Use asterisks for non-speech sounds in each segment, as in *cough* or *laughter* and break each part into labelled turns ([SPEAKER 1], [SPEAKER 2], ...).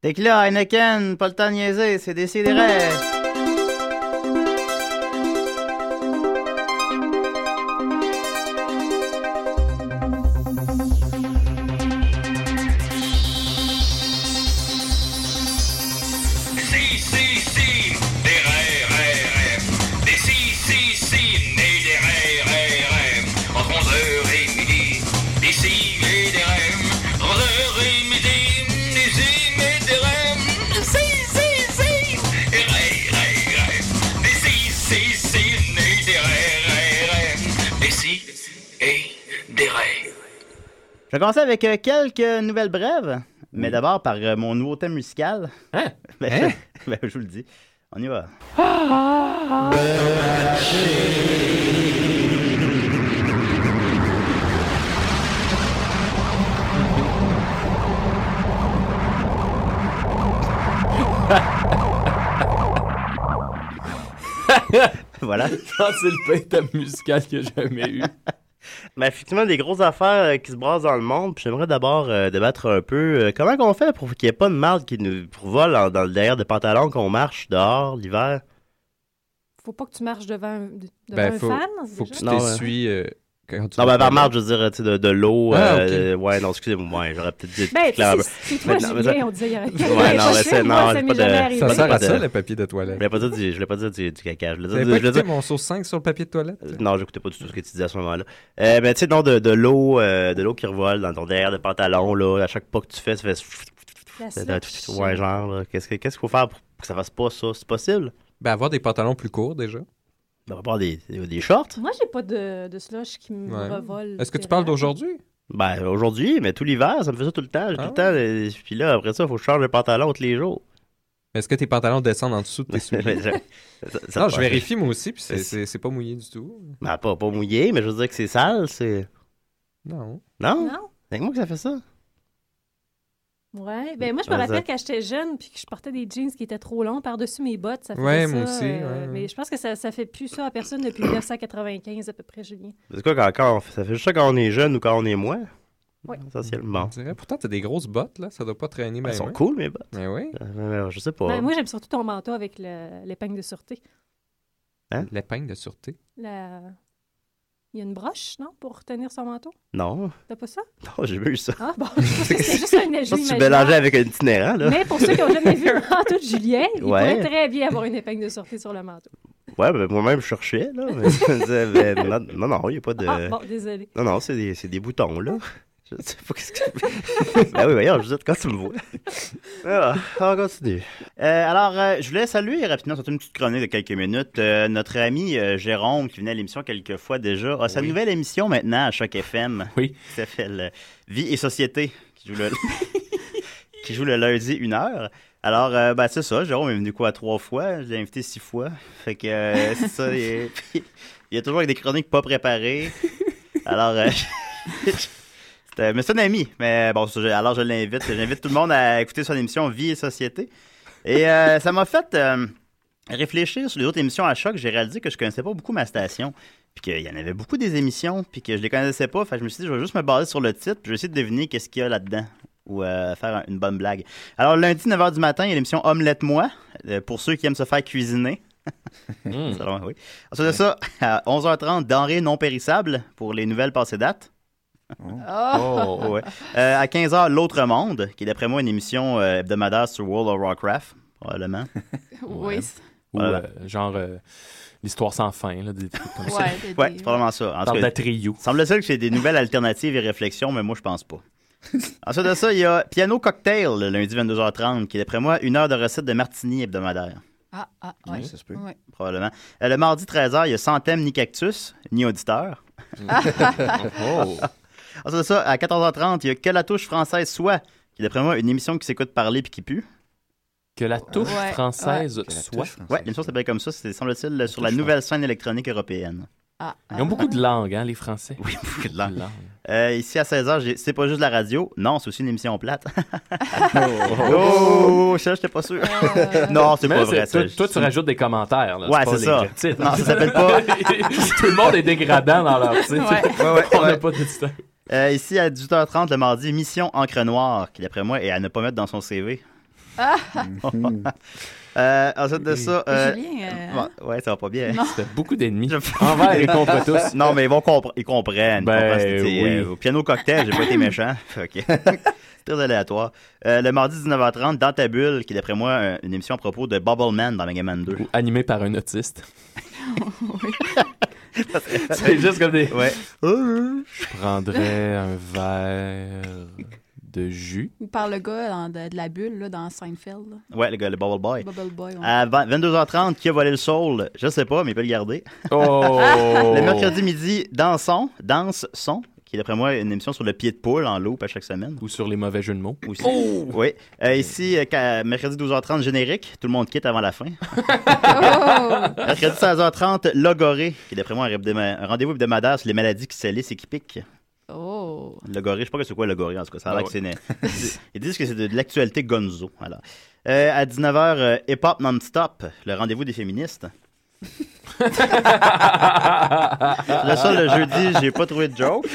[SPEAKER 1] T'es que là, Heineken, pas le temps de niaiser, c'est décidé.
[SPEAKER 2] Si, si, si, des rêves, rêves, Des si, si, si, nés des rêves, rêves, rêves. Entre 11h et midi, des si et des rêves. Entre 11h et midi, des si et des rêves. Si, si, si, des rêves, rêves, rêves. Des si, si, si, nés des rêves, rêves, rêves. Des si et des rêves.
[SPEAKER 1] Je vais commencer avec euh, quelques nouvelles brèves, mais d'abord par euh, mon nouveau thème musical.
[SPEAKER 3] Hein?
[SPEAKER 1] *laughs* Ben,
[SPEAKER 3] Hein?
[SPEAKER 1] je, ben, je vous le dis. On y
[SPEAKER 3] *laughs*
[SPEAKER 1] va. voilà.
[SPEAKER 3] Je
[SPEAKER 4] Ah,
[SPEAKER 3] pense que c'est le pire thème musical que j'ai jamais eu.
[SPEAKER 5] Ben, effectivement, des grosses affaires euh, qui se brassent dans le monde. Puis j'aimerais d'abord euh, débattre un peu. euh, comment qu'on fait pour qu'il n'y ait pas de marde qui nous vole en- dans le derrière des pantalons qu'on marche dehors l'hiver?
[SPEAKER 6] Faut pas que tu marches devant un, de- devant
[SPEAKER 3] Ben,
[SPEAKER 6] un
[SPEAKER 3] faut-
[SPEAKER 6] fan, c'est
[SPEAKER 3] Faut que
[SPEAKER 6] déjà?
[SPEAKER 3] tu
[SPEAKER 5] Non, ouais.
[SPEAKER 3] t'essuies euh, quand tu vas
[SPEAKER 5] Non, ben, par
[SPEAKER 3] parler.
[SPEAKER 5] marde, je veux dire, tu sais, de, de l'eau.
[SPEAKER 3] Ah,
[SPEAKER 5] euh, ouais, non, excusez-moi, ouais, j'aurais peut-être dit
[SPEAKER 6] Ben,
[SPEAKER 5] plus clair un peu.
[SPEAKER 6] c'est c'est toi,
[SPEAKER 5] Mais non, mais
[SPEAKER 6] Julien,
[SPEAKER 5] ça-
[SPEAKER 6] on disait.
[SPEAKER 5] Ouais, non, mais c'est- non,
[SPEAKER 6] Moi, ça
[SPEAKER 5] c'est
[SPEAKER 6] m'est
[SPEAKER 5] pas de-
[SPEAKER 6] jamais arrivé.
[SPEAKER 5] Ben,
[SPEAKER 3] Ça sert
[SPEAKER 5] pas
[SPEAKER 3] à
[SPEAKER 5] de-
[SPEAKER 3] ça, le papier de toilette.
[SPEAKER 5] Je voulais pas dire du, je voulais pas dire du, du caca. Je voulais dire,
[SPEAKER 3] T'avais
[SPEAKER 5] je
[SPEAKER 3] pas
[SPEAKER 5] voulais
[SPEAKER 3] écouté
[SPEAKER 5] dire-
[SPEAKER 3] mon sauce 5 sur le papier de toilette?
[SPEAKER 5] Euh, Non, j'écoutais pas du tout ce que tu disais à ce moment-là. Euh, ben, tu sais, non, de, de l'eau, euh, de l'eau qui revole dans ton derrière de pantalon, là. À chaque pas que tu fais, ça fait.
[SPEAKER 6] La slotch.
[SPEAKER 5] Ouais, genre, là. Qu'est-ce que- qu'est-ce qu'il faut faire pour que ça fasse pas ça? C'est possible?
[SPEAKER 3] Ben, avoir des pantalons plus courts, déjà.
[SPEAKER 5] Ben, à part des, des des shorts.
[SPEAKER 6] Moi, j'ai pas de, de slush qui me
[SPEAKER 3] Ouais.
[SPEAKER 6] revole.
[SPEAKER 3] Est-ce que tu
[SPEAKER 6] c'est
[SPEAKER 3] parles
[SPEAKER 6] rare.
[SPEAKER 3] d'aujourd'hui?
[SPEAKER 5] Ben, aujourd'hui, mais tout l'hiver, ça me fait ça tout le temps. J'ai
[SPEAKER 3] Ah.
[SPEAKER 5] Tout le temps, euh, puis là, après ça, il faut que je change de pantalon tous les jours.
[SPEAKER 3] Est-ce que tes pantalons descendent en dessous de tes souliers?
[SPEAKER 5] *laughs* Mais je- ça- ça-
[SPEAKER 3] Non, je vérifie moi aussi, puis c'est-
[SPEAKER 5] C'est-
[SPEAKER 3] c'est c'est pas mouillé du tout.
[SPEAKER 5] Ben, pas, pas mouillé, mais je veux dire que c'est sale, c'est.
[SPEAKER 3] Non.
[SPEAKER 5] Non?
[SPEAKER 6] Non.
[SPEAKER 5] C'est que moi que ça fait ça.
[SPEAKER 6] Ouais. Ben, moi, je me
[SPEAKER 5] Ah, ça-
[SPEAKER 6] rappelle quand j'étais jeune puis que je portais des jeans qui étaient trop longs par-dessus mes bottes. Ça faisait
[SPEAKER 3] Ouais,
[SPEAKER 6] ça,
[SPEAKER 3] moi aussi,
[SPEAKER 6] euh,
[SPEAKER 3] ouais, ouais.
[SPEAKER 6] Mais je pense que ça, ça fait plus ça à personne
[SPEAKER 5] *coughs*
[SPEAKER 6] depuis 1995 à peu près, Julien.
[SPEAKER 5] C'est quoi, quand, quand on fait- ça fait juste ça quand on est jeune ou quand on est moins?
[SPEAKER 6] Oui.
[SPEAKER 5] Essentiellement.
[SPEAKER 3] On dirait, pourtant, t'as des grosses bottes, là. Ça doit pas traîner, ben,
[SPEAKER 5] Elles sont
[SPEAKER 3] ouais.
[SPEAKER 5] cool, mes bottes.
[SPEAKER 3] Ben oui.
[SPEAKER 5] Euh, euh, Je sais pas.
[SPEAKER 6] Ben, moi, j'aime surtout ton manteau avec le- l'épingle de sûreté.
[SPEAKER 3] L'épingle de sûreté.
[SPEAKER 6] La- Il y a une broche, non, pour tenir son manteau?
[SPEAKER 5] Non, *laughs*
[SPEAKER 6] T'as pas ça?
[SPEAKER 5] non, j'ai vu ça. *laughs*
[SPEAKER 6] Ah, bon, je pensais que c'était juste un
[SPEAKER 5] Je
[SPEAKER 6] ajout
[SPEAKER 5] pense que tu
[SPEAKER 6] imaginaire.
[SPEAKER 5] mélangeais avec un itinérant, là.
[SPEAKER 6] Mais pour ceux qui ont jamais
[SPEAKER 5] *laughs*
[SPEAKER 6] vu le manteau de Julien, il
[SPEAKER 5] Ouais.
[SPEAKER 6] pourrait très bien avoir une épingle de sûreté sur le manteau.
[SPEAKER 5] Ouais, ben, moi-même, je cherchais, là. mais *laughs* je me disais, ben, non, non, non, il n'y a pas de.
[SPEAKER 6] Ah, bon, désolé.
[SPEAKER 5] Non, non, c'est des, c'est des boutons, là. *laughs* Je sais pas qu'est-ce que. *laughs* ben oui, voyons, je veux dire, quand tu me vois. *laughs* Ah, on continue. Euh, alors, euh, je voulais saluer rapidement, surtout une petite chronique de quelques minutes, euh, notre ami euh, Jérôme, qui venait à l'émission quelques fois déjà, a sa
[SPEAKER 3] Oui.
[SPEAKER 5] nouvelle émission maintenant à Choc *laughs* FM.
[SPEAKER 3] Oui.
[SPEAKER 5] Qui s'appelle euh, Vie et Société, qui joue le, *laughs* qui joue le lundi 1h. Alors, euh, ben, c'est ça, Jérôme est venu quoi, trois fois? Je l'ai invité six fois. Fait que, euh, c'est ça. et- puis, *laughs* il y a toujours avec des chroniques pas préparées. Alors, euh, *laughs* c'était- mais c'est un ami. Mais euh, bon, ça, je- alors je l'invite. J'invite tout le monde à écouter son émission Vie et Société. Et euh, ça m'a fait euh, réfléchir sur les autres émissions à choc. J'ai réalisé que je connaissais pas beaucoup ma station. Puis qu'il y en avait beaucoup des émissions. Puis que je les connaissais pas. Fait que je me suis dit, je vais juste me baser sur le titre. Puis je vais essayer de deviner qu'est-ce qu'il y a là-dedans. Ou euh, faire un- une bonne blague. Alors, lundi, 9h du matin, il y a l'émission Omelette-moi. euh, pour ceux qui aiment se faire cuisiner.
[SPEAKER 4] Hmm. Mm.
[SPEAKER 5] Ça va, oui. Ensuite de ça, *laughs* à 11h30, denrées non périssables pour les nouvelles passées dates.
[SPEAKER 3] Oh!
[SPEAKER 5] Ouais. Euh, à 15h, L'autre Monde, qui est d'après moi une émission euh, hebdomadaire sur World of Warcraft, probablement.
[SPEAKER 7] Oui,
[SPEAKER 4] Ou
[SPEAKER 5] Voilà.
[SPEAKER 4] euh, genre euh, l'histoire sans fin, là, des trucs comme ça.
[SPEAKER 7] ouais, t'as
[SPEAKER 5] Ouais,
[SPEAKER 7] des-
[SPEAKER 5] c'est probablement ça. En tout
[SPEAKER 4] Parle
[SPEAKER 5] cas,
[SPEAKER 4] d'Atriou.
[SPEAKER 5] Semble-t-il que c'est des nouvelles alternatives et réflexions, mais moi, je pense pas. Ensuite de ça, il y a Piano Cocktail, le lundi 22h30, qui est d'après moi une heure de recette de martini hebdomadaire,
[SPEAKER 7] Ah, ah, ouais.
[SPEAKER 4] Oui,
[SPEAKER 7] Oui,
[SPEAKER 4] ça
[SPEAKER 7] se peut. Ouais.
[SPEAKER 5] probablement. Euh, le mardi 13h, il y a Sans thème ni cactus, ni auditeur. *laughs*
[SPEAKER 3] Oh!
[SPEAKER 5] Ensuite de ça, à 14h30, il y a Que la touche française soit, qui est d'après moi une émission qui s'écoute parler puis qui pue.
[SPEAKER 4] Que la touche
[SPEAKER 7] Ouais,
[SPEAKER 4] française
[SPEAKER 7] ouais.
[SPEAKER 4] soit.
[SPEAKER 5] Ouais, l'émission s'appelle comme ça, Ah, c'est semble-t-il sur la
[SPEAKER 4] touche
[SPEAKER 5] nouvelle scène électronique européenne.
[SPEAKER 7] Ah, ah.
[SPEAKER 4] Ils ont beaucoup de langues, hein, les Français.
[SPEAKER 5] Oui, *laughs* beaucoup de
[SPEAKER 4] Langues.
[SPEAKER 5] langues. Euh, ici à 16h, j'ai- c'est pas juste la radio. Non, c'est aussi une émission plate. oh, *laughs* ça, j'étais pas sûr.
[SPEAKER 7] Euh,
[SPEAKER 5] Non, c'est
[SPEAKER 4] Mais
[SPEAKER 5] pas
[SPEAKER 4] là,
[SPEAKER 5] vrai.
[SPEAKER 4] c'est- toi,
[SPEAKER 5] ça.
[SPEAKER 4] toi, tu rajoutes des commentaires. Là.
[SPEAKER 5] Ouais,
[SPEAKER 4] pas
[SPEAKER 5] c'est
[SPEAKER 4] les
[SPEAKER 5] ça.
[SPEAKER 4] vrais titres.
[SPEAKER 5] Non, ça s'appelle
[SPEAKER 4] *laughs*
[SPEAKER 5] pas-
[SPEAKER 4] Tout le monde est dégradant dans leur titre.
[SPEAKER 7] Ouais.
[SPEAKER 5] Ouais, ouais,
[SPEAKER 4] *laughs* On
[SPEAKER 5] ouais.
[SPEAKER 4] n'a pas de titre.
[SPEAKER 5] Euh, ici à 18h30 le mardi, Mission Encre Noire, qui d'après moi est à ne pas mettre dans son CV. *laughs* Euh, ensuite de
[SPEAKER 4] Et-
[SPEAKER 5] ça. euh,
[SPEAKER 2] Julien, euh,
[SPEAKER 5] bon, ouais, ça va pas bien.
[SPEAKER 2] Non.
[SPEAKER 4] C'était beaucoup d'ennemis.
[SPEAKER 5] *laughs* Je-
[SPEAKER 4] Envers et *laughs* contre tous.
[SPEAKER 5] *laughs* Non, mais ils, vont compre- ils comprennent.
[SPEAKER 4] Ben,
[SPEAKER 5] Ils comprennent, c'était,
[SPEAKER 4] oui.
[SPEAKER 5] euh, au piano cocktail, j'ai pas été méchant. *laughs*
[SPEAKER 4] *laughs*
[SPEAKER 5] Fait que- Très aléatoire. Euh, le mardi 19h30, dans ta bulle, qui est d'après moi un- une émission à propos de Bubble Man dans Mega Man 2.
[SPEAKER 4] Ou animé par un autiste.
[SPEAKER 2] *laughs*
[SPEAKER 4] C'est juste comme des.
[SPEAKER 5] Ouais.
[SPEAKER 4] *laughs* Je prendrais un verre de jus.
[SPEAKER 2] ou par le gars dans- de, de la bulle là, dans Seinfeld, là.
[SPEAKER 5] Ouais, le gars, le Bubble Boy.
[SPEAKER 2] Bubble Boy. ouais.
[SPEAKER 5] À 20- 22h30, qui a volé le soul? Je sais pas, mais il peut le garder.
[SPEAKER 4] Oh!
[SPEAKER 5] Le mercredi midi, Dansons, Danse Son, qui est d'après moi une émission sur le pied de poule en loop à chaque semaine.
[SPEAKER 4] Ou sur les mauvais jeux de mots.
[SPEAKER 5] Aussi.
[SPEAKER 4] Oh.
[SPEAKER 5] Oui. Euh, ici, euh, qu'à- mercredi 12h30, générique. Tout le monde quitte avant
[SPEAKER 4] *laughs*
[SPEAKER 5] la fin.
[SPEAKER 2] Oh!
[SPEAKER 5] Mercredi 16h30, Logoré, qui est d'après moi un, hebdoma- un rendez-vous hebdomadaire sur les maladies qui se lissent et qui piquent.
[SPEAKER 2] Oh!
[SPEAKER 5] Logoré, je sais pas c'est quoi Logoré, en tout cas. Ça a
[SPEAKER 4] Ah
[SPEAKER 5] l'air
[SPEAKER 4] *laughs*
[SPEAKER 5] que c'est une- c'est- Ils disent que c'est de, de l'actualité gonzo. Voilà. Euh, à 19h, euh, Hip Hop Non-Stop, le rendez-vous
[SPEAKER 4] *laughs*
[SPEAKER 5] des féministes. Le seul le jeudi, j'ai pas trouvé de joke.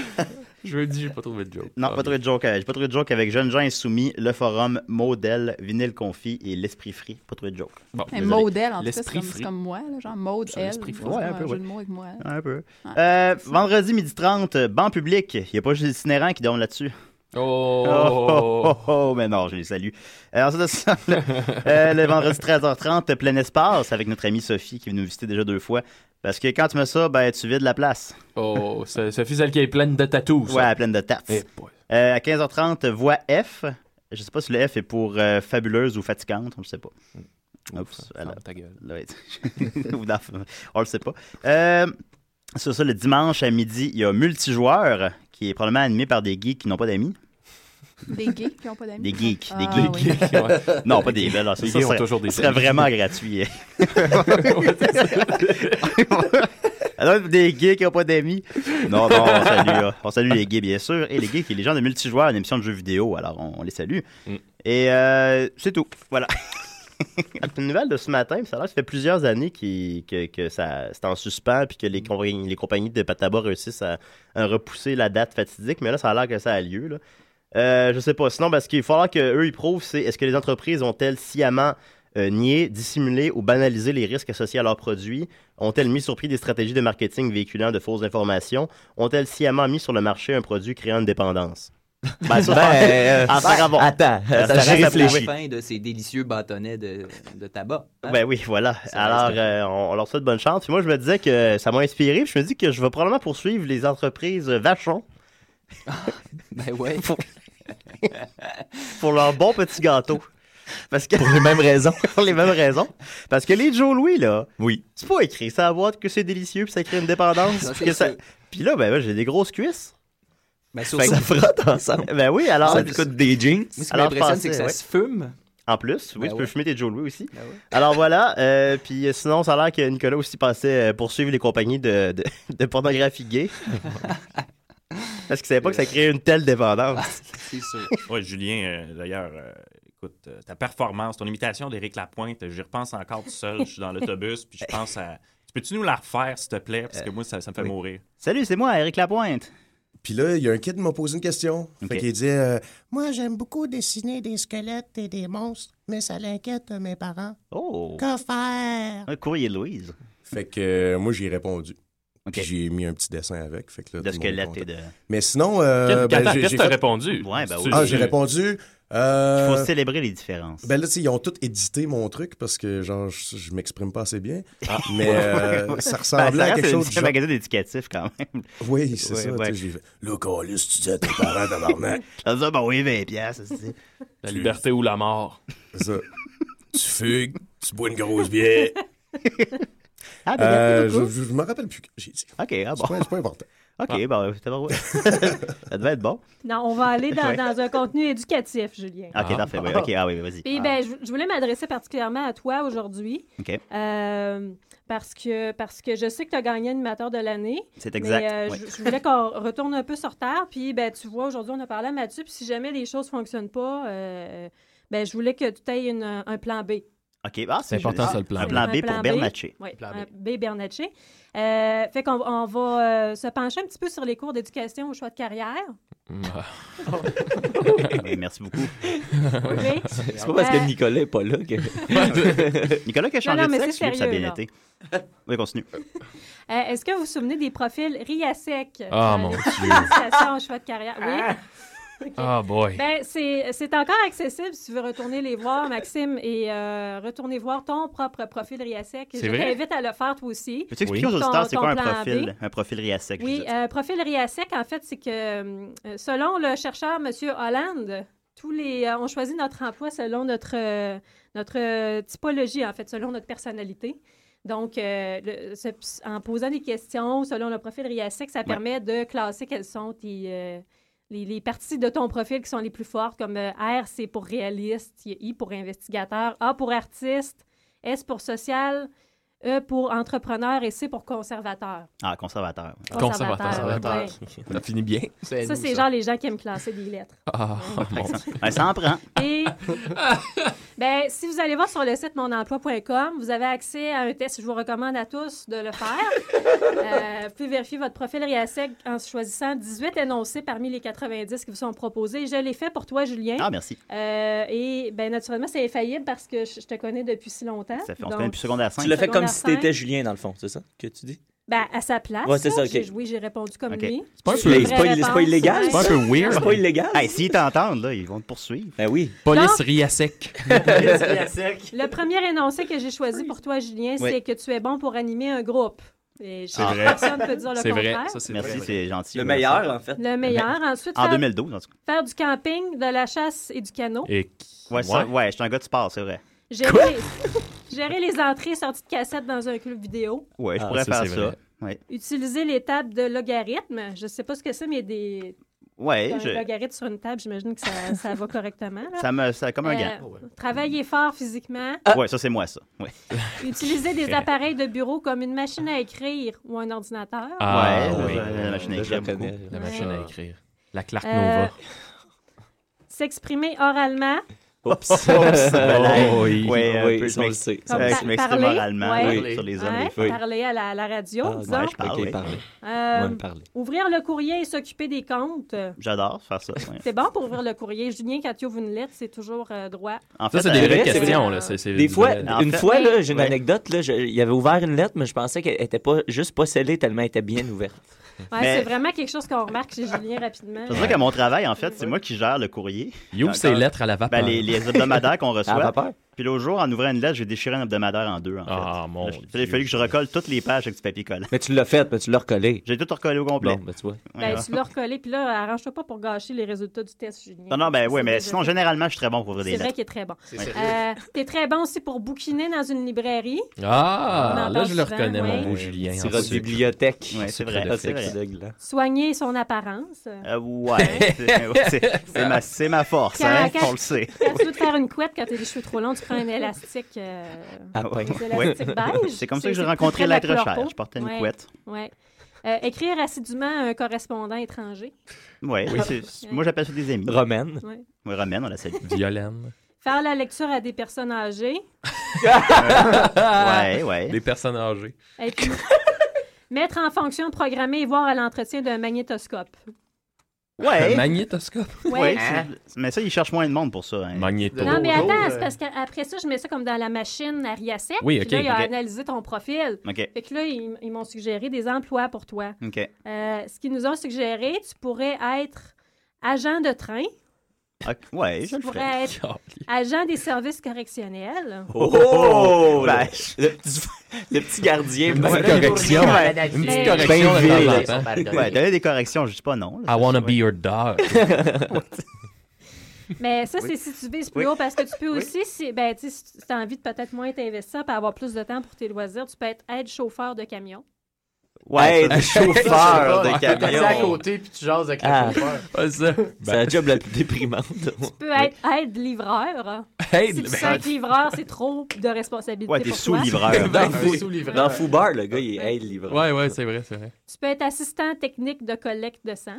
[SPEAKER 4] Je dis, j'ai pas trouvé de joke.
[SPEAKER 5] Non, pas trouvé de joke. euh, J'ai pas trouvé de joke avec Jeunes gens insoumis, le forum, Modèle, Vinyle Confit et l'esprit free. Pas trouvé de joke.
[SPEAKER 2] Un
[SPEAKER 5] Désolé.
[SPEAKER 2] modèle, en tout cas, c'est
[SPEAKER 4] L'esprit
[SPEAKER 2] comme,
[SPEAKER 4] free.
[SPEAKER 2] c'est comme moi, là, genre mode
[SPEAKER 4] C'est
[SPEAKER 2] L.
[SPEAKER 4] l'esprit free.
[SPEAKER 5] Ouais, un peu,
[SPEAKER 2] un
[SPEAKER 5] ouais.
[SPEAKER 2] jeu de mots avec
[SPEAKER 4] *laughs*
[SPEAKER 2] moi. là.
[SPEAKER 5] Un peu.
[SPEAKER 2] Ouais.
[SPEAKER 5] Euh, vendredi midi 30, euh, banc public. Il n'y a pas juste des itinérants qui dorment là-dessus. Oh,
[SPEAKER 4] Oh!
[SPEAKER 5] oh, oh, mais non, je les salue. Euh, ensuite de ça, le, *laughs* euh, le vendredi 13h30, plein espace avec notre amie Sophie qui est venue nous visiter déjà deux fois. Parce que quand tu mets ça, ben, tu vides la place.
[SPEAKER 4] Oh! Ça ça fait celle qui est pleine de tatous.
[SPEAKER 5] Ouais, pleine de taps.
[SPEAKER 4] Eh boy.
[SPEAKER 5] Euh, à 15h30, voix F. Je sais pas si le F est pour euh, fabuleuse ou fatigante, on ne sait pas. Oups,
[SPEAKER 4] Oups,
[SPEAKER 5] alors.
[SPEAKER 4] ta gueule.
[SPEAKER 5] Là, ouais. *laughs* Ou dans- on le sait pas. Euh, c'est ça, le dimanche à midi, il y a Multijoueur qui est probablement animé par des geeks qui n'ont pas d'amis.
[SPEAKER 2] Des gays qui n'ont pas d'amis.
[SPEAKER 5] Des geeks, des
[SPEAKER 2] Ah,
[SPEAKER 5] geeks.
[SPEAKER 2] oui.
[SPEAKER 4] Ouais.
[SPEAKER 5] Non, pas des belles. Ça,
[SPEAKER 4] Les
[SPEAKER 5] ça
[SPEAKER 4] gays ont
[SPEAKER 5] serait-
[SPEAKER 4] toujours des
[SPEAKER 5] Ce serait vraiment
[SPEAKER 4] *laughs*
[SPEAKER 5] gratuit. hein. Alors, des gays qui n'ont pas d'amis. Non, non, on salue, euh, on salue les gays, bien sûr. Et les gays qui les gens de multijoueurs, une émission de jeux vidéo. Alors, on, on les salue.
[SPEAKER 4] Mm.
[SPEAKER 5] Et euh, c'est tout. Voilà. *laughs* Une nouvelle de ce matin, puis ça a l'air que ça fait plusieurs années qu'il- que, que ça, c'est en suspens puis que les, compagnies- les compagnies de pataba réussissent à, à repousser la date fatidique, mais là, ça a l'air que ça a lieu. Là. Euh, je sais pas. Sinon, parce qu'il va falloir qu'eux, ils prouvent, c'est est-ce que les entreprises ont-elles sciemment euh, nié, dissimulé ou banalisé les risques associés à leurs produits? Ont-elles mis sur pied des stratégies de marketing véhiculant de fausses informations? Ont-elles sciemment mis sur le marché un produit créant une dépendance? Ben, ça, en faire avant.
[SPEAKER 7] Ben, Attends,
[SPEAKER 5] Ça
[SPEAKER 7] ça reste
[SPEAKER 5] reste
[SPEAKER 7] la
[SPEAKER 5] réfléchi.
[SPEAKER 7] fin de ces délicieux bâtonnets de, de tabac. hein?
[SPEAKER 5] Ben oui, voilà.
[SPEAKER 7] Ça
[SPEAKER 5] Alors,
[SPEAKER 7] reste-
[SPEAKER 5] euh, on on leur souhaite bonne chance. Puis moi, je me disais que ça m'a inspiré. puis je me dis que je vais probablement poursuivre les entreprises euh, Vachon
[SPEAKER 7] Ben ouais. *laughs*
[SPEAKER 5] pour leur bon petit gâteau. Parce que
[SPEAKER 7] Pour les mêmes raisons.
[SPEAKER 5] *laughs* pour les mêmes raisons. Parce que les Joe Louis, là,
[SPEAKER 7] Oui.
[SPEAKER 5] c'est pas écrit ça à boîte que c'est délicieux puis ça crée une dépendance.
[SPEAKER 7] Ça,
[SPEAKER 5] puis,
[SPEAKER 7] c'est
[SPEAKER 5] que ça-
[SPEAKER 7] sûr.
[SPEAKER 5] puis là, ben, moi, j'ai des grosses cuisses.
[SPEAKER 7] Ben
[SPEAKER 5] Fait
[SPEAKER 7] surtout,
[SPEAKER 5] que ça
[SPEAKER 7] ça frotte ensemble.
[SPEAKER 5] *laughs* Ben oui, alors.
[SPEAKER 7] Ça te coûte des jeans. Moi, ce qui
[SPEAKER 5] Alors,
[SPEAKER 7] m'impressionne,
[SPEAKER 5] pensez,
[SPEAKER 7] c'est que ça
[SPEAKER 5] ouais.
[SPEAKER 7] se fume.
[SPEAKER 5] En plus, oui,
[SPEAKER 7] Ben
[SPEAKER 5] tu peux
[SPEAKER 7] ouais.
[SPEAKER 5] fumer tes Joe Louis aussi.
[SPEAKER 7] Ben ouais.
[SPEAKER 5] Alors voilà, euh, puis euh, sinon, ça a l'air que Nicolas aussi pensait euh, poursuivre les compagnies de, de, de
[SPEAKER 7] *laughs*
[SPEAKER 5] pornographie gay. Parce qu'il savait pas que ça créait une telle dépendance.
[SPEAKER 7] C'est sûr.
[SPEAKER 8] Ouais, Julien, euh, d'ailleurs, euh, écoute, euh, ta performance, ton imitation d'Éric Lapointe, euh, j'y repense encore tout seul. Je suis dans l'autobus, puis je pense à. Tu Peux-tu nous la refaire, s'il te plaît? Parce
[SPEAKER 9] Euh,
[SPEAKER 8] que moi, ça, ça me fait
[SPEAKER 5] oui.
[SPEAKER 8] mourir.
[SPEAKER 5] Salut, c'est moi, Eric Lapointe.
[SPEAKER 10] Puis là, il y a un kid qui m'a posé une question.
[SPEAKER 5] Ok.
[SPEAKER 10] Fait qu'il dit euh, Moi, j'aime beaucoup dessiner des squelettes et des monstres, mais ça l'inquiète euh, mes parents.
[SPEAKER 5] Oh!
[SPEAKER 10] Que faire
[SPEAKER 5] Un courrier de Louise.
[SPEAKER 10] Fait que euh, moi, j'ai répondu.
[SPEAKER 5] Ok.
[SPEAKER 10] Puis j'ai mis un petit dessin avec. Fait que là,
[SPEAKER 5] De
[SPEAKER 10] tout le monde est
[SPEAKER 5] squelette
[SPEAKER 10] content.
[SPEAKER 5] et de.
[SPEAKER 10] Mais sinon, euh,
[SPEAKER 4] Qu'est-
[SPEAKER 10] ben,
[SPEAKER 4] attends,
[SPEAKER 10] j'ai-
[SPEAKER 4] Qu'est-ce
[SPEAKER 10] j'ai
[SPEAKER 4] que t'as
[SPEAKER 10] fait-
[SPEAKER 4] répondu?
[SPEAKER 5] Ouais, ben oui.
[SPEAKER 10] Ah, j'ai répondu. euh,
[SPEAKER 5] Faut célébrer les différences.
[SPEAKER 10] Ben là, tu sais, ils ont tout édité mon truc parce que, genre, je, je m'exprime pas assez bien.
[SPEAKER 4] Ah.
[SPEAKER 10] Mais euh, ça
[SPEAKER 5] Ben,
[SPEAKER 10] ressemblait
[SPEAKER 5] ça
[SPEAKER 10] à
[SPEAKER 5] reste
[SPEAKER 10] quelque
[SPEAKER 5] un
[SPEAKER 10] chose
[SPEAKER 5] petit
[SPEAKER 10] du genre-
[SPEAKER 5] magazine éducatif quand même. *laughs*
[SPEAKER 10] Oui, c'est
[SPEAKER 5] Ouais,
[SPEAKER 10] ça.
[SPEAKER 5] ouais.
[SPEAKER 10] tu sais, J'ai fait, là, Calis, tu dis à tes parents, tabarnak.
[SPEAKER 5] Ça dit, ben oui, 20 piastres. c'est- c'est-
[SPEAKER 4] La liberté ou la mort.
[SPEAKER 10] C'est ça. tu fugues, tu bois une grosse
[SPEAKER 5] *laughs*
[SPEAKER 10] bière.
[SPEAKER 5] Ah, ben,
[SPEAKER 10] Euh,
[SPEAKER 5] coucou.
[SPEAKER 10] je je, je me rappelle plus que j'ai dit.
[SPEAKER 5] Ok, ah
[SPEAKER 10] C'est
[SPEAKER 5] bon.
[SPEAKER 10] pas, c'est pas important.
[SPEAKER 5] Ok,
[SPEAKER 6] Ah.
[SPEAKER 5] ben,
[SPEAKER 10] *laughs*
[SPEAKER 5] c'est pas vrai. Ça devait être bon.
[SPEAKER 6] Non, on va aller dans,
[SPEAKER 5] Ouais.
[SPEAKER 6] dans un contenu éducatif, Julien.
[SPEAKER 5] Ok,
[SPEAKER 4] Ah.
[SPEAKER 5] parfait. oui, ok, ah oui, vas-y.
[SPEAKER 6] Puis, ben, je, je voulais m'adresser particulièrement à toi aujourd'hui.
[SPEAKER 5] Ok.
[SPEAKER 6] Euh, parce, que, parce que je sais que tu as gagné animateur de l'année.
[SPEAKER 5] Ah, C'est exact.
[SPEAKER 6] Mais euh,
[SPEAKER 5] ouais.
[SPEAKER 6] je, je voulais qu'on retourne un peu sur Terre. Puis, ben, tu vois, aujourd'hui, on a parlé à Mathieu. Puis, si jamais les choses ne fonctionnent pas, euh, ben, je voulais que tu aies une- un plan B.
[SPEAKER 5] OK, ah,
[SPEAKER 4] C'est important,
[SPEAKER 5] juste
[SPEAKER 4] ça, le plan
[SPEAKER 5] Un
[SPEAKER 4] B.
[SPEAKER 5] plan B
[SPEAKER 6] Un plan
[SPEAKER 5] pour Bernatchez.
[SPEAKER 6] *laughs* Oui,
[SPEAKER 4] Plan
[SPEAKER 6] un B. Bernatchez. Euh, fait qu'on on va euh, se pencher un petit peu sur les cours d'éducation au choix de carrière.
[SPEAKER 5] *laughs* Oui,
[SPEAKER 6] *laughs*
[SPEAKER 5] Merci beaucoup.
[SPEAKER 6] Oui.
[SPEAKER 9] *laughs* C'est pas parce
[SPEAKER 6] Euh,
[SPEAKER 9] que Nicolas est pas là que.
[SPEAKER 5] *laughs* Nicolas qui a
[SPEAKER 6] Non,
[SPEAKER 5] changé
[SPEAKER 6] non,
[SPEAKER 5] de
[SPEAKER 6] mais
[SPEAKER 5] sexe,
[SPEAKER 6] c'est
[SPEAKER 5] lui, ça a
[SPEAKER 6] sérieux,
[SPEAKER 5] bien
[SPEAKER 6] là.
[SPEAKER 5] été. Oui, continue.
[SPEAKER 6] Euh, Est-ce que vous vous souvenez des profils RIASEC?
[SPEAKER 5] Ah,
[SPEAKER 6] euh,
[SPEAKER 5] mon
[SPEAKER 6] les
[SPEAKER 5] Dieu.
[SPEAKER 6] Associations au choix de carrière. Oui. OK.
[SPEAKER 4] Ah, boy.
[SPEAKER 6] Ben, c'est c'est encore accessible si tu veux retourner les voir, Maxime, et euh, retourner voir ton propre profil RIASEC.
[SPEAKER 5] C'est
[SPEAKER 6] Je
[SPEAKER 5] vrai?
[SPEAKER 6] t'invite à le faire toi aussi.
[SPEAKER 5] Peux-tu expliquer aux
[SPEAKER 6] Ton-
[SPEAKER 5] auditeurs c'est
[SPEAKER 6] ton
[SPEAKER 5] quoi un
[SPEAKER 6] plan B.
[SPEAKER 5] profil, un profil RIASEC?
[SPEAKER 6] Oui, euh, profil RIASEC, en fait, c'est que euh, selon le chercheur M. Hollande, tous les, euh, on choisit notre emploi selon notre, euh, notre euh, typologie, en fait, selon notre personnalité. Donc, euh, le- ce- en posant des questions selon le profil RIASEC, ça permet de classer quelles sont tes, euh, les, les parties de ton profil qui sont les plus fortes, comme euh, R, c'est pour réaliste, I pour investigateur, A pour artiste, S pour social, E pour entrepreneur et C pour conservateur.
[SPEAKER 5] Ah, conservateur.
[SPEAKER 6] oui. Conservateur, Conservateur.
[SPEAKER 5] oui.
[SPEAKER 4] Ça finit bien.
[SPEAKER 6] Ça, c'est genre les gens qui aiment classer des lettres.
[SPEAKER 4] Ah, mon
[SPEAKER 5] Ben, ça
[SPEAKER 6] *laughs*
[SPEAKER 5] en prend.
[SPEAKER 6] Et ben, si vous allez voir sur le site monemploi.com, vous avez accès à un test. Je vous recommande à tous de le faire. Euh, vous pouvez vérifier votre profil RIASEC en choisissant 18 énoncés parmi les 90 qui vous sont proposés. Je l'ai fait pour toi, Julien.
[SPEAKER 5] Ah, merci.
[SPEAKER 6] Euh, et ben, naturellement, c'est infaillible parce que je, je te connais depuis si longtemps.
[SPEAKER 5] Ça fait, on
[SPEAKER 6] Donc,
[SPEAKER 5] se connaît depuis secondaire 5.
[SPEAKER 9] Tu l'as fait comme si
[SPEAKER 6] Secondaire
[SPEAKER 9] t'étais
[SPEAKER 6] cinq.
[SPEAKER 9] Julien, dans le fond, c'est ça que tu dis?
[SPEAKER 6] Ben, à sa place.
[SPEAKER 9] Ouais, c'est
[SPEAKER 6] là,
[SPEAKER 9] ça, OK.
[SPEAKER 6] j'ai- Oui, j'ai répondu comme
[SPEAKER 9] OK.
[SPEAKER 6] lui.
[SPEAKER 9] C'est pas un
[SPEAKER 6] J'ai
[SPEAKER 9] peu-
[SPEAKER 6] une
[SPEAKER 9] c'est pas-
[SPEAKER 6] vraie
[SPEAKER 9] c'est pas
[SPEAKER 6] réponse,
[SPEAKER 9] illégal,
[SPEAKER 6] ouais.
[SPEAKER 9] C'est pas un peu weird. C'est pas illégal.
[SPEAKER 5] *laughs* Hey, S'ils t'entendent, là, ils vont te poursuivre.
[SPEAKER 9] Ben oui.
[SPEAKER 4] Police
[SPEAKER 6] Donc-
[SPEAKER 4] Riasec.
[SPEAKER 6] Le premier énoncé que j'ai choisi pour toi, Julien,
[SPEAKER 5] Oui.
[SPEAKER 6] c'est que tu es bon pour animer un groupe. Et je-
[SPEAKER 5] C'est vrai.
[SPEAKER 6] Personne ne peut dire le contraire.
[SPEAKER 5] Merci, c'est gentil.
[SPEAKER 9] Le
[SPEAKER 5] Merci.
[SPEAKER 9] meilleur, en fait.
[SPEAKER 6] Le meilleur. Ensuite,
[SPEAKER 5] En
[SPEAKER 6] faire,
[SPEAKER 5] 2012, en tout cas.
[SPEAKER 6] faire du camping, de la chasse et du canot.
[SPEAKER 5] Et... Ouais, ça,
[SPEAKER 4] Ouais.
[SPEAKER 5] ouais, je suis un gars de sport, c'est vrai.
[SPEAKER 6] Gérer, gérer les entrées et sorties de cassettes dans un club vidéo.
[SPEAKER 5] Ouais, je
[SPEAKER 4] Ah,
[SPEAKER 5] pourrais
[SPEAKER 4] ça,
[SPEAKER 5] faire
[SPEAKER 4] c'est
[SPEAKER 5] ça.
[SPEAKER 4] vrai.
[SPEAKER 5] Ouais,
[SPEAKER 6] Utiliser les tables de logarithmes. Je ne sais pas ce que c'est, mais des
[SPEAKER 5] ouais
[SPEAKER 6] un
[SPEAKER 5] je-
[SPEAKER 6] logarithme sur une table, j'imagine que ça, ça va correctement. là.
[SPEAKER 5] ça me, ça, comme un
[SPEAKER 6] Euh, ah.
[SPEAKER 5] gant.
[SPEAKER 6] Travailler fort physiquement.
[SPEAKER 5] Ouais, ça, c'est moi, ça. Ouais.
[SPEAKER 6] Utiliser des appareils de bureau comme une machine à écrire ou un ordinateur.
[SPEAKER 4] Ah,
[SPEAKER 5] ouais,
[SPEAKER 4] oui.
[SPEAKER 5] la- la machine à
[SPEAKER 9] Je
[SPEAKER 5] écrire.
[SPEAKER 9] reconnais.
[SPEAKER 5] beaucoup.
[SPEAKER 4] La machine à écrire. La Clark
[SPEAKER 6] Euh,
[SPEAKER 4] Nova.
[SPEAKER 6] S'exprimer oralement.
[SPEAKER 9] Oups.
[SPEAKER 5] Oh, oui.
[SPEAKER 9] Ouais,
[SPEAKER 5] Ouais,
[SPEAKER 9] oui,
[SPEAKER 5] un peu,
[SPEAKER 9] ça, on
[SPEAKER 5] je
[SPEAKER 9] le sait.
[SPEAKER 6] Comme
[SPEAKER 5] Euh,
[SPEAKER 6] par-
[SPEAKER 5] je m'exprime
[SPEAKER 6] parler,
[SPEAKER 5] oralement
[SPEAKER 6] ouais.
[SPEAKER 5] oui, sur les hommes.
[SPEAKER 6] Hein,
[SPEAKER 5] les filles.
[SPEAKER 6] Parler à la, à la radio,
[SPEAKER 9] Ah,
[SPEAKER 6] disons.
[SPEAKER 5] ouais, je parle,
[SPEAKER 9] Ok,
[SPEAKER 5] oui.
[SPEAKER 9] parler.
[SPEAKER 6] Euh,
[SPEAKER 9] Ouais, parler.
[SPEAKER 6] Ouvrir le courrier et s'occuper des comptes.
[SPEAKER 5] J'adore faire ça. ouais.
[SPEAKER 6] C'est bon pour ouvrir le courrier. Julien, quand tu ouvres une lettre, c'est toujours euh, droit.
[SPEAKER 5] En
[SPEAKER 4] Ça,
[SPEAKER 5] fait,
[SPEAKER 4] c'est des
[SPEAKER 5] euh,
[SPEAKER 4] vraies
[SPEAKER 9] vrai, c'est
[SPEAKER 4] questions.
[SPEAKER 6] vrai.
[SPEAKER 4] là. C'est- c'est
[SPEAKER 9] Des
[SPEAKER 4] du
[SPEAKER 9] fois,
[SPEAKER 4] *laughs* vrai-
[SPEAKER 5] En
[SPEAKER 9] une
[SPEAKER 5] fait-
[SPEAKER 9] fois, là, j'ai une
[SPEAKER 5] Ouais.
[SPEAKER 9] anecdote. Là, je- il avait ouvert une lettre, mais je pensais qu'elle était pas juste pas scellée tellement elle était bien ouverte.
[SPEAKER 6] Ouais,
[SPEAKER 5] Mais-
[SPEAKER 6] C'est vraiment quelque chose qu'on remarque chez Julien rapidement.
[SPEAKER 5] C'est vrai qu'à mon travail, en fait, c'est moi qui gère le courrier.
[SPEAKER 4] Il ouvre ses
[SPEAKER 5] Encore.
[SPEAKER 4] lettres à la
[SPEAKER 5] Ben,
[SPEAKER 4] vapeur.
[SPEAKER 5] les, les hebdomadaires
[SPEAKER 4] *laughs*
[SPEAKER 5] qu'on
[SPEAKER 9] Ça va
[SPEAKER 5] reçoit.
[SPEAKER 9] Ah, peur.
[SPEAKER 5] Puis l'autre jour, en ouvrant une lettre, j'ai déchiré un hebdomadaire en deux. En fait.
[SPEAKER 4] Ah, mon
[SPEAKER 5] Là, je- Il a fallu que je recolle toutes les pages avec du papier collant.
[SPEAKER 9] Mais tu l'as faite, mais tu l'as recollée.
[SPEAKER 5] J'ai tout recollé au complet.
[SPEAKER 9] Bon, ben tu vois.
[SPEAKER 6] Ben,
[SPEAKER 5] Ouais.
[SPEAKER 6] tu l'as recollé, puis là, arrange-toi pas pour gâcher les résultats du test, Julien.
[SPEAKER 5] Non, non, ben oui,
[SPEAKER 6] C'est
[SPEAKER 5] mais
[SPEAKER 6] déjà
[SPEAKER 5] sinon,
[SPEAKER 6] fait.
[SPEAKER 5] généralement, je suis très bon pour ouvrir des
[SPEAKER 6] C'est vrai
[SPEAKER 5] lettres.
[SPEAKER 6] qu'il est très bon. Euh, T'es très bon aussi pour bouquiner dans une librairie.
[SPEAKER 4] Ah,
[SPEAKER 6] On
[SPEAKER 4] là,
[SPEAKER 6] entend
[SPEAKER 4] je le
[SPEAKER 6] souvent,
[SPEAKER 4] reconnais, mon
[SPEAKER 6] ouais.
[SPEAKER 4] beau Julien.
[SPEAKER 9] Tu
[SPEAKER 4] en
[SPEAKER 9] iras de
[SPEAKER 4] sucre.
[SPEAKER 9] bibliothèque.
[SPEAKER 5] Ouais, c'est vrai,
[SPEAKER 9] Secret
[SPEAKER 5] c'est
[SPEAKER 9] de
[SPEAKER 5] vrai.
[SPEAKER 9] sexe, Doug, là.
[SPEAKER 6] Soigner son apparence.
[SPEAKER 5] *laughs*
[SPEAKER 6] *laughs*
[SPEAKER 5] Euh, ouais, c'est- ouais, c'est c'est ma, c'est ma force,
[SPEAKER 6] Quand-
[SPEAKER 5] hein,
[SPEAKER 6] quand-
[SPEAKER 5] on le sait.
[SPEAKER 6] Quand tu veux te faire une couette, quand t'as les cheveux trop longs, tu prends un élastique. euh,
[SPEAKER 9] Ah, ouais.
[SPEAKER 6] des élastiques beige.
[SPEAKER 5] C'est comme ça que j'ai
[SPEAKER 6] plus près
[SPEAKER 5] rencontré
[SPEAKER 6] de la
[SPEAKER 5] l'être
[SPEAKER 6] couleur
[SPEAKER 5] cher.
[SPEAKER 6] peau.
[SPEAKER 5] Je portais une
[SPEAKER 6] Ouais,
[SPEAKER 5] couette.
[SPEAKER 6] ouais. Euh, écrire assidûment à un correspondant étranger.
[SPEAKER 5] Ouais, c'est- c'est- moi, j'appelle ça des amis.
[SPEAKER 9] Romaine.
[SPEAKER 6] Ouais.
[SPEAKER 5] Ouais, Romaine, on la salue.
[SPEAKER 3] *laughs*
[SPEAKER 4] Violaine.
[SPEAKER 6] Faire la lecture à des personnes âgées.
[SPEAKER 9] Ah!
[SPEAKER 5] Ouais, ouais.
[SPEAKER 4] Des personnes âgées.
[SPEAKER 6] Et
[SPEAKER 5] *laughs*
[SPEAKER 6] puis, mettre en fonction, programmer et voir à l'entretien d'un magnétoscope.
[SPEAKER 4] Un
[SPEAKER 5] Ouais,
[SPEAKER 4] magnétoscope.
[SPEAKER 6] Ouais.
[SPEAKER 5] ouais, c'est- Mais ça, ils cherchent moins de monde pour ça. hein.
[SPEAKER 4] Magnéto.
[SPEAKER 6] Non, mais attends, c'est parce qu'après ça, je mets ça comme dans la machine à Riasset.
[SPEAKER 4] Oui,
[SPEAKER 6] Puis là,
[SPEAKER 4] ok,
[SPEAKER 6] il a
[SPEAKER 5] ok.
[SPEAKER 6] analysé ton profil.
[SPEAKER 5] OK,
[SPEAKER 6] Fait que là, ils, ils m'ont suggéré des emplois pour toi.
[SPEAKER 5] OK,
[SPEAKER 6] Euh, ce qu'ils nous ont suggéré, tu pourrais être agent de train.
[SPEAKER 5] Ok, Ouais,
[SPEAKER 6] tu
[SPEAKER 5] je le ferai.
[SPEAKER 6] pourrais être agent des services correctionnels.
[SPEAKER 9] Oh!
[SPEAKER 5] Ben,
[SPEAKER 9] le, le petit, le petit gardien.
[SPEAKER 4] Une petite correction. Une petite correction
[SPEAKER 9] Ben
[SPEAKER 4] de
[SPEAKER 9] vide.
[SPEAKER 4] temps en temps.
[SPEAKER 5] Ouais, donner des corrections, je dis pas non. là.
[SPEAKER 4] I wanna be your dog.
[SPEAKER 6] Mais ça, c'est si tu vises plus haut, parce que tu peux aussi, si, ben, tu sais, si tu as envie de peut-être moins t'investir pour avoir plus de temps pour tes loisirs, tu peux être aide-chauffeur de camion.
[SPEAKER 9] Ouais,
[SPEAKER 5] Ouais,
[SPEAKER 9] du chauffeur de
[SPEAKER 11] T'es à
[SPEAKER 9] camion.
[SPEAKER 11] côté puis tu jases avec
[SPEAKER 9] Ah.
[SPEAKER 11] le chauffeur.
[SPEAKER 4] Ouais, ça.
[SPEAKER 12] Ben,
[SPEAKER 9] C'est la job la plus déprimante.
[SPEAKER 6] Tu peux être aide-livreur.
[SPEAKER 4] Hey,
[SPEAKER 6] Si tu
[SPEAKER 4] ben,
[SPEAKER 6] sens que livreur, c'est trop de responsabilité
[SPEAKER 5] Ouais, t'es
[SPEAKER 6] pour toi.
[SPEAKER 5] sous-livreur.
[SPEAKER 9] Dans,
[SPEAKER 11] Un
[SPEAKER 9] fou,
[SPEAKER 11] sous-livreur.
[SPEAKER 9] dans Foubar, le gars, il est aide livreur.
[SPEAKER 4] Ouais, ouais, c'est vrai, c'est vrai.
[SPEAKER 6] Tu peux être assistant technique de collecte de sang.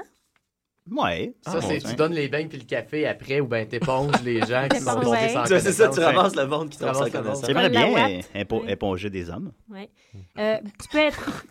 [SPEAKER 7] Ouais.
[SPEAKER 13] Ça,
[SPEAKER 7] Ah,
[SPEAKER 13] c'est
[SPEAKER 7] bon,
[SPEAKER 13] tu
[SPEAKER 7] hein.
[SPEAKER 13] donnes les beignes puis le café après ou ben t'éponges les gens qui sont
[SPEAKER 7] Ouais.
[SPEAKER 13] tombés sans
[SPEAKER 7] Ça, c'est ça, tu
[SPEAKER 13] connaissance.
[SPEAKER 7] ramasses
[SPEAKER 14] le monde qui tombe sans
[SPEAKER 13] ramasses le monde.
[SPEAKER 14] connaissance.
[SPEAKER 7] J'aimerais
[SPEAKER 6] Comme la
[SPEAKER 7] bien
[SPEAKER 6] ouate.
[SPEAKER 7] euh, épo- éponger des hommes.
[SPEAKER 6] Ouais. Euh, tu peux être,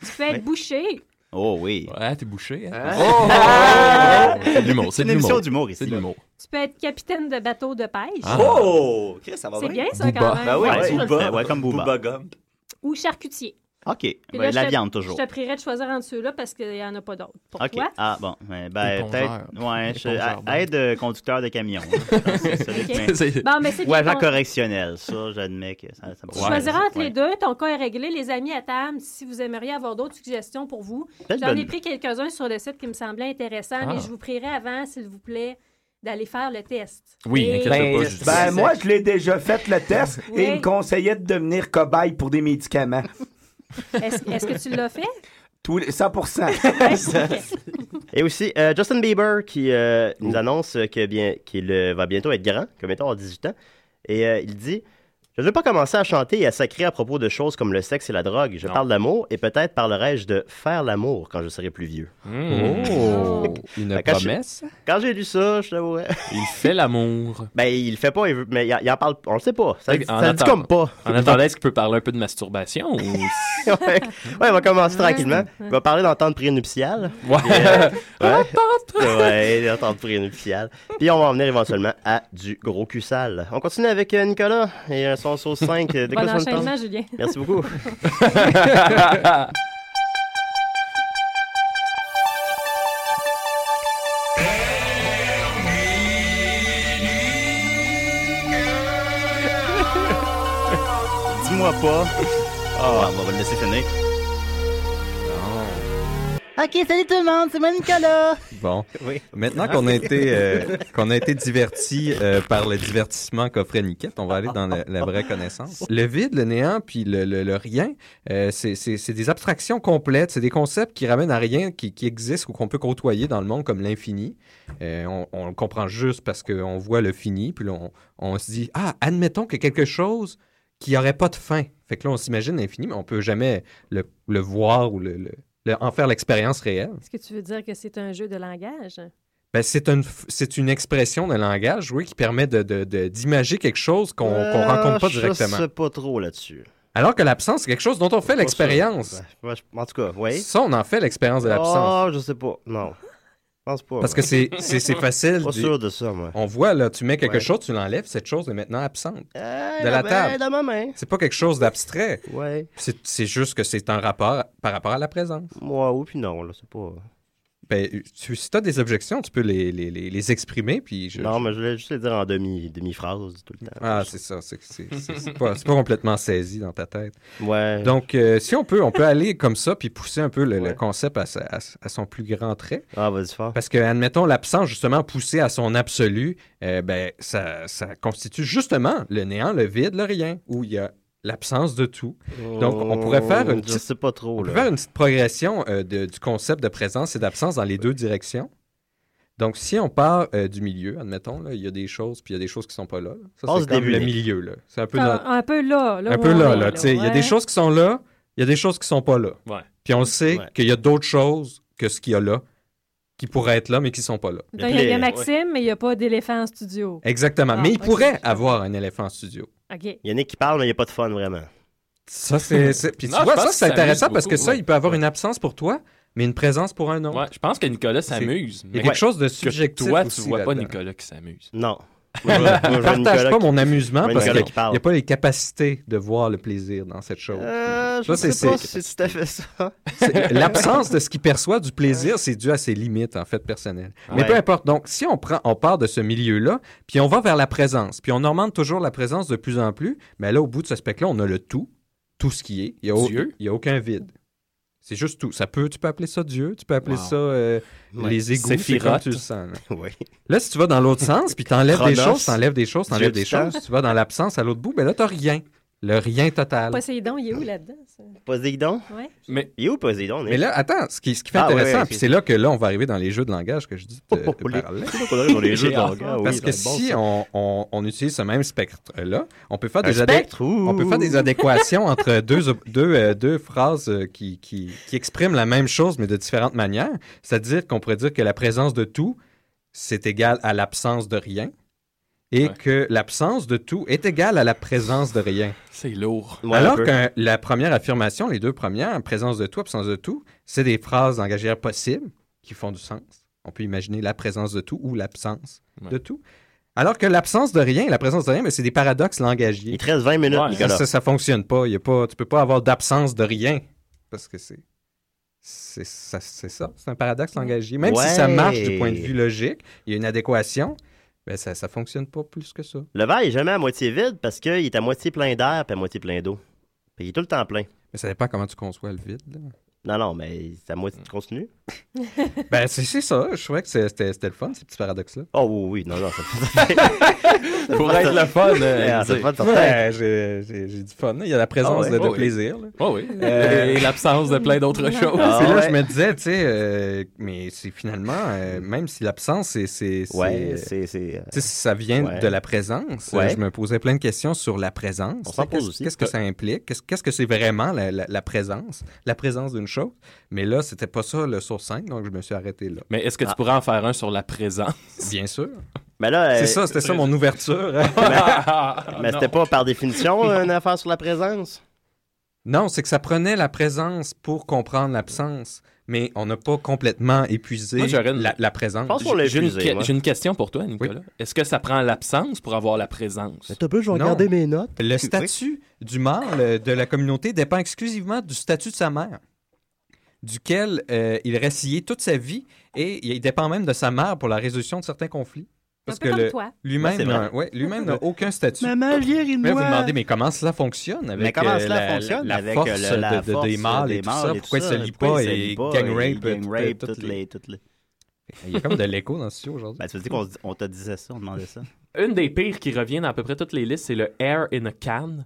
[SPEAKER 6] tu peux être
[SPEAKER 7] Ouais.
[SPEAKER 6] bouché.
[SPEAKER 7] Oh oui.
[SPEAKER 4] Ouais, t'es bouché.
[SPEAKER 6] Hein?
[SPEAKER 4] Oh!
[SPEAKER 6] Ah!
[SPEAKER 4] C'est de l'humour,
[SPEAKER 7] C'est
[SPEAKER 4] c'est
[SPEAKER 7] une
[SPEAKER 4] de l'humour.
[SPEAKER 7] émission d'humour
[SPEAKER 4] C'est de l'humour.
[SPEAKER 6] Tu peux être capitaine de bateau de pêche.
[SPEAKER 4] Ah.
[SPEAKER 14] Oh! Chris, ça va
[SPEAKER 6] C'est bien, ça,
[SPEAKER 7] Booba.
[SPEAKER 6] quand même.
[SPEAKER 7] Ben oui,
[SPEAKER 14] Ouais,
[SPEAKER 7] tu le
[SPEAKER 14] Booba.
[SPEAKER 7] fais, ouais, comme Booba.
[SPEAKER 14] Booba Gump.
[SPEAKER 6] Ou charcutier.
[SPEAKER 7] OK.
[SPEAKER 6] Puis
[SPEAKER 7] Ben,
[SPEAKER 6] là, je
[SPEAKER 7] la
[SPEAKER 6] te-
[SPEAKER 7] viande, toujours.
[SPEAKER 6] Je te prierais de choisir entre ceux-là parce qu'il n'y en a pas d'autres. Pour
[SPEAKER 7] OK.
[SPEAKER 6] toi.
[SPEAKER 7] Ah, bon. Ben, ben,
[SPEAKER 15] Épongeur.
[SPEAKER 7] peut-être. Ouais, je-
[SPEAKER 15] Épongeur,
[SPEAKER 7] à- aide euh, conducteur de
[SPEAKER 4] *laughs*
[SPEAKER 7] camion. là. Je pense que c'est celui
[SPEAKER 6] Ok.
[SPEAKER 7] qui m'in-
[SPEAKER 6] C'est- Bon, mais c'est
[SPEAKER 7] Ou
[SPEAKER 6] bien
[SPEAKER 7] agent
[SPEAKER 6] qu'on-
[SPEAKER 7] correctionnel. Ça, j'admets que ça, ça me
[SPEAKER 6] Tu choisiras entre les deux. Ton cas est réglé. Les amis à table, si vous aimeriez avoir d'autres suggestions pour vous.
[SPEAKER 7] Belle
[SPEAKER 6] J'en ai
[SPEAKER 7] bonne-
[SPEAKER 6] pris quelques-uns sur le site qui me semblaient intéressants,
[SPEAKER 14] Ah.
[SPEAKER 6] mais je vous prierai avant, s'il vous plaît, d'aller faire le test.
[SPEAKER 14] Oui,
[SPEAKER 6] Et-
[SPEAKER 14] inquiète-toi pas,
[SPEAKER 12] Ben,
[SPEAKER 14] Justine.
[SPEAKER 12] ben, moi, je l'ai déjà fait le test
[SPEAKER 6] Oui.
[SPEAKER 12] et il me conseillait de devenir cobaye pour des médicaments.
[SPEAKER 6] Est-ce est-ce que tu l'as fait?
[SPEAKER 12] Tous les 100
[SPEAKER 5] Et aussi, euh, Justin Bieber qui euh, nous annonce que bien- qu'il euh, va bientôt être grand, comme étant à 18 ans. Et euh, il dit Je ne veux pas commencer à chanter et à sacrer à propos de choses comme le sexe et la drogue. Je parle d'amour et peut-être parlerai-je de faire l'amour quand je serai plus vieux.
[SPEAKER 14] Mm.
[SPEAKER 4] Oh! Une
[SPEAKER 5] Fait que quand
[SPEAKER 4] promesse?
[SPEAKER 5] j'ai- Quand j'ai lu ça, je t'avouerais. *laughs*
[SPEAKER 4] Il fait l'amour.
[SPEAKER 5] Ben, il le fait pas, il veut- mais il, il en parle, on le sait pas. Ça,
[SPEAKER 4] Fait
[SPEAKER 5] le-
[SPEAKER 4] que
[SPEAKER 5] ça le dit
[SPEAKER 4] attend-
[SPEAKER 5] comme pas. *laughs*
[SPEAKER 4] En attendant, est-ce qu'il peut parler un peu de masturbation?
[SPEAKER 14] *laughs*
[SPEAKER 4] ou-
[SPEAKER 5] ouais, ouais, on va commencer tranquillement. On va parler d'entente prénuptiale.
[SPEAKER 4] Ouais.
[SPEAKER 5] Puis,
[SPEAKER 16] euh,
[SPEAKER 5] ouais. *laughs* ouais, d'entente prénuptiale. Puis on va en venir éventuellement à du gros cul sale. On continue avec euh, Nicolas et euh, son sauce 5. De
[SPEAKER 6] Bon
[SPEAKER 5] quoi ça nous
[SPEAKER 6] enchaînement,
[SPEAKER 5] parle?
[SPEAKER 6] Julien.
[SPEAKER 5] Merci beaucoup.
[SPEAKER 7] Dis-moi pas. Ah, on va le laisser finir.
[SPEAKER 17] Ok, salut tout le monde, c'est moi Nicolas.
[SPEAKER 3] Bon. Maintenant qu'on a été, euh, qu'on a été divertis euh, par le divertissement qu'offrait Niquette, on va aller dans la, la vraie connaissance. Le vide, le néant, puis le, le- le rien, euh, c'est c'est- c'est des abstractions complètes, c'est des concepts qui ramènent à rien, qui, qui existent ou qu'on peut côtoyer dans le monde comme l'infini. Euh, on, on le comprend juste parce qu'on voit le fini, puis là, on, on se dit, ah, admettons que quelque chose qui n'aurait pas de fin. Fait que là, on s'imagine l'infini, mais on peut jamais le, le voir ou le- le- le- en faire l'expérience réelle.
[SPEAKER 6] Est-ce que tu veux dire que c'est un jeu de langage?
[SPEAKER 3] Ben, c'est une, f- c'est une expression de langage, oui, qui permet de, de- de- d'imager quelque chose qu'on, qu'on
[SPEAKER 5] Euh,
[SPEAKER 3] rencontre pas
[SPEAKER 5] Je
[SPEAKER 3] directement.
[SPEAKER 5] sais pas trop là-dessus.
[SPEAKER 3] Alors que l'absence, c'est quelque chose dont on fait
[SPEAKER 5] Pas
[SPEAKER 3] l'expérience.
[SPEAKER 5] sûr. Ouais, je- En tout cas, oui.
[SPEAKER 3] Ça, on en fait l'expérience de l'absence.
[SPEAKER 5] Ah, je sais pas. Non. Je pense pas.
[SPEAKER 3] Parce que c'est, c'est, c'est facile.
[SPEAKER 5] Pas
[SPEAKER 3] de-
[SPEAKER 5] sûr de ça, moi.
[SPEAKER 3] On voit, là, tu mets quelque
[SPEAKER 5] Ouais.
[SPEAKER 3] chose, tu l'enlèves, cette chose est maintenant absente de
[SPEAKER 5] dans
[SPEAKER 3] la
[SPEAKER 5] ma-
[SPEAKER 3] table.
[SPEAKER 5] dans ma main.
[SPEAKER 3] C'est pas quelque chose d'abstrait.
[SPEAKER 5] Ouais.
[SPEAKER 3] C'est, c'est juste que c'est un rapport par rapport à la présence.
[SPEAKER 5] Moi, oui, puis non, là, c'est pas.
[SPEAKER 3] Ben, tu, si t'as des objections, tu peux les, les, les, les exprimer, puis je-
[SPEAKER 5] non, mais je voulais juste le dire en demi, demi-phrase tout le temps.
[SPEAKER 3] Ah, c'est ça. C'est c'est- c'est- c'est pas, c'est pas complètement saisi dans ta tête.
[SPEAKER 5] Ouais.
[SPEAKER 3] Donc, euh, si on peut, on peut aller comme ça puis pousser un peu le, le concept à, sa- à s- à son plus grand trait.
[SPEAKER 5] Ah, vas-y, fort.
[SPEAKER 3] Parce que, admettons, l'absence, justement, poussée à son absolu, euh, ben, ça, ça constitue justement le néant, le vide, le rien, où il y a l'absence de tout. Donc, on pourrait faire une
[SPEAKER 5] Je
[SPEAKER 3] petite,
[SPEAKER 5] sais pas trop,
[SPEAKER 3] on peut
[SPEAKER 5] là.
[SPEAKER 3] faire une petite progression euh, de- du concept de présence et d'absence dans les deux directions. Donc, si on part euh, du milieu, admettons, là, il y a des choses, puis il y a des choses qui sont pas là. là. Ça,
[SPEAKER 5] Passe
[SPEAKER 3] c'est comme
[SPEAKER 5] début,
[SPEAKER 3] le
[SPEAKER 5] Nick.
[SPEAKER 3] milieu. là. C'est un peu
[SPEAKER 6] Comme
[SPEAKER 3] notre-
[SPEAKER 6] un peu là, là
[SPEAKER 3] un
[SPEAKER 6] où
[SPEAKER 3] peu
[SPEAKER 6] on
[SPEAKER 3] là,
[SPEAKER 6] est,
[SPEAKER 3] là, tu sais, il y a des
[SPEAKER 6] ouais.
[SPEAKER 3] choses qui sont là, il y a des choses qui sont pas là.
[SPEAKER 4] Ouais.
[SPEAKER 3] Puis on sait
[SPEAKER 6] Ouais.
[SPEAKER 3] qu'il y a d'autres choses que ce qu'il y a là qui pourraient être là mais qui sont pas là.
[SPEAKER 6] Donc, Il y a Maxime, mais il n'y a pas d'éléphant en studio.
[SPEAKER 3] Exactement,
[SPEAKER 6] Ah,
[SPEAKER 3] mais il
[SPEAKER 6] ok.
[SPEAKER 3] pourrait avoir un éléphant en studio.
[SPEAKER 6] OK.
[SPEAKER 5] Il y en a qui parlent, mais il n'y a pas de fun, vraiment.
[SPEAKER 3] Ça
[SPEAKER 4] *laughs*
[SPEAKER 3] c'est c'est- puis tu
[SPEAKER 4] Non, je
[SPEAKER 3] vois
[SPEAKER 4] pense
[SPEAKER 3] ça
[SPEAKER 4] qu'il
[SPEAKER 3] c'est
[SPEAKER 4] s'amuse
[SPEAKER 3] intéressant parce que
[SPEAKER 4] beaucoup,
[SPEAKER 3] ça
[SPEAKER 4] ouais.
[SPEAKER 3] il peut avoir une absence pour toi mais une présence pour un autre.
[SPEAKER 4] Ouais, je pense que Nicolas s'amuse.
[SPEAKER 3] Il y a
[SPEAKER 4] mais-
[SPEAKER 3] quelque chose de
[SPEAKER 4] que
[SPEAKER 3] subjectif
[SPEAKER 4] Toi, tu
[SPEAKER 3] aussi
[SPEAKER 4] vois pas
[SPEAKER 3] là-dedans.
[SPEAKER 4] Nicolas qui s'amuse.
[SPEAKER 3] *laughs*
[SPEAKER 5] Non.
[SPEAKER 3] Je ne partage pas mon amusement parce qu'il
[SPEAKER 5] Nicolas qui
[SPEAKER 3] n'y a pas les capacités de voir le plaisir dans cette chose.
[SPEAKER 5] Euh, je
[SPEAKER 3] Ça, c'est-
[SPEAKER 5] sais pas
[SPEAKER 3] c'est-
[SPEAKER 5] si c'est tout à fait ça. *laughs*
[SPEAKER 3] C'est- L'absence de ce qu'il perçoit du plaisir, c'est dû à ses limites, en fait, personnelles. Mais
[SPEAKER 5] Ouais.
[SPEAKER 3] peu importe. Donc, si on, prend, on part de ce milieu-là, puis on va vers la présence, puis on augmente toujours la présence de plus en plus, mais là, au bout de ce spectre-là, on a le tout, tout ce qui est. Il n'y a, au-
[SPEAKER 4] Dieu.
[SPEAKER 3] il y a aucun vide. C'est juste tout. Ça peut, tu peux appeler ça Dieu, tu peux appeler
[SPEAKER 4] Wow.
[SPEAKER 3] ça euh,
[SPEAKER 4] Ouais.
[SPEAKER 3] les égouts, c'est
[SPEAKER 4] Séphiroth.
[SPEAKER 3] comme tu le sens. Là, Là, si tu vas dans l'autre sens, puis t'enlèves des
[SPEAKER 4] Chronos.
[SPEAKER 3] choses, t'enlèves des choses,
[SPEAKER 4] Dieu
[SPEAKER 3] t'enlèves
[SPEAKER 4] du
[SPEAKER 3] des
[SPEAKER 4] temps.
[SPEAKER 3] choses, tu vas dans l'absence à l'autre bout, ben là, t'as rien. Le rien total.
[SPEAKER 6] Poséidon, il est où là-dedans? ça?
[SPEAKER 5] Poséidon?
[SPEAKER 6] Ouais.
[SPEAKER 3] Mais,
[SPEAKER 5] il est où Poséidon?
[SPEAKER 3] Mais là, attends, ce qui, ce qui fait
[SPEAKER 5] Ah, ouais,
[SPEAKER 3] intéressant,
[SPEAKER 5] ouais,
[SPEAKER 3] puis
[SPEAKER 5] c'est-
[SPEAKER 3] c'est là que là, on va arriver dans les jeux de langage que je dis de,
[SPEAKER 5] Oh, oh,
[SPEAKER 3] de
[SPEAKER 5] les-
[SPEAKER 3] parler.
[SPEAKER 5] c'est là qu'on arrive dans
[SPEAKER 3] *laughs*
[SPEAKER 5] les jeux de langage, oui,
[SPEAKER 3] Parce que
[SPEAKER 5] c'est bon,
[SPEAKER 3] si
[SPEAKER 5] ça.
[SPEAKER 3] on, on- on utilise ce même spectre-là, on peut faire
[SPEAKER 5] Un
[SPEAKER 3] des adé-
[SPEAKER 5] spectre, ouh.
[SPEAKER 3] on peut faire des
[SPEAKER 5] *laughs*
[SPEAKER 3] adéquations entre deux, op- deux, euh, deux phrases euh, qui, qui- qui expriment la même chose, mais de différentes manières. C'est-à-dire qu'on pourrait dire que la présence de tout, c'est égal à l'absence de rien. Et que l'absence de tout est égale à la présence de rien.
[SPEAKER 16] C'est
[SPEAKER 3] *laughs*
[SPEAKER 16] lourd.
[SPEAKER 3] Alors
[SPEAKER 16] que
[SPEAKER 3] que la première affirmation, les deux premières, présence de tout, absence de tout, c'est des phrases langagières possibles qui font du sens. On peut imaginer la présence de tout ou l'absence de tout. Alors que l'absence de rien et la présence de rien, mais c'est des paradoxes langagiers. Il
[SPEAKER 5] te reste 20 minutes, Nicolas.
[SPEAKER 3] Ça, ça fonctionne pas. Il y a pas. Tu peux pas avoir d'absence de rien parce que c'est. C'est ça, c'est ça. C'est un paradoxe langagier. Même si ça
[SPEAKER 5] Ouais.
[SPEAKER 3] marche du point de vue logique, il y a une adéquation, ben ça ne fonctionne pas plus que ça.
[SPEAKER 5] Le verre est jamais à moitié vide parce qu'il est à moitié plein d'air puis à moitié plein d'eau. Puis il est tout le temps plein.
[SPEAKER 3] Mais ça dépend comment tu conçois le vide.
[SPEAKER 5] Non, non, mais c'est à moitié. Tu continues?
[SPEAKER 3] Ben, c'est c'est ça. Je trouvais que c'est- c'était c'était le fun, ces petits paradoxes-là.
[SPEAKER 5] Oh oui, oui, non, non, ça
[SPEAKER 3] Pour être le fun,
[SPEAKER 5] *laughs*
[SPEAKER 3] euh,
[SPEAKER 5] c'est le fun,
[SPEAKER 3] dire. Ouais, j'ai- j'ai j'ai du fun. là. Il y a la présence
[SPEAKER 16] Ah
[SPEAKER 3] de,
[SPEAKER 16] ouais.
[SPEAKER 3] de
[SPEAKER 16] Oh oui.
[SPEAKER 3] plaisir. là.
[SPEAKER 16] Oh oui.
[SPEAKER 3] *laughs*
[SPEAKER 16] Et l'absence de plein d'autres choses.
[SPEAKER 3] Euh, Ah, c'est
[SPEAKER 16] Ah
[SPEAKER 3] là que
[SPEAKER 16] ouais.
[SPEAKER 3] je me disais, tu sais, euh, mais c'est finalement, euh, même si l'absence, c'est. c'est-
[SPEAKER 5] Ouais, c'est- euh,
[SPEAKER 3] Tu sais, si ça vient
[SPEAKER 5] ouais.
[SPEAKER 3] de la présence,
[SPEAKER 5] Ouais.
[SPEAKER 3] je me posais plein de questions sur la présence.
[SPEAKER 5] On s'en pose
[SPEAKER 3] Qu'est-ce-
[SPEAKER 5] aussi.
[SPEAKER 3] Qu'est-ce que ça implique? Qu'est-ce qu'est-ce que c'est vraiment la, la- la présence? La présence d'une chose. Mais là, c'était pas ça le source 5, donc je me suis arrêté là.
[SPEAKER 16] Mais est-ce que tu
[SPEAKER 3] Ah.
[SPEAKER 16] pourrais en faire un sur la
[SPEAKER 3] *laughs*
[SPEAKER 16] présence?
[SPEAKER 3] Bien sûr.
[SPEAKER 5] Mais là,
[SPEAKER 3] C'est
[SPEAKER 5] euh,
[SPEAKER 3] ça, c'était ça mon ouverture.
[SPEAKER 16] *laughs*
[SPEAKER 5] mais mais c'était pas par définition une affaire sur la présence?
[SPEAKER 3] Non, c'est que ça prenait la présence pour comprendre l'absence, mais on n'a pas complètement épuisé
[SPEAKER 16] Moi, j'aurais une-
[SPEAKER 3] la, la présence.
[SPEAKER 16] J'ai- J'ai une, que- j'ai une question pour toi, Nicolas. Est-ce que ça prend l'absence pour avoir la présence?
[SPEAKER 5] T'as peu, je
[SPEAKER 3] vais Non. regarder
[SPEAKER 5] mes notes.
[SPEAKER 3] Le statut du mâle euh, de la communauté dépend exclusivement du statut de sa mère, duquel euh, il reste lié toute sa vie, et il dépend même de sa mère pour la résolution de certains conflits. Parce
[SPEAKER 6] peu comme
[SPEAKER 3] le-
[SPEAKER 6] toi.
[SPEAKER 3] lui-même
[SPEAKER 5] Ouais, c'est
[SPEAKER 3] n'a-
[SPEAKER 5] vrai.
[SPEAKER 3] ouais, lui-même n'a aucun statut.
[SPEAKER 5] Maman, viens,
[SPEAKER 3] Mais
[SPEAKER 5] une
[SPEAKER 3] vous
[SPEAKER 5] noix.
[SPEAKER 3] demandez, mais comment cela fonctionne avec
[SPEAKER 5] Mais comment
[SPEAKER 3] euh,
[SPEAKER 5] cela
[SPEAKER 3] la,
[SPEAKER 5] fonctionne
[SPEAKER 3] la
[SPEAKER 5] avec,
[SPEAKER 3] force
[SPEAKER 5] euh, la
[SPEAKER 3] de- de-
[SPEAKER 5] force
[SPEAKER 3] des mâles et,
[SPEAKER 5] des
[SPEAKER 3] tout
[SPEAKER 5] mâles
[SPEAKER 3] ça?
[SPEAKER 5] et tout
[SPEAKER 3] Pourquoi ils
[SPEAKER 5] ça?
[SPEAKER 3] se lient
[SPEAKER 5] Pourquoi
[SPEAKER 3] pas
[SPEAKER 5] ils se
[SPEAKER 3] et
[SPEAKER 5] lient pas
[SPEAKER 3] gang
[SPEAKER 5] et
[SPEAKER 3] rape?
[SPEAKER 5] gang
[SPEAKER 3] tout-
[SPEAKER 5] rape,
[SPEAKER 3] tout-
[SPEAKER 5] toutes les- toutes les-
[SPEAKER 3] Il y a comme de l'écho dans ce studio aujourd'hui.
[SPEAKER 5] Ben, tu veux dire qu'on se- on te disait ça, on demandait ça?
[SPEAKER 4] Une des pires qui revient dans à peu près toutes les listes, c'est le air in a can.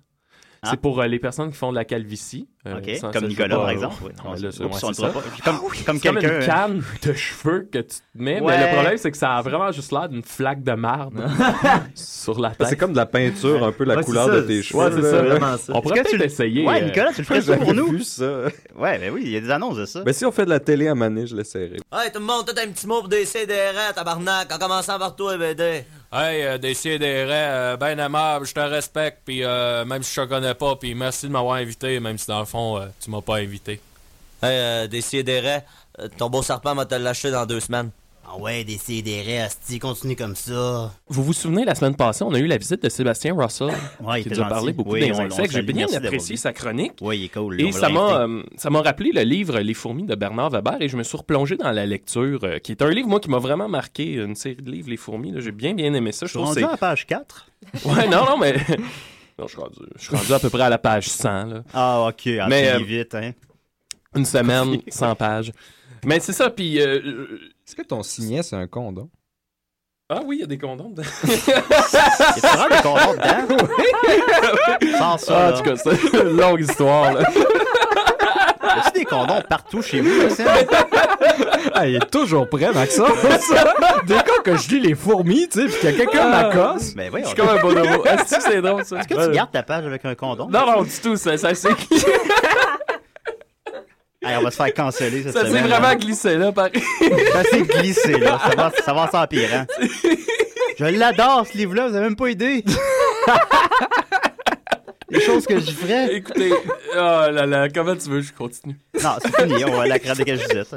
[SPEAKER 4] C'est pour euh, les personnes qui font de la calvitie. Euh,
[SPEAKER 5] Ah. Ok,
[SPEAKER 4] ça-
[SPEAKER 5] comme
[SPEAKER 4] ça, je
[SPEAKER 5] Nicolas,
[SPEAKER 4] veux
[SPEAKER 5] par exemple, oui.
[SPEAKER 4] Ouais, là, c'est-
[SPEAKER 5] Oups,
[SPEAKER 4] ouais,
[SPEAKER 5] on le
[SPEAKER 4] c'est
[SPEAKER 5] trouvera
[SPEAKER 4] ça.
[SPEAKER 5] pas. Comme-
[SPEAKER 4] Ah oui,
[SPEAKER 5] comme
[SPEAKER 4] c'est
[SPEAKER 5] quelqu'un- hein.
[SPEAKER 4] une canne de cheveux que tu te mets, mais
[SPEAKER 5] Ouais.
[SPEAKER 4] le problème, c'est que ça a vraiment juste l'air d'une flaque de
[SPEAKER 5] *laughs*
[SPEAKER 4] marde sur la tête.
[SPEAKER 3] Ben, C'est comme de la peinture, un peu la
[SPEAKER 4] Ouais,
[SPEAKER 3] couleur
[SPEAKER 4] c'est ça,
[SPEAKER 3] de tes
[SPEAKER 4] c'est
[SPEAKER 3] cheveux.
[SPEAKER 4] ça,
[SPEAKER 3] là.
[SPEAKER 4] vraiment ça. On pourrait
[SPEAKER 5] Est-ce que tu
[SPEAKER 4] peut-être
[SPEAKER 5] le-
[SPEAKER 4] essayer,
[SPEAKER 5] Ouais,
[SPEAKER 4] euh,
[SPEAKER 5] Nicolas, tu le ferais ça
[SPEAKER 3] J'avais
[SPEAKER 5] pour nous? *laughs*
[SPEAKER 3] vu ça.
[SPEAKER 5] Ouais, ben oui, il y a des annonces de ça.
[SPEAKER 3] Ben, si on fait de la télé à maner, je l'essaierai.
[SPEAKER 7] Hey, tout le monde, tout un petit mot pour des CDR, tabarnak, en commençant par toi, BD.
[SPEAKER 18] Hey, euh, des euh, ben aimable, je te respecte, puis euh, même si je te connais pas, puis merci de m'avoir invité, même si dans le fond, euh, tu m'as pas invité.
[SPEAKER 7] Hey, euh, des euh, ton beau serpent va te le lâcher dans deux semaines. Ah ouais, des CDR, hostie, continue comme ça.
[SPEAKER 4] Vous vous souvenez, la semaine passée, on a eu la visite de Sébastien Russell,
[SPEAKER 5] Ouais, Ah, il
[SPEAKER 4] qui
[SPEAKER 5] était
[SPEAKER 4] nous a
[SPEAKER 5] gentil.
[SPEAKER 4] parlé beaucoup
[SPEAKER 5] Oui,
[SPEAKER 4] des
[SPEAKER 5] on- on
[SPEAKER 4] insectes. J'ai
[SPEAKER 5] salue,
[SPEAKER 4] bien
[SPEAKER 5] merci d'avoir
[SPEAKER 4] apprécié
[SPEAKER 5] venu.
[SPEAKER 4] sa chronique.
[SPEAKER 5] Oui, il est cool. on
[SPEAKER 4] Et
[SPEAKER 5] va
[SPEAKER 4] ça m'a,
[SPEAKER 5] l'inviter.
[SPEAKER 4] euh, ça m'a rappelé le livre Les fourmis de Bernard Weber et je me suis replongé dans la lecture, euh, qui est un livre, moi, qui m'a vraiment marqué, une série de livres, Les fourmis. là. J'ai bien, bien aimé ça. Je
[SPEAKER 5] Je suis
[SPEAKER 4] trouve que
[SPEAKER 5] rendu
[SPEAKER 4] c'est...
[SPEAKER 5] à la page 4.
[SPEAKER 4] *laughs* Ouais, non, non, mais... non, je suis rendu, je suis rendu à peu près à la page 100. Là.
[SPEAKER 5] Ah, ok, ah,
[SPEAKER 4] Mais,
[SPEAKER 5] tu lis
[SPEAKER 4] euh, *laughs*
[SPEAKER 5] vite, hein.
[SPEAKER 4] Une
[SPEAKER 5] *laughs*
[SPEAKER 4] semaine, 100 pages. Mais c'est ça, puis... euh, euh,
[SPEAKER 3] Est-ce que ton signet, c'est un condom?
[SPEAKER 4] Ah oui, il y a des condoms dedans.
[SPEAKER 3] Il y a vraiment des condoms dedans?
[SPEAKER 4] Oui. *laughs*
[SPEAKER 5] Sans ça,
[SPEAKER 4] Ah,
[SPEAKER 5] là.
[SPEAKER 4] en tout cas, c'est une *laughs* longue histoire. Là.
[SPEAKER 5] As-tu des condoms partout chez
[SPEAKER 4] *laughs*
[SPEAKER 5] vous, Maxime?
[SPEAKER 3] Ah, il est toujours prêt, Maxence. *laughs* Dès qu'on que je lis les fourmis, tu sais, puis qu'il y a quelqu'un
[SPEAKER 4] Ah.
[SPEAKER 3] m'accoste.
[SPEAKER 5] Ben oui,
[SPEAKER 4] Je
[SPEAKER 5] on-
[SPEAKER 4] suis comme un
[SPEAKER 5] *laughs*
[SPEAKER 4] bonobo. Est-ce que c'est drôle, ça?
[SPEAKER 5] Est-ce que tu gardes ta page avec un condom?
[SPEAKER 4] Non, non, du tout, ça, ça s'est *laughs*
[SPEAKER 5] Hey, on va se faire canceller cette
[SPEAKER 4] ça s'est
[SPEAKER 5] semaine. hein.
[SPEAKER 4] vraiment glissé, là, par... *laughs*
[SPEAKER 5] Ça s'est glissé, là. Ça va, ça va s'empirant. Je l'adore, ce livre-là. Vous avez même pas idée. Les choses que je ferais.
[SPEAKER 4] Écoutez, oh là là, comment tu veux que je continue?
[SPEAKER 5] Non, c'est fini. On va à la crade de Cagisette.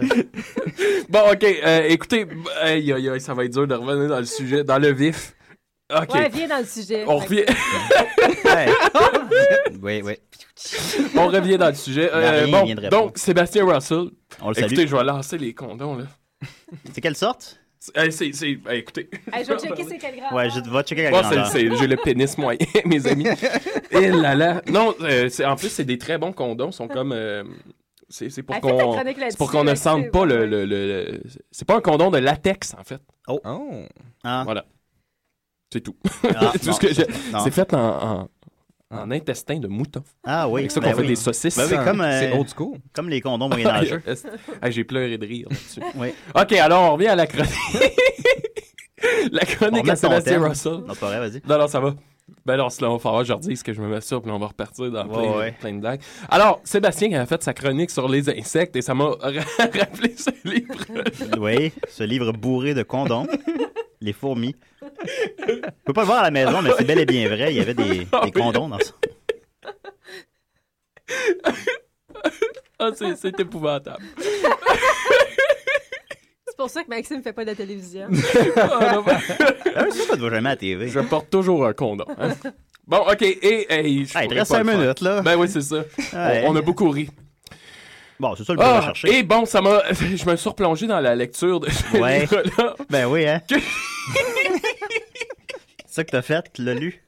[SPEAKER 4] Bon, OK, euh, écoutez, b- aïe, aïe, aïe, ça va être dur de revenir dans le sujet, dans le vif. OK,
[SPEAKER 6] Ouais, viens dans le sujet.
[SPEAKER 4] on revient... *laughs*
[SPEAKER 5] Oui, oui.
[SPEAKER 4] on revient dans le sujet.
[SPEAKER 5] Ben,
[SPEAKER 4] Euh,
[SPEAKER 5] rien
[SPEAKER 4] bon,
[SPEAKER 5] viendrait
[SPEAKER 4] donc, Sébastien Russell.
[SPEAKER 5] On le
[SPEAKER 4] Écoutez,
[SPEAKER 5] salue.
[SPEAKER 4] je vais lancer les condoms, là.
[SPEAKER 5] C'est quelle sorte?
[SPEAKER 4] C'est, hey, c'est, c'est- hey, écoutez.
[SPEAKER 6] Hey, je vais checker c'est quel grandeur.
[SPEAKER 5] Ouais, je vais checker la
[SPEAKER 4] Moi,
[SPEAKER 5] grandeur.
[SPEAKER 4] c'est- c'est- j'ai le pénis moyen, *laughs* mes amis. Et là là. Non, euh, c'est- en plus, c'est des très bons condoms. sont comme. euh, c'est c'est pour
[SPEAKER 6] Elle fait ta
[SPEAKER 4] qu'on
[SPEAKER 6] chronique
[SPEAKER 4] c'est
[SPEAKER 6] là-dessus,
[SPEAKER 4] pour qu'on ne
[SPEAKER 6] là-dessus,
[SPEAKER 4] sente pas le, le- le- le- C'est pas un condom de latex, en fait.
[SPEAKER 5] Oh.
[SPEAKER 3] Oh.
[SPEAKER 4] Voilà. C'est tout.
[SPEAKER 5] Ah,
[SPEAKER 4] *laughs* tout
[SPEAKER 5] non,
[SPEAKER 4] ce que j'ai-
[SPEAKER 5] non.
[SPEAKER 4] C'est fait en. en- en intestin de mouton.
[SPEAKER 5] Ah oui.
[SPEAKER 4] C'est ça qu'on
[SPEAKER 5] ben
[SPEAKER 4] fait
[SPEAKER 5] oui.
[SPEAKER 4] des saucisses.
[SPEAKER 5] Ben oui, comme, euh,
[SPEAKER 4] C'est old school.
[SPEAKER 5] Comme les condoms moyenâgeux.
[SPEAKER 4] *laughs* Ah, J'ai pleuré de rire là-dessus.
[SPEAKER 5] *laughs* Oui.
[SPEAKER 4] OK, alors on revient à la chronique. *laughs* la
[SPEAKER 5] On
[SPEAKER 4] chronique
[SPEAKER 5] remet
[SPEAKER 4] à
[SPEAKER 5] ton
[SPEAKER 4] Sébastien
[SPEAKER 5] thème.
[SPEAKER 4] Russell.
[SPEAKER 5] Non, pas vrai, vas-y.
[SPEAKER 4] Non, non, ça va. Ben non, cela va falloir que je redise que je me masturbe, puis on va repartir dans plein,
[SPEAKER 5] ouais.
[SPEAKER 4] plein de blagues. Alors, Sébastien a fait sa chronique sur les insectes et ça m'a *laughs* ra- rappelé ce livre.
[SPEAKER 5] Oui, ce livre bourré de condoms. les fourmis. Vous pouvez pas le voir à la maison, mais c'est bel et bien vrai. Il y avait des, des condoms dans ça.
[SPEAKER 4] Ah, c'est- c'est épouvantable.
[SPEAKER 6] C'est pour ça que Maxime ne fait pas de
[SPEAKER 4] *laughs*
[SPEAKER 6] la télévision.
[SPEAKER 5] *laughs* Ah oui, ça, ça te va jamais à la TV.
[SPEAKER 4] Je porte toujours un condom. hein. *laughs* Bon, OK. Et, hey, je
[SPEAKER 5] Hey, il te
[SPEAKER 4] pourrais
[SPEAKER 5] reste
[SPEAKER 4] pas
[SPEAKER 5] cinq
[SPEAKER 4] le faire.
[SPEAKER 5] minutes, là.
[SPEAKER 4] Ben oui, c'est ça.
[SPEAKER 5] Ouais.
[SPEAKER 4] On, on a beaucoup ri.
[SPEAKER 5] Bon, c'est ça le but
[SPEAKER 4] Ah,
[SPEAKER 5] recherché.
[SPEAKER 4] et bon, ça m'a. *laughs* Je me suis replongé dans la lecture de ce
[SPEAKER 5] Ouais.
[SPEAKER 4] livre-là.
[SPEAKER 5] Ben oui, hein. *laughs* C'est ça que t'as fait, tu
[SPEAKER 4] *laughs*
[SPEAKER 5] l'as lu.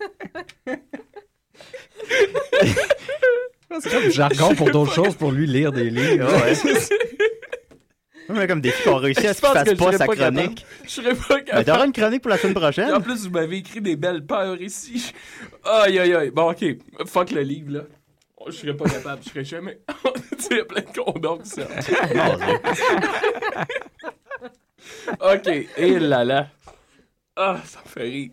[SPEAKER 3] C'est comme du jargon
[SPEAKER 4] *laughs*
[SPEAKER 3] pour d'autres choses, pour lui lire des livres.
[SPEAKER 5] Ouais. Ouais, comme des
[SPEAKER 4] *laughs*
[SPEAKER 5] filles qui ont réussi à ce
[SPEAKER 4] Je
[SPEAKER 5] qu'il
[SPEAKER 4] pense que je serais
[SPEAKER 5] fasse pas sa
[SPEAKER 4] pas capable.
[SPEAKER 5] chronique.
[SPEAKER 4] Je serais pas
[SPEAKER 5] Mais t'auras
[SPEAKER 4] capable.
[SPEAKER 5] une chronique pour la semaine prochaine.
[SPEAKER 4] En plus, vous m'avez écrit des belles peurs ici. Aïe, aïe, aïe. Bon, OK. Fuck le livre, là. Oh, Je serais pas capable. Je serais jamais. *laughs* tu sais, il y a plein de condoms qui sortent. OK. Et là là. Ah, ça me fait rire.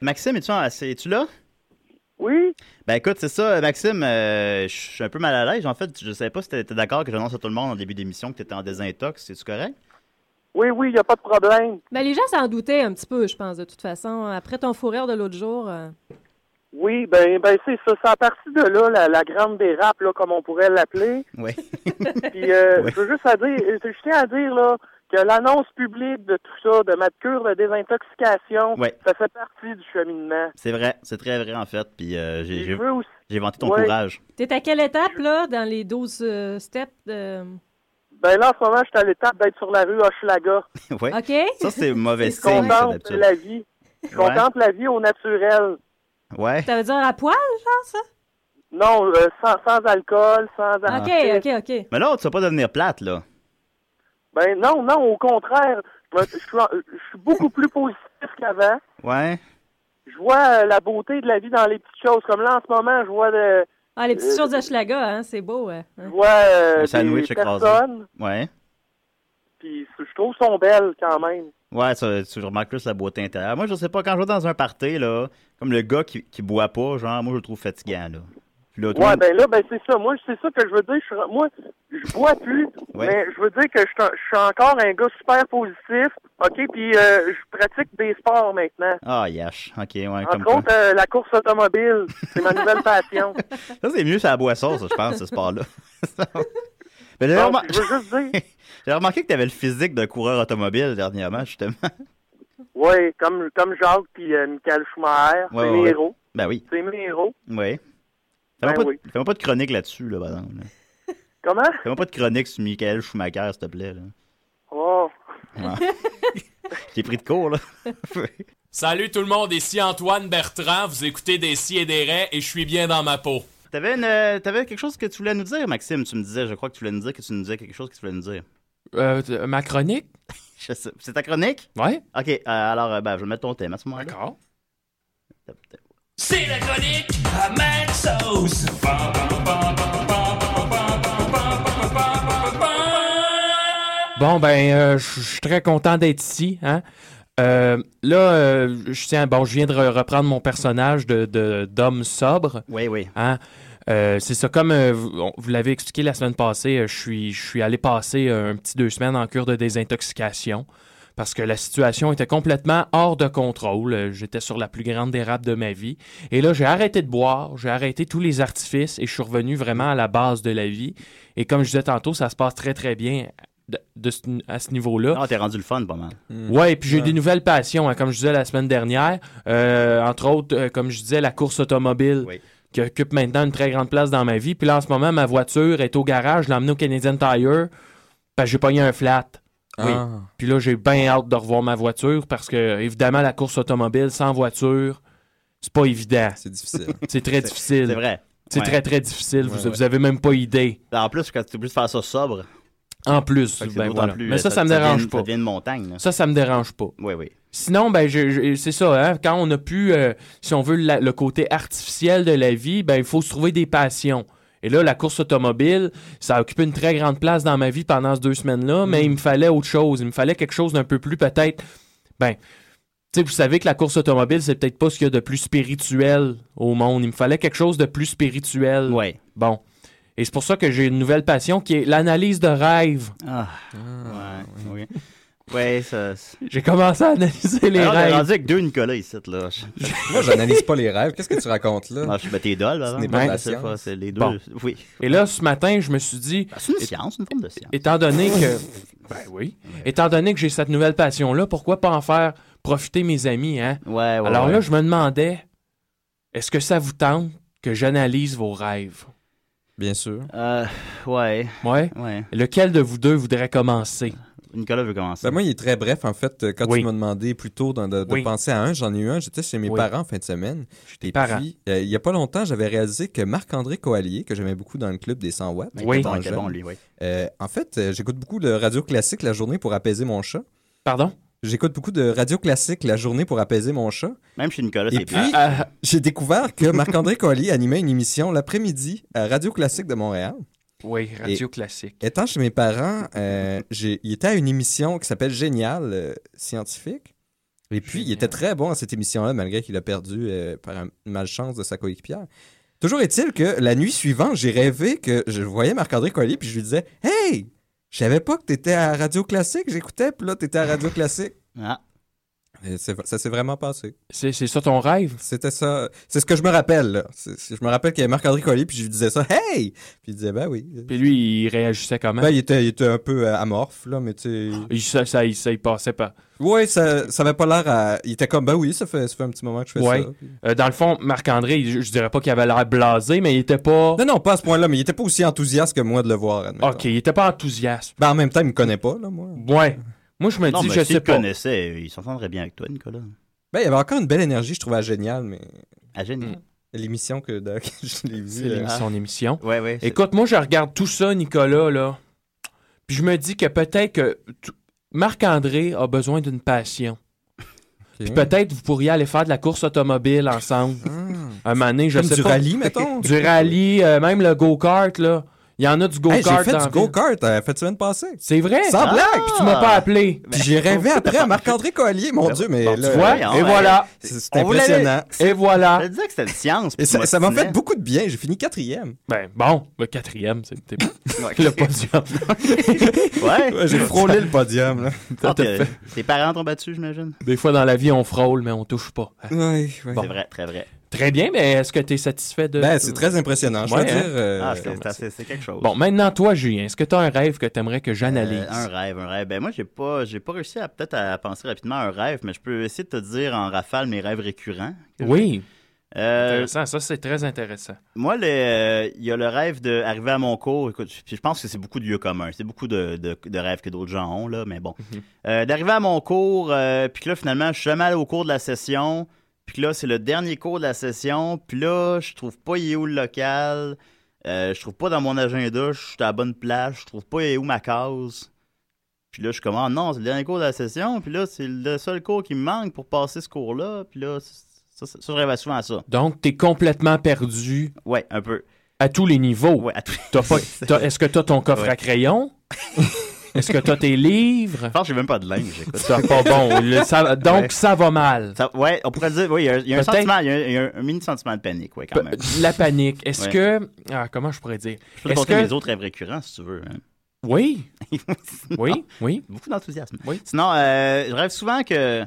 [SPEAKER 5] Maxime, es-tu, en- c'est- es-tu là?
[SPEAKER 19] Oui.
[SPEAKER 5] Ben écoute, c'est ça, Maxime, euh, je suis un peu mal à l'aise. En fait, je savais pas si t'étais d'accord que j'annonce à tout le monde en début d'émission que t'étais en désintox. C'est-tu correct?
[SPEAKER 19] Oui, oui, il n'y a pas de problème.
[SPEAKER 6] Ben, les gens s'en doutaient un petit peu, je pense, de toute façon. Après ton fou rire de l'autre jour. euh,
[SPEAKER 19] Oui, ben, ben c'est ça. C'est à partir de là, la, la grande dérape, là, comme on pourrait l'appeler.
[SPEAKER 5] Oui.
[SPEAKER 19] *laughs* Puis, euh,
[SPEAKER 5] Oui.
[SPEAKER 19] je veux juste à dire, je tiens à dire, là, que l'annonce publique de tout ça, de ma cure de désintoxication,
[SPEAKER 5] Ouais.
[SPEAKER 19] ça fait partie du cheminement.
[SPEAKER 5] C'est vrai, c'est très vrai en fait. Puis euh, j'ai, j'ai,
[SPEAKER 19] Je veux aussi-
[SPEAKER 5] j'ai vanté ton
[SPEAKER 19] Ouais.
[SPEAKER 5] courage. *laughs*
[SPEAKER 6] T'es à quelle étape, là, dans les 12 euh, steps? de-
[SPEAKER 19] Ben là, en ce moment, je suis à l'étape d'être sur la rue Hochelaga.
[SPEAKER 5] Ouais.
[SPEAKER 6] OK.
[SPEAKER 5] Ça, c'est mauvais
[SPEAKER 19] Je
[SPEAKER 5] signe, ça,
[SPEAKER 19] contemple
[SPEAKER 5] d'habitude.
[SPEAKER 19] la vie. Je
[SPEAKER 5] Ouais.
[SPEAKER 19] contemple la vie au naturel.
[SPEAKER 5] Ouais.
[SPEAKER 6] Ça veut dire à poil, genre, ça?
[SPEAKER 19] Non, euh, sans, sans alcool, sans
[SPEAKER 4] Ah.
[SPEAKER 5] Ah.
[SPEAKER 6] OK,
[SPEAKER 19] artifice.
[SPEAKER 6] OK, OK.
[SPEAKER 5] Mais là, tu vas pas devenir plate, là.
[SPEAKER 19] Ben non, non, au contraire. Je me- je suis en- je suis beaucoup plus positif qu'avant.
[SPEAKER 5] Ouais.
[SPEAKER 19] Je vois euh, la beauté de la vie dans les petites choses. Comme là, en ce moment, je vois de,
[SPEAKER 6] Ah, les petites
[SPEAKER 19] Euh,
[SPEAKER 6] choses d'Hochelaga, hein, c'est beau. hein.
[SPEAKER 19] je vois, euh,
[SPEAKER 5] Un sandwich
[SPEAKER 19] des
[SPEAKER 5] écrasé.
[SPEAKER 19] personnes,
[SPEAKER 5] Ouais.
[SPEAKER 19] puis je trouve qu'elles sont belles quand même.
[SPEAKER 5] Ouais, ça- tu remarques plus la beauté intérieure. Moi, je sais pas, quand je vais dans un party, là, comme le gars qui, qui boit pas, genre, moi, je le trouve fatigant, là. Puis là, tout le
[SPEAKER 19] Ouais,
[SPEAKER 5] monde-
[SPEAKER 19] ben là, ben c'est ça. Moi, c'est ça que je veux dire. Je suis- moi, je bois plus,
[SPEAKER 5] Ouais.
[SPEAKER 19] mais je veux dire que je suis un- je suis encore un gars super positif. OK, puis euh, je pratique des sports maintenant.
[SPEAKER 5] Ah, yash. OK, ouais, comme
[SPEAKER 19] Entre
[SPEAKER 5] quoi.
[SPEAKER 19] autres, euh, la course automobile, c'est ma nouvelle
[SPEAKER 5] *laughs*
[SPEAKER 19] passion.
[SPEAKER 5] Ça, c'est mieux, c'est la boisson, ça, je pense, ce sport-là. *laughs* Ça va. Mais j'avais
[SPEAKER 19] Donc,
[SPEAKER 5] remar-
[SPEAKER 19] je veux juste dire,
[SPEAKER 5] j'avais remarqué que t'avais le physique d'un coureur automobile dernièrement, justement.
[SPEAKER 19] oui, comme, comme Jacques puis euh, Michael Schumacher,
[SPEAKER 5] Ouais,
[SPEAKER 19] c'est
[SPEAKER 5] ouais,
[SPEAKER 19] mes
[SPEAKER 5] ouais.
[SPEAKER 19] héros.
[SPEAKER 5] Ben oui.
[SPEAKER 19] C'est mes héros.
[SPEAKER 5] Ouais.
[SPEAKER 19] Ben
[SPEAKER 5] Fais-moi pas, de-
[SPEAKER 19] oui.
[SPEAKER 5] fais-moi pas de chronique là-dessus, là, par exemple. là.
[SPEAKER 19] Comment?
[SPEAKER 5] Fais-moi pas de chronique sur Michael Schumacher, s'il te plaît, là.
[SPEAKER 19] Oh.
[SPEAKER 5] Ah. J'ai pris de court, là.
[SPEAKER 20] Salut tout le monde, ici Antoine Bertrand, vous écoutez des si et des raies et je suis bien dans ma peau.
[SPEAKER 5] T'avais une, euh, t'avais quelque chose que tu voulais nous dire, Maxime. Tu me disais, je crois que tu voulais nous dire que tu nous disais quelque chose que tu voulais nous dire.
[SPEAKER 4] Euh, ma chronique?
[SPEAKER 5] Je sais- C'est ta chronique?
[SPEAKER 4] Ouais.
[SPEAKER 5] OK, euh, alors, euh, ben, je vais mettre ton thème à ce moment-là.
[SPEAKER 4] D'accord.
[SPEAKER 2] C'est la chronique à Max Sauce.
[SPEAKER 4] Bon, ben, euh, je je suis très content d'être ici. Hein? Euh, là, euh, je tiens, bon, je viens de re- reprendre mon personnage de, de- d'homme sobre.
[SPEAKER 5] Oui, oui.
[SPEAKER 4] Hein? Euh, c'est ça, comme euh, vous, on- vous l'avez expliqué la semaine passée, euh, je suis, je suis allé passer euh, un petit deux semaines en cure de désintoxication parce que la situation était complètement hors de contrôle. Euh, J'étais sur la plus grande dérape de ma vie. Et là, j'ai arrêté de boire, j'ai arrêté tous les artifices et je suis revenu vraiment à la base de la vie. Et comme je disais tantôt, ça se passe très, très bien de, de ce- à ce niveau-là.
[SPEAKER 5] Ah, t'es rendu le fun, pas mal.
[SPEAKER 4] Ouais, et puis j'ai des nouvelles passions, hein, comme je disais la semaine dernière. Euh, entre autres, euh, comme je disais, la course automobile. qui occupe maintenant une très grande place dans ma vie. Puis là, en ce moment, ma voiture est au garage, je l'ai emmenée au Canadian Tire, parce que j'ai pogné un flat. Oui.
[SPEAKER 21] Ah.
[SPEAKER 4] Puis là, j'ai bien hâte de revoir ma voiture, parce que, évidemment, la course automobile sans voiture, c'est pas évident.
[SPEAKER 3] C'est difficile.
[SPEAKER 4] *laughs* C'est très
[SPEAKER 5] C'est-
[SPEAKER 4] difficile.
[SPEAKER 5] c'est vrai.
[SPEAKER 4] C'est
[SPEAKER 5] Ouais.
[SPEAKER 4] très, très difficile. vous,
[SPEAKER 5] Ouais,
[SPEAKER 4] vous avez même pas idée.
[SPEAKER 5] En plus, quand tu oublies de faire ça sobre.
[SPEAKER 4] En plus,
[SPEAKER 5] Fait que c'est
[SPEAKER 4] ben
[SPEAKER 5] d'autant
[SPEAKER 4] voilà.
[SPEAKER 5] plus,
[SPEAKER 4] Mais
[SPEAKER 5] euh,
[SPEAKER 4] ça, ça, me
[SPEAKER 5] ça
[SPEAKER 4] dérange
[SPEAKER 5] devient-
[SPEAKER 4] pas.
[SPEAKER 5] ça devient une montagne, là.
[SPEAKER 4] Ça, ça me dérange pas.
[SPEAKER 5] Oui, oui.
[SPEAKER 4] Sinon, ben, je- je- c'est ça, hein, quand on a pu, euh, si on veut, la- le côté artificiel de la vie, ben, il faut se trouver des passions. Et là, la course automobile, ça a occupé une très grande place dans ma vie pendant ces deux semaines-là, mais il me fallait autre chose. Il me fallait quelque chose d'un peu plus, peut-être, ben, tu sais, vous savez que la course automobile, c'est peut-être pas ce qu'il y a de plus spirituel au monde. Il me fallait quelque chose de plus spirituel.
[SPEAKER 5] Ouais.
[SPEAKER 4] Bon. Et c'est pour ça que j'ai une nouvelle passion qui est l'analyse de rêve.
[SPEAKER 5] Ah. ouais. ok. Ouais, ça.
[SPEAKER 4] J'ai commencé à analyser les
[SPEAKER 5] Alors, on est
[SPEAKER 4] rêves.
[SPEAKER 5] rendu avec deux Nicolas ici, là.
[SPEAKER 3] Moi, j'analyse pas les rêves. Qu'est-ce que tu racontes là?
[SPEAKER 5] Ah, je suis tes idoles,
[SPEAKER 3] Ce
[SPEAKER 5] avant.
[SPEAKER 3] n'est pas de la
[SPEAKER 5] Ouais, c'est
[SPEAKER 3] science.
[SPEAKER 5] pas- c'est les deux.
[SPEAKER 4] Bon.
[SPEAKER 5] Oui.
[SPEAKER 4] Et là, ce matin, je me suis dit.
[SPEAKER 5] C'est une science, une forme de science.
[SPEAKER 4] Étant donné que. Ben oui. Étant donné que j'ai cette nouvelle passion-là, pourquoi pas en faire profiter mes amis, hein?
[SPEAKER 5] ouais,
[SPEAKER 4] Alors là,
[SPEAKER 5] ouais.
[SPEAKER 4] je me demandais, est-ce que ça vous tente que j'analyse vos rêves?
[SPEAKER 3] Bien sûr.
[SPEAKER 5] Euh, ouais.
[SPEAKER 4] Ouais?
[SPEAKER 5] Ouais.
[SPEAKER 4] Lequel de vous deux voudrait commencer?
[SPEAKER 5] Nicolas veut commencer.
[SPEAKER 3] Ben, moi, il est très bref. En fait, euh, quand tu m'as demandé plus tôt d'en- de, de
[SPEAKER 5] Oui.
[SPEAKER 3] penser à un, j'en ai eu un. J'étais chez mes
[SPEAKER 5] Oui.
[SPEAKER 3] parents en fin de semaine.
[SPEAKER 4] tes
[SPEAKER 3] Et
[SPEAKER 4] parents.
[SPEAKER 3] puis, euh, il n'y a pas longtemps, j'avais réalisé que Marc-André Coallier, que j'aimais beaucoup dans le club des
[SPEAKER 22] Oh.
[SPEAKER 3] 100 watts,
[SPEAKER 5] Ben, il était
[SPEAKER 3] étant
[SPEAKER 5] bon, il était
[SPEAKER 3] jeune,
[SPEAKER 5] bon, lui, oui.
[SPEAKER 3] euh, en fait, euh, j'écoute beaucoup de radio classique la journée pour apaiser mon chat.
[SPEAKER 4] Pardon?
[SPEAKER 3] J'écoute beaucoup de radio classique la journée pour apaiser mon chat.
[SPEAKER 5] Même chez Nicolas,
[SPEAKER 3] Et
[SPEAKER 5] c'est
[SPEAKER 3] puis, euh,
[SPEAKER 5] plat.
[SPEAKER 4] Euh,
[SPEAKER 3] j'ai découvert que Marc-André Collier animait une émission l'après-midi à Radio Classique de Montréal.
[SPEAKER 4] Oui, Radio
[SPEAKER 3] Et
[SPEAKER 4] Classique.
[SPEAKER 3] Étant chez mes parents, euh, j'ai- il était à une émission qui s'appelle Génial euh, Scientifique. Et puis, il était très bon à cette émission-là, malgré qu'il a perdu euh, par un- une malchance de sa coéquipière. Toujours est-il que la nuit suivante, j'ai rêvé que je voyais Marc-André Collier, puis je lui disais Hey, je savais pas que t'étais à Radio Classique, j'écoutais, puis là, t'étais à Radio Classique. Et c'est- ça s'est vraiment passé.
[SPEAKER 4] C'est c'est ça ton rêve?
[SPEAKER 3] C'était ça. C'est ce que je me rappelle. là. C'est- c'est- je me rappelle qu'il y avait Marc-André Collier, puis je lui disais ça. Hey! Puis il disait, ben oui.
[SPEAKER 4] Puis lui, il réagissait comment?
[SPEAKER 3] Ben, il, était, il était un peu euh, amorphe, là, mais tu sais.
[SPEAKER 4] Il, ça, ça, il, ça, il passait pas.
[SPEAKER 3] Oui, ça, ça avait pas l'air à. Il était comme, ben oui, ça fait, ça fait un petit moment que je fais
[SPEAKER 4] Ouais.
[SPEAKER 3] ça.
[SPEAKER 4] Euh, dans le fond, Marc-André, il- je, je dirais pas qu'il avait l'air blasé, mais il était pas.
[SPEAKER 3] Non, non, pas à ce point-là, mais il était pas aussi enthousiaste que moi de le voir. admettons.
[SPEAKER 4] Ok, il était pas enthousiaste.
[SPEAKER 3] Ben, en même temps, il me connaît pas, là, moi.
[SPEAKER 4] Ouais. Moi, je me
[SPEAKER 5] non,
[SPEAKER 4] dis,
[SPEAKER 5] mais
[SPEAKER 4] je
[SPEAKER 5] s'il
[SPEAKER 4] sais
[SPEAKER 5] te
[SPEAKER 4] pas.
[SPEAKER 5] connaissait, euh, il s'entendrait bien avec toi, Nicolas.
[SPEAKER 3] Ben, il y avait encore une belle énergie, je trouvais elle géniale, mais.
[SPEAKER 5] Ah, génial.
[SPEAKER 3] L'émission que, de- *laughs* que je l'ai vue. euh,
[SPEAKER 4] C'est
[SPEAKER 3] là.
[SPEAKER 4] l'émission, son émission.
[SPEAKER 5] Ouais, ouais. c'est-
[SPEAKER 4] Écoute, moi, je regarde tout ça, Nicolas, là. Puis je me dis que peut-être que tout- Marc-André a besoin d'une passion. Puis peut-être vous pourriez aller faire de la course automobile ensemble. Un moment donné, je
[SPEAKER 3] Ah. Comme
[SPEAKER 4] sais
[SPEAKER 3] du
[SPEAKER 4] pas.
[SPEAKER 3] rallye, mettons?
[SPEAKER 4] *laughs* Du rallye, euh, même le go-kart, là. Il y en a du
[SPEAKER 3] Hey,
[SPEAKER 4] go-kart.
[SPEAKER 3] j'ai fait
[SPEAKER 4] dans
[SPEAKER 3] du
[SPEAKER 4] la ville.
[SPEAKER 3] go-kart euh, la fin de semaine passée.
[SPEAKER 4] C'est vrai?
[SPEAKER 3] Sans
[SPEAKER 4] Ah!
[SPEAKER 3] blague!
[SPEAKER 4] Puis tu m'as pas appelé.
[SPEAKER 3] Puis
[SPEAKER 5] Ben,
[SPEAKER 3] j'ai rêvé après à Marc-André Collier, mon Dieu, mais
[SPEAKER 4] Ben, tu
[SPEAKER 3] là,
[SPEAKER 4] vois?
[SPEAKER 3] voyons,
[SPEAKER 4] Et
[SPEAKER 3] ben,
[SPEAKER 4] voilà.
[SPEAKER 3] C'est c'est
[SPEAKER 4] On vous l'avait-
[SPEAKER 3] impressionnant.
[SPEAKER 4] Et voilà.
[SPEAKER 5] Je te disais que c'était une science.
[SPEAKER 3] Et
[SPEAKER 5] puis
[SPEAKER 3] ça
[SPEAKER 5] tu
[SPEAKER 3] ça m'a
[SPEAKER 5] m'obstinais.
[SPEAKER 3] fait beaucoup de bien. J'ai fini quatrième.
[SPEAKER 4] Ben, bon, le quatrième, *laughs* c'était le
[SPEAKER 5] *laughs*
[SPEAKER 4] podium.
[SPEAKER 5] Ouais.
[SPEAKER 3] J'ai frôlé le *laughs* podium. Là.
[SPEAKER 4] T'as
[SPEAKER 5] Ah, puis, euh,
[SPEAKER 4] fait-
[SPEAKER 5] Tes parents t'ont battu, j'imagine.
[SPEAKER 4] Des fois, dans la vie, on frôle, mais on touche pas.
[SPEAKER 5] C'est
[SPEAKER 4] Bon.
[SPEAKER 5] vrai, très vrai.
[SPEAKER 4] Très bien, mais est-ce que tu es satisfait de.
[SPEAKER 3] Ben, c'est très impressionnant, je dois
[SPEAKER 4] Ouais, hein?
[SPEAKER 3] dire. euh,
[SPEAKER 5] Ah, c'est- c'est- c'est quelque chose.
[SPEAKER 4] Bon, maintenant, toi, Julien, est-ce que tu as un rêve que tu aimerais que j'analyse
[SPEAKER 5] Euh, un rêve, un rêve. Ben moi, j'ai pas, j'ai pas réussi à peut-être à penser rapidement à un rêve, mais je peux essayer de te dire en rafale mes rêves récurrents.
[SPEAKER 4] Oui.
[SPEAKER 5] Euh,
[SPEAKER 4] Intéressant, ça, c'est très intéressant.
[SPEAKER 5] moi, le- euh, il y a le rêve d'arriver à mon cours. Écoute, puis je pense que c'est beaucoup de lieux communs. C'est beaucoup de, de- de rêves que d'autres gens ont, là, mais bon. Euh, d'arriver à mon cours, euh, puis que là, finalement, je suis jamais allé au cours de la session. Puis que là, c'est le dernier cours de la session. Puis là, je trouve pas il est où le local. Euh, je trouve pas dans mon agenda, je suis à la bonne place. Je trouve pas il est où ma case. Puis là, je commande, non, c'est le dernier cours de la session. Puis là, c'est le seul cours qui me manque pour passer ce cours-là. Puis là, ça, ça, ça, je rêvais souvent à ça.
[SPEAKER 4] Donc, tu es complètement perdu.
[SPEAKER 5] Ouais, un peu.
[SPEAKER 4] À tous les niveaux. T'as
[SPEAKER 5] *laughs*
[SPEAKER 4] pas-
[SPEAKER 5] C'est-
[SPEAKER 4] t'as- Est-ce que tu as ton coffre
[SPEAKER 5] Ouais.
[SPEAKER 4] à crayon? *laughs* Est-ce que tu as tes livres? Je
[SPEAKER 5] pense que j'ai même pas de linge. écoute.
[SPEAKER 4] C'est pas bon.
[SPEAKER 5] *laughs*
[SPEAKER 4] Le- ça- donc,
[SPEAKER 5] Ouais.
[SPEAKER 4] ça va mal.
[SPEAKER 5] Ça- ouais, on pourrait dire, oui, il y a, il y a un
[SPEAKER 4] Peut-être-
[SPEAKER 5] sentiment, il y a, un- il y a un mini sentiment de panique, ouais, quand même.
[SPEAKER 4] La panique. Est-ce
[SPEAKER 5] Ouais.
[SPEAKER 4] que. ah, comment je pourrais dire?
[SPEAKER 5] Je peux te
[SPEAKER 4] Est-ce
[SPEAKER 5] compter
[SPEAKER 4] que-
[SPEAKER 5] mes autres rêves récurrents, si tu veux. hein. Ah,
[SPEAKER 4] Oui.
[SPEAKER 5] *laughs*
[SPEAKER 4] oui. Oui.
[SPEAKER 5] Beaucoup d'enthousiasme. Sinon, euh, je rêve souvent que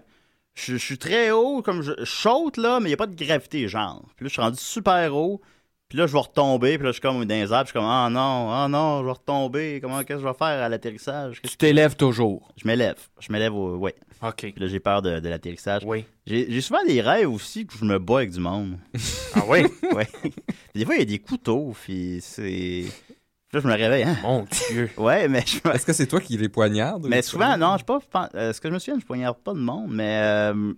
[SPEAKER 5] je, je suis très haut, comme je, je saute, là, mais il n'y a pas de gravité, genre. Puis là, je suis rendu super haut. Puis là, je vais retomber. Puis là, je suis comme dans les arbres. Je suis comme, ah non, ah non, je vais retomber. Comment, qu'est-ce que je vais faire à l'atterrissage?
[SPEAKER 4] Tu t'élèves toujours.
[SPEAKER 5] Je m'élève. Je m'élève, au- ouais.
[SPEAKER 4] OK.
[SPEAKER 5] Puis là, j'ai peur de, de l'atterrissage.
[SPEAKER 4] Oui.
[SPEAKER 5] J'ai j'ai souvent des rêves aussi que je me bats avec du monde.
[SPEAKER 4] Ah oui?
[SPEAKER 5] *laughs* ouais. Des fois, il y a des couteaux, puis c'est... Là, je me réveille, hein?
[SPEAKER 4] Mon Dieu!
[SPEAKER 5] Ouais, mais je...
[SPEAKER 22] *laughs*
[SPEAKER 3] Est-ce que c'est toi qui les poignardes?
[SPEAKER 5] Mais souvent, non, je sais pas. je pense- euh, ce que je me souviens, je poignarde pas de monde, mais euh,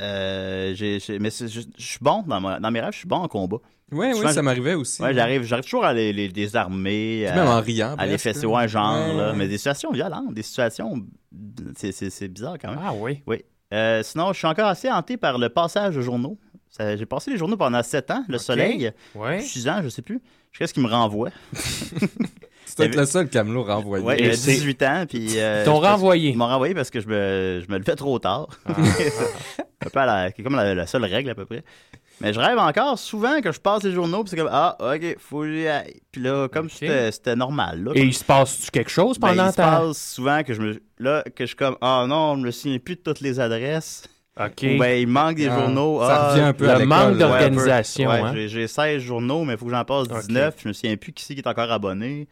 [SPEAKER 5] Euh, j'ai- j'ai- mais c'est- je je suis bon dans, ma- dans mes rêves, je suis bon en combat.
[SPEAKER 3] Ouais, ouais,
[SPEAKER 5] Souvent,
[SPEAKER 3] ça
[SPEAKER 5] je-
[SPEAKER 3] m'arrivait aussi.
[SPEAKER 5] Ouais, j'arrive, j'arrive toujours à les, les désarmer, à,
[SPEAKER 3] Même en riant,
[SPEAKER 5] à les
[SPEAKER 3] presque.
[SPEAKER 5] fesser, ouais, genre,
[SPEAKER 3] Ouais.
[SPEAKER 5] là. mais des situations violentes, des situations, c'est, c'est- c'est bizarre quand même.
[SPEAKER 4] Ah oui?
[SPEAKER 5] Oui. Euh, sinon, je suis encore assez hanté par le passage de journaux. Ça- j'ai passé les journaux pendant 7 ans, le soleil,
[SPEAKER 4] Ouais.
[SPEAKER 5] 6 ans, je sais plus, jusqu'à ce qu'il me renvoie.
[SPEAKER 3] C'est peut-être le seul Camelot renvoyé.
[SPEAKER 5] Ouais, j'avais 18 ans, puis... euh,
[SPEAKER 3] Ils t'ont
[SPEAKER 5] je pense-
[SPEAKER 3] renvoyé. Ah.
[SPEAKER 5] Ils m'ont renvoyé parce que je me, je me levais trop tard. *laughs* un peu à la- c'est comme la, la seule règle, à peu près. Mais je rêve encore souvent que je passe les journaux, puis c'est comme « Ah, OK, faut que j'y aille. Puis là, comme c'était, c'était normal, là.
[SPEAKER 4] Et il se passe-tu quelque chose
[SPEAKER 5] Ben,
[SPEAKER 4] pendant
[SPEAKER 5] il se
[SPEAKER 4] ta...
[SPEAKER 5] passe souvent que je me... Là, que je suis comme « Ah non, je me souviens plus de toutes les adresses. »
[SPEAKER 4] OK.
[SPEAKER 5] Ou ben, il manque des
[SPEAKER 4] Ah,
[SPEAKER 5] journaux.
[SPEAKER 4] ça
[SPEAKER 5] Ah,
[SPEAKER 4] revient un peu à Le l'école, manque là. d'organisation,
[SPEAKER 5] Ouais, un peu.
[SPEAKER 4] hein.
[SPEAKER 5] Ouais, j'ai- J'ai 16 journaux, mais il faut que j'en passe
[SPEAKER 4] Ok.
[SPEAKER 5] 19. Je me souviens plus qui c'est qui est encore abonné.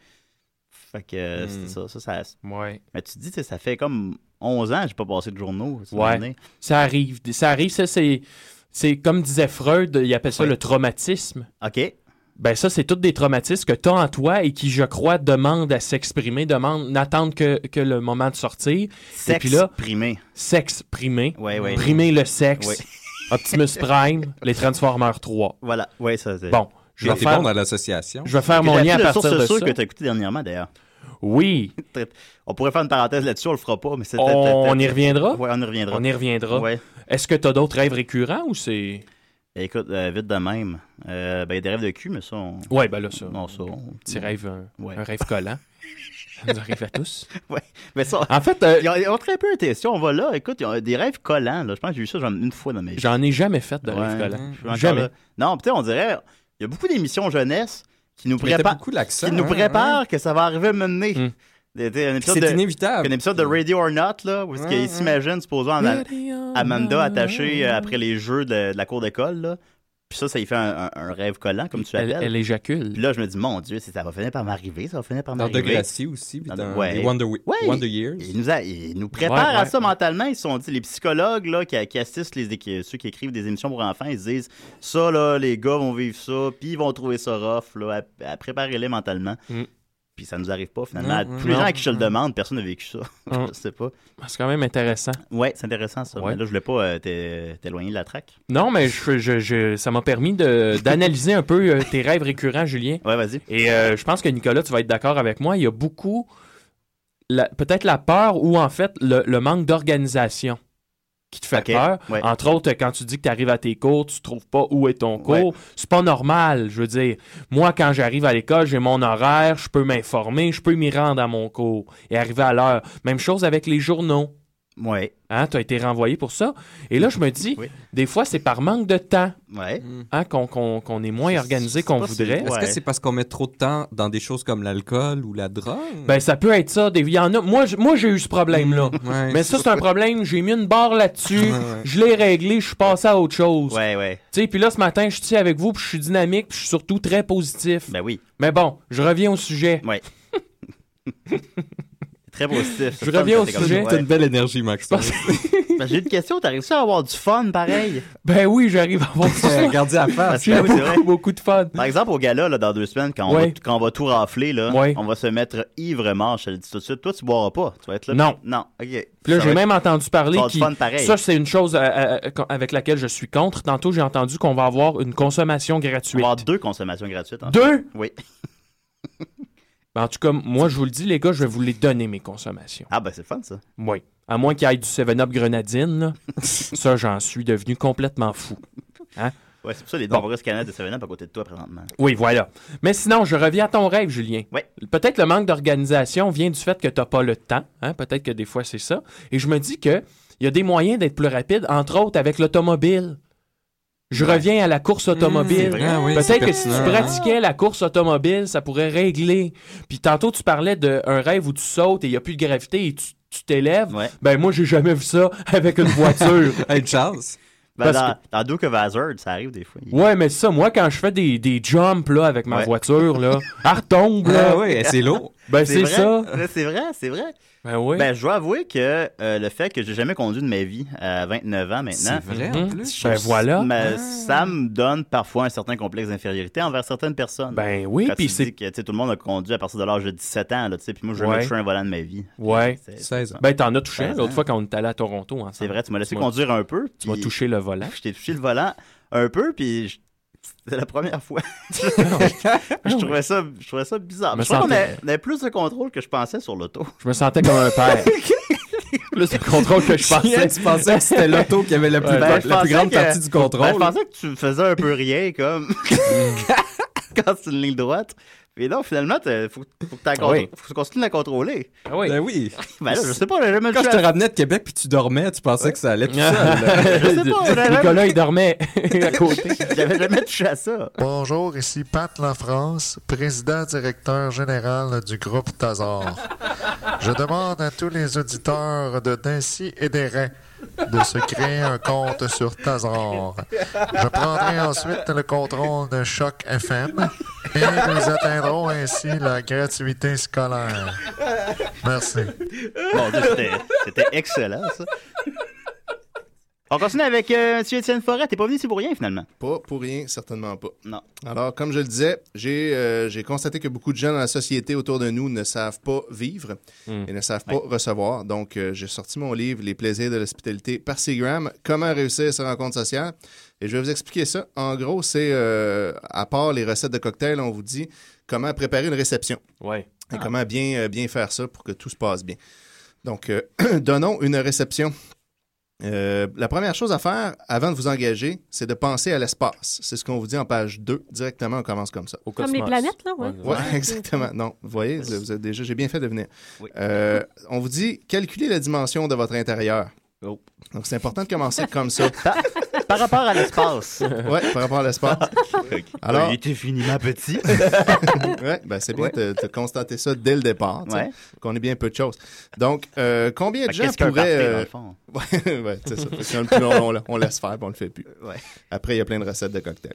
[SPEAKER 5] Fait que euh,
[SPEAKER 4] Hmm.
[SPEAKER 5] c'est ça. ça, ça-
[SPEAKER 4] Ouais.
[SPEAKER 5] Mais tu te dis, tu sais, ça fait comme 11 ans que j'ai pas passé de journaux. c'est une
[SPEAKER 4] Ouais.
[SPEAKER 5] année.
[SPEAKER 4] Ça arrive. Ça arrive, ça, c'est. C'est comme disait Freud, il appelle ça
[SPEAKER 5] Ouais.
[SPEAKER 4] le traumatisme.
[SPEAKER 5] OK.
[SPEAKER 4] Ben ça, c'est tous des traumatismes que tu as en toi et qui, je crois, demandent à s'exprimer, demandent, n'attendent que, que le moment de sortir. Et puis là,
[SPEAKER 5] S'exprimer.
[SPEAKER 4] S'exprimer.
[SPEAKER 5] Ouais,
[SPEAKER 4] *laughs*
[SPEAKER 5] ouais.
[SPEAKER 4] Primer le sexe.
[SPEAKER 5] Ouais.
[SPEAKER 4] Optimus Prime, les Transformers 3.
[SPEAKER 5] Voilà. Ouais, ça, c'est-
[SPEAKER 4] Bon, je vais faire...
[SPEAKER 3] l'association.
[SPEAKER 4] Je vais faire mon
[SPEAKER 5] J'ai
[SPEAKER 4] lien à
[SPEAKER 5] appris le
[SPEAKER 4] partir
[SPEAKER 5] source
[SPEAKER 4] de
[SPEAKER 5] sûre
[SPEAKER 4] ça.
[SPEAKER 5] que tu as écouté dernièrement, d'ailleurs. *laughs*
[SPEAKER 4] Oui.
[SPEAKER 5] on pourrait faire une parenthèse là-dessus, on le fera pas, mais c'est...
[SPEAKER 4] On y reviendra?
[SPEAKER 5] Ouais, on y reviendra.
[SPEAKER 4] On y reviendra.
[SPEAKER 5] Ouais.
[SPEAKER 4] Est-ce que tu as d'autres rêves récurrents ou c'est...
[SPEAKER 5] Écoute, euh, vite de même. Euh, ben, il y a des rêves de cul, mais ça, on...
[SPEAKER 4] Ouais, ben là, ça.
[SPEAKER 5] Non, ça, on-
[SPEAKER 4] Petit rêve, un,
[SPEAKER 5] Ouais.
[SPEAKER 4] un rêve
[SPEAKER 5] *laughs*
[SPEAKER 4] collant. ça nous arrive à tous.
[SPEAKER 5] Ouais, mais ça.
[SPEAKER 4] En fait, euh,
[SPEAKER 5] ils, ont, ils ont très peu été. Si on va là, écoute, ils ont des rêves collants. Là. Je pense que j'ai eu ça genre, une fois dans ma vie.
[SPEAKER 4] J'en ai jamais fait de
[SPEAKER 5] Ouais,
[SPEAKER 4] rêve
[SPEAKER 5] je suis encore
[SPEAKER 4] collant. Jamais.
[SPEAKER 5] là. Non, peut-être on dirait, il y a beaucoup d'émissions jeunesse qui nous
[SPEAKER 4] Qui mettaient
[SPEAKER 5] préparent,
[SPEAKER 4] beaucoup l'accent,
[SPEAKER 5] qui nous
[SPEAKER 4] hein,
[SPEAKER 5] préparent que ça va arriver mener.
[SPEAKER 3] C'est inévitable.
[SPEAKER 5] Un épisode de Radio or Not, là, où est-ce
[SPEAKER 3] Ouais,
[SPEAKER 5] qu'ils
[SPEAKER 3] ouais.
[SPEAKER 5] s'imaginent, supposons, Ama-
[SPEAKER 3] Radio or
[SPEAKER 5] Amanda
[SPEAKER 3] Not.
[SPEAKER 5] attachée euh, après les jeux de, de la cour d'école, là. Puis ça, ça y fait un, un- un rêve collant, comme tu
[SPEAKER 4] Elle-
[SPEAKER 5] l'appelles.
[SPEAKER 4] elle éjacule.
[SPEAKER 5] Puis là, je me dis, mon Dieu, c'est- ça va finir par m'arriver, ça va finir par
[SPEAKER 3] Dans
[SPEAKER 5] m'arriver.
[SPEAKER 3] Degrassi aussi, puis dans
[SPEAKER 5] ouais.
[SPEAKER 3] les Wonder, We-
[SPEAKER 5] Ouais,
[SPEAKER 3] Wonder Years.
[SPEAKER 5] Ils nous, a- ils nous préparent
[SPEAKER 3] Ouais, ouais,
[SPEAKER 5] à ça
[SPEAKER 3] ouais.
[SPEAKER 5] mentalement. Ils se sont dit, les psychologues là, qui, qui assistent les, qui- ceux qui écrivent des émissions pour enfants, ils se disent ça, là, les gars vont vivre ça, puis ils vont trouver ça rough. Là, à, à préparer-les mentalement. Puis ça nous arrive pas finalement.
[SPEAKER 4] Mm. Non, ouais,
[SPEAKER 5] À tous les
[SPEAKER 4] non, Mm.
[SPEAKER 5] gens à qui je le
[SPEAKER 4] ouais.
[SPEAKER 5] demande, personne n'a vécu ça. *laughs* je sais pas.
[SPEAKER 4] C'est quand même intéressant.
[SPEAKER 5] Ouais, c'est intéressant ça.
[SPEAKER 4] Ouais.
[SPEAKER 5] Mais là, je voulais pas euh, t'é- t'éloigner de la traque.
[SPEAKER 4] Non, mais je, je- je- ça m'a permis de- d'analyser un peu euh, tes rêves récurrents, Julien.
[SPEAKER 5] Ouais, vas-y.
[SPEAKER 4] Et euh, je pense que Nicolas, tu vas être d'accord avec moi. Il y a beaucoup, la- peut-être la peur ou en fait le, le manque d'organisation qui te fait peur. Ah.
[SPEAKER 5] ouais.
[SPEAKER 4] Entre autres, quand tu dis que tu arrives à tes cours, tu trouves pas où est ton cours. C'est pas normal, je veux dire. Moi, quand j'arrive à l'école, j'ai mon horaire, je peux m'informer, je peux m'y rendre à mon cours et arriver à l'heure. Même chose avec les journaux.
[SPEAKER 5] Ouais.
[SPEAKER 4] Hein, tu as été renvoyé pour ça. Et là, je me dis, des fois, c'est par manque de temps
[SPEAKER 5] Ouais.
[SPEAKER 4] hein, qu'on qu'on- qu'on est moins organisé qu'on voudrait.
[SPEAKER 3] Est-ce que c'est parce qu'on met trop de temps dans des choses comme l'alcool ou la drogue?
[SPEAKER 4] Ben, ça peut être ça. des- Il y en a. Moi, j- moi j'ai eu ce problème-là.
[SPEAKER 3] Ouais.
[SPEAKER 4] Mais ça, c'est un problème. J'ai mis une barre là-dessus. Je l'ai réglé. Je suis passé à autre chose.
[SPEAKER 5] Ouais, ouais.
[SPEAKER 4] Tu sais, puis là, ce matin, je suis ici avec vous. Puis je suis dynamique. Puis je suis surtout très positif.
[SPEAKER 5] Ben oui.
[SPEAKER 4] Mais bon, je reviens au sujet. *laughs*
[SPEAKER 5] Ouais. Très positif.
[SPEAKER 4] Je reviens au sujet.
[SPEAKER 3] T'as une belle énergie, Max.
[SPEAKER 5] Ben, J'ai une question. T'arrives-tu à avoir du fun pareil?
[SPEAKER 4] Ben oui, j'arrive à
[SPEAKER 5] *laughs*
[SPEAKER 4] avoir du fun.
[SPEAKER 3] Regardez à
[SPEAKER 5] Parce que
[SPEAKER 4] J'ai
[SPEAKER 5] oui, c'est vrai. Ah,
[SPEAKER 4] beaucoup, beaucoup de fun.
[SPEAKER 5] Par exemple, au gala, là, dans deux semaines, quand, on,
[SPEAKER 4] Ouais.
[SPEAKER 5] va, quand on va tout rafler, là, on va se mettre ivre mort. Je te le dis tout de suite. Toi, tu boiras pas. Tu vas être là.
[SPEAKER 4] Non.
[SPEAKER 5] Non. OK.
[SPEAKER 4] Puis là,
[SPEAKER 5] Ça
[SPEAKER 4] j'ai
[SPEAKER 5] va
[SPEAKER 4] même
[SPEAKER 5] être-
[SPEAKER 4] entendu
[SPEAKER 5] ça
[SPEAKER 4] parler
[SPEAKER 5] va être
[SPEAKER 4] qui
[SPEAKER 5] fun pareil.
[SPEAKER 4] ça c'est une chose euh, euh, euh, avec laquelle je suis contre. Tantôt j'ai entendu qu'on va avoir une consommation
[SPEAKER 5] On va
[SPEAKER 4] gratuite.
[SPEAKER 5] avoir deux consommations gratuites. en
[SPEAKER 4] Deux?
[SPEAKER 5] fait. Oui.
[SPEAKER 4] Ben, en tout cas, moi je vous le dis les gars, je vais vous les donner mes consommations.
[SPEAKER 5] Ah, ben c'est fun, ça.
[SPEAKER 4] Oui. À moins qu'il y ait du 7-Up grenadine,
[SPEAKER 5] *laughs*
[SPEAKER 4] là. ça, j'en suis devenu complètement fou. Hein?
[SPEAKER 5] Ouais, c'est pour ça les nombreuses canettes de 7 à côté de toi présentement.
[SPEAKER 4] Oui, voilà. Mais sinon, je reviens à ton rêve, Julien. Peut-être le manque d'organisation vient du fait que tu n'as pas le temps. hein, Peut-être que des fois, c'est ça. Et je me dis que il y a des moyens d'être plus rapide, entre autres avec l'automobile. Je reviens à la course
[SPEAKER 3] *laughs* Mmh, c'est
[SPEAKER 4] automobile.
[SPEAKER 3] vrai. Ah oui, c'est
[SPEAKER 4] Peut-être que si tu
[SPEAKER 3] pertinent, hein.
[SPEAKER 4] pratiquais la course automobile, ça pourrait régler. Puis tantôt, tu parlais d'un rêve où tu sautes et il n'y a plus de gravité et tu tu t'élèves. Ben moi, j'ai jamais vu ça avec une
[SPEAKER 3] *laughs*
[SPEAKER 4] voiture.
[SPEAKER 3] une chance.
[SPEAKER 5] Ben,
[SPEAKER 4] Parce
[SPEAKER 5] dans,
[SPEAKER 4] que-
[SPEAKER 5] dans Duke of Hazard, ça arrive des fois.
[SPEAKER 4] Ouais, mais ça, moi, quand je fais des, des jumps là, avec ma
[SPEAKER 3] *laughs*
[SPEAKER 5] Ouais.
[SPEAKER 4] voiture, là, elle retombe. Là.
[SPEAKER 3] Ah ouais, c'est lourd.
[SPEAKER 4] Ben, c'est
[SPEAKER 5] vrai.
[SPEAKER 4] ça.
[SPEAKER 5] Ben, C'est vrai, c'est vrai.
[SPEAKER 4] Ben oui.
[SPEAKER 5] Ben, je dois avouer que euh, le fait que j'ai jamais conduit de ma vie à 29 ans maintenant.
[SPEAKER 4] C'est vrai, en
[SPEAKER 5] Mhm.
[SPEAKER 4] plus.
[SPEAKER 5] je
[SPEAKER 4] Ben,
[SPEAKER 5] trouve-
[SPEAKER 4] voilà.
[SPEAKER 5] mais
[SPEAKER 4] Ah.
[SPEAKER 5] Ça me donne parfois un certain complexe d'infériorité envers certaines personnes.
[SPEAKER 4] Ben oui,
[SPEAKER 5] Quand
[SPEAKER 4] puis
[SPEAKER 5] tu
[SPEAKER 4] c'est-
[SPEAKER 5] dis que tu sais, tout le monde a conduit à partir de l'âge de 17 ans, là, tu sais, puis moi, je
[SPEAKER 4] Ouais.
[SPEAKER 5] jamais touché un volant de ma vie.
[SPEAKER 4] Ouais.
[SPEAKER 5] C'est-
[SPEAKER 4] 16 Ben, t'en as touché un
[SPEAKER 5] 16
[SPEAKER 4] l'autre
[SPEAKER 5] ans.
[SPEAKER 4] fois quand on est allé à Toronto. ensemble.
[SPEAKER 5] C'est vrai, tu m'as laissé
[SPEAKER 4] m'as-
[SPEAKER 5] conduire un peu.
[SPEAKER 4] Tu m'as touché le volant.
[SPEAKER 5] *laughs* Je t'ai touché le volant un peu, puis je- c'était la première
[SPEAKER 4] *laughs*
[SPEAKER 5] fois. *laughs* je, trouvais ça, je trouvais ça bizarre.
[SPEAKER 4] Me
[SPEAKER 5] je crois qu'on
[SPEAKER 4] sentais-
[SPEAKER 5] avait, on avait plus de contrôle que je pensais
[SPEAKER 4] *laughs*
[SPEAKER 5] sur l'auto.
[SPEAKER 4] Je me sentais comme un père. Plus de contrôle que je pensais.
[SPEAKER 5] Tu pensais que
[SPEAKER 3] c'était l'auto qui avait la plus- la plus grande partie du contrôle.
[SPEAKER 5] Ben,
[SPEAKER 4] hein?
[SPEAKER 5] je pensais que tu faisais un peu rien,
[SPEAKER 4] *laughs*
[SPEAKER 5] comme *laughs* quand c'est une ligne droite. Mais non, finalement, il faut, faut que tu
[SPEAKER 3] Oui.
[SPEAKER 5] continues à contrôler.
[SPEAKER 4] Ah oui.
[SPEAKER 3] Ben oui.
[SPEAKER 5] Ben là, je sais pas, on a jamais
[SPEAKER 3] Quand
[SPEAKER 5] touché
[SPEAKER 3] je te
[SPEAKER 5] à-
[SPEAKER 3] ramenais de Québec puis tu dormais, tu pensais que ça allait tout
[SPEAKER 4] *laughs*
[SPEAKER 3] seul. là.
[SPEAKER 5] Je sais pas, on a jamais-
[SPEAKER 4] Nicolas, il dormait *laughs* à côté.
[SPEAKER 5] J'avais jamais touché à ça.
[SPEAKER 23] Bonjour, ici Pat Lafrance, président directeur général du groupe Tazar. Je demande à tous les auditeurs de Dancy et des Reins de se créer un compte sur Tazar. Je prendrai ensuite le contrôle de Choc FM et nous atteindrons ainsi la gratuité scolaire. Merci.
[SPEAKER 5] Bon, Dieu, c'était- c'était excellent, ça. On continue avec euh, M. Étienne Forêt. T'es pas venu ici pour rien, finalement.
[SPEAKER 22] Pas pour rien, certainement pas.
[SPEAKER 5] Non.
[SPEAKER 22] Alors, comme je le disais, j'ai euh, j'ai constaté que beaucoup de gens dans la société autour de nous ne savent pas vivre et ne savent pas recevoir. Donc, euh, j'ai sorti mon livre Les plaisirs de l'hospitalité par Seagram, Comment réussir sa rencontre sociale. Et je vais vous expliquer ça. En gros, c'est euh, à part les recettes de cocktails, on vous dit comment préparer une réception.
[SPEAKER 4] Ouais.
[SPEAKER 22] Et
[SPEAKER 5] Ah.
[SPEAKER 22] comment bien, euh, bien faire ça pour que tout se passe bien. Donc, euh, *clears throat* donnons une réception. Euh, la première chose à faire avant de vous engager, c'est de penser à l'espace. C'est ce qu'on vous dit en page 2. Directement, on commence comme ça.
[SPEAKER 6] Comme les planètes, là, ouais. *laughs*
[SPEAKER 22] Oui, *laughs* exactement. Non, vous voyez, vous vous êtes déjà, j'ai bien fait de venir. Euh, on vous dit, calculez la dimension de votre intérieur. Donc, c'est important de commencer comme ça.
[SPEAKER 5] Oh. *laughs* Par rapport à l'espace.
[SPEAKER 22] Oui, par rapport à
[SPEAKER 5] *laughs*
[SPEAKER 22] l'espace.
[SPEAKER 5] Il était finiment petit.
[SPEAKER 22] ouais, ben c'est bien de, de constater ça dès le départ, tu sais,
[SPEAKER 5] Ouais.
[SPEAKER 22] qu'on est bien peu de choses. Donc, euh, combien de
[SPEAKER 5] Ben,
[SPEAKER 22] gens
[SPEAKER 5] qu'est-ce qu'un
[SPEAKER 22] pourraient... euh,
[SPEAKER 5] party, dans le
[SPEAKER 22] ouais, *laughs*
[SPEAKER 5] fond?
[SPEAKER 22] ouais,
[SPEAKER 5] *laughs*
[SPEAKER 22] c'est ça. Fait que c'est un peu long, on, le- on laisse faire, puis on le fait plus. Après, il y a plein de recettes de
[SPEAKER 5] *laughs*
[SPEAKER 22] cocktails.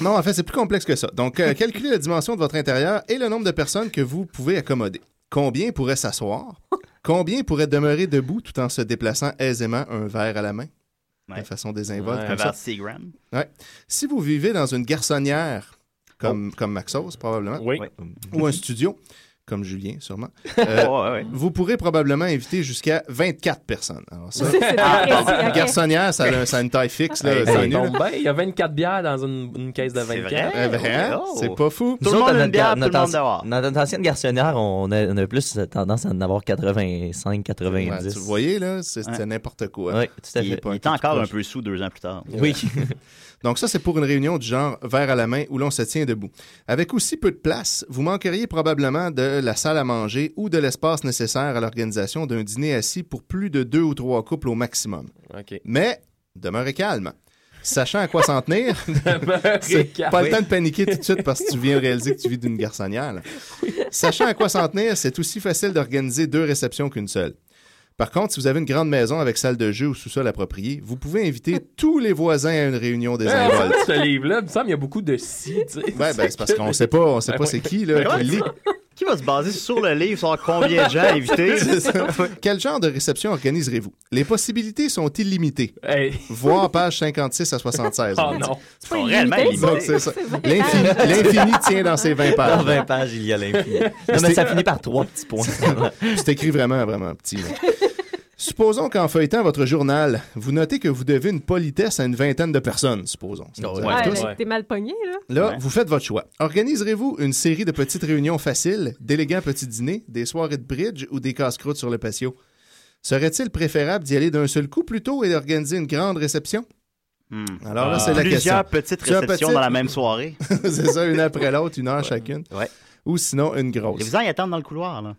[SPEAKER 22] non, en fait, c'est plus complexe que ça. Donc, euh, calculez la dimension de votre intérieur et le nombre de personnes que vous pouvez accommoder. Combien pourraient s'asseoir? Combien pourraient demeurer debout tout en se déplaçant aisément un verre à la main? De façon désinvolte.
[SPEAKER 5] Ouais, un
[SPEAKER 22] comme
[SPEAKER 5] verre
[SPEAKER 22] ça.
[SPEAKER 5] de Seagram.
[SPEAKER 22] Ouais. Si vous vivez dans une garçonnière, comme,
[SPEAKER 5] Oh.
[SPEAKER 22] comme Maxos, probablement, ou un studio, comme Julien, sûrement, euh, vous pourrez probablement inviter jusqu'à 24 personnes. Alors ça,
[SPEAKER 4] C'est vrai,
[SPEAKER 22] Ah,
[SPEAKER 4] c'est vrai.
[SPEAKER 22] garçonnière, ça, a un- ça a une taille fixe. Là,
[SPEAKER 4] Hey,
[SPEAKER 22] c'est
[SPEAKER 4] ça
[SPEAKER 22] nul, là.
[SPEAKER 4] tombe bien, ben, il y a 24 bières dans une, une caisse de 24.
[SPEAKER 22] Eh ben,
[SPEAKER 4] Oh.
[SPEAKER 22] C'est pas fou.
[SPEAKER 24] Nous autres, à notre gar- notre anci-
[SPEAKER 22] dehors.
[SPEAKER 24] Notre ancienne garçonnière, on a, on a plus tendance à en avoir 85, 90.
[SPEAKER 22] Ouais, tu voyez, là, c'est c'est n'importe quoi.
[SPEAKER 24] Oui, tout à fait.
[SPEAKER 22] Il est pas
[SPEAKER 24] Il
[SPEAKER 5] était encore
[SPEAKER 22] proche.
[SPEAKER 5] un peu sous deux ans plus tard.
[SPEAKER 24] Oui.
[SPEAKER 22] Donc ça, c'est pour une réunion du genre verre à la main où l'on se tient debout. Avec aussi peu de place, vous manqueriez probablement de la salle à manger ou de l'espace nécessaire à l'organisation d'un dîner assis pour plus de deux ou trois couples au maximum.
[SPEAKER 4] OK.
[SPEAKER 22] Mais demeurez calme. Sachant à quoi s'en tenir, c'est
[SPEAKER 4] calme.
[SPEAKER 22] pas
[SPEAKER 4] Oui.
[SPEAKER 22] le temps de paniquer tout de suite parce que
[SPEAKER 4] *laughs*
[SPEAKER 22] tu viens de réaliser que tu vis d'une garçonnière. là. Sachant à quoi s'en tenir, c'est aussi facile d'organiser deux réceptions qu'une seule. Par contre, si vous avez une grande maison avec salle de jeu ou sous-sol approprié, vous pouvez
[SPEAKER 4] *laughs*
[SPEAKER 22] inviter tous les voisins à une réunion des
[SPEAKER 4] Ben,
[SPEAKER 22] involtes.
[SPEAKER 4] Ce livre-là, il me semble, il y a beaucoup de si. tu sais.
[SPEAKER 22] Ouais, ben, c'est parce
[SPEAKER 4] *laughs*
[SPEAKER 22] qu'on sait pas, on sait
[SPEAKER 4] Ben
[SPEAKER 22] pas
[SPEAKER 4] oui.
[SPEAKER 22] c'est qui, là, qui lit.
[SPEAKER 5] Qui va se baser sur le livre, sur combien
[SPEAKER 22] *laughs*
[SPEAKER 5] de gens invités?
[SPEAKER 22] C'est ça. Quel genre de réception organiserez-vous? Les possibilités sont illimitées. Voir page 56 à 76.
[SPEAKER 5] Oh
[SPEAKER 4] Ah,
[SPEAKER 22] on dit.
[SPEAKER 5] non.
[SPEAKER 6] Ah.
[SPEAKER 5] Ils sont
[SPEAKER 6] *laughs*
[SPEAKER 5] réellement illimitées.
[SPEAKER 22] Donc, c'est ça.
[SPEAKER 5] C'est vingt
[SPEAKER 22] L'infini
[SPEAKER 5] pages.
[SPEAKER 22] l'infini tient dans ses 20 pages.
[SPEAKER 7] Ah,
[SPEAKER 24] Dans
[SPEAKER 7] ben,
[SPEAKER 24] 20 pages, il y a l'infini. Non, mais ça finit par trois petits points.
[SPEAKER 22] C'est écrit vraiment, vraiment petit. là. Supposons qu'en feuilletant votre journal, vous notez que vous devez une politesse à une vingtaine de personnes, supposons.
[SPEAKER 6] Ouais, mais t'es mal pogné, là.
[SPEAKER 22] Là, vous faites votre choix. Organiserez-vous une série de petites réunions faciles, d'élégants petits dîners, des soirées de bridge ou des casse-croûtes sur le patio? Serait-il préférable d'y aller d'un seul coup plutôt et d'organiser une grande réception? Alors là,
[SPEAKER 6] Ah.
[SPEAKER 22] c'est la
[SPEAKER 5] Hmm. Plusieurs
[SPEAKER 22] question.
[SPEAKER 5] petites
[SPEAKER 22] Plusieurs
[SPEAKER 5] réceptions
[SPEAKER 22] petites-
[SPEAKER 5] dans la même soirée.
[SPEAKER 22] *laughs* c'est ça, une après l'autre, une heure chacune. Ou sinon, une
[SPEAKER 5] Les
[SPEAKER 22] grosse.
[SPEAKER 5] gens, ils attendent dans le couloir, là.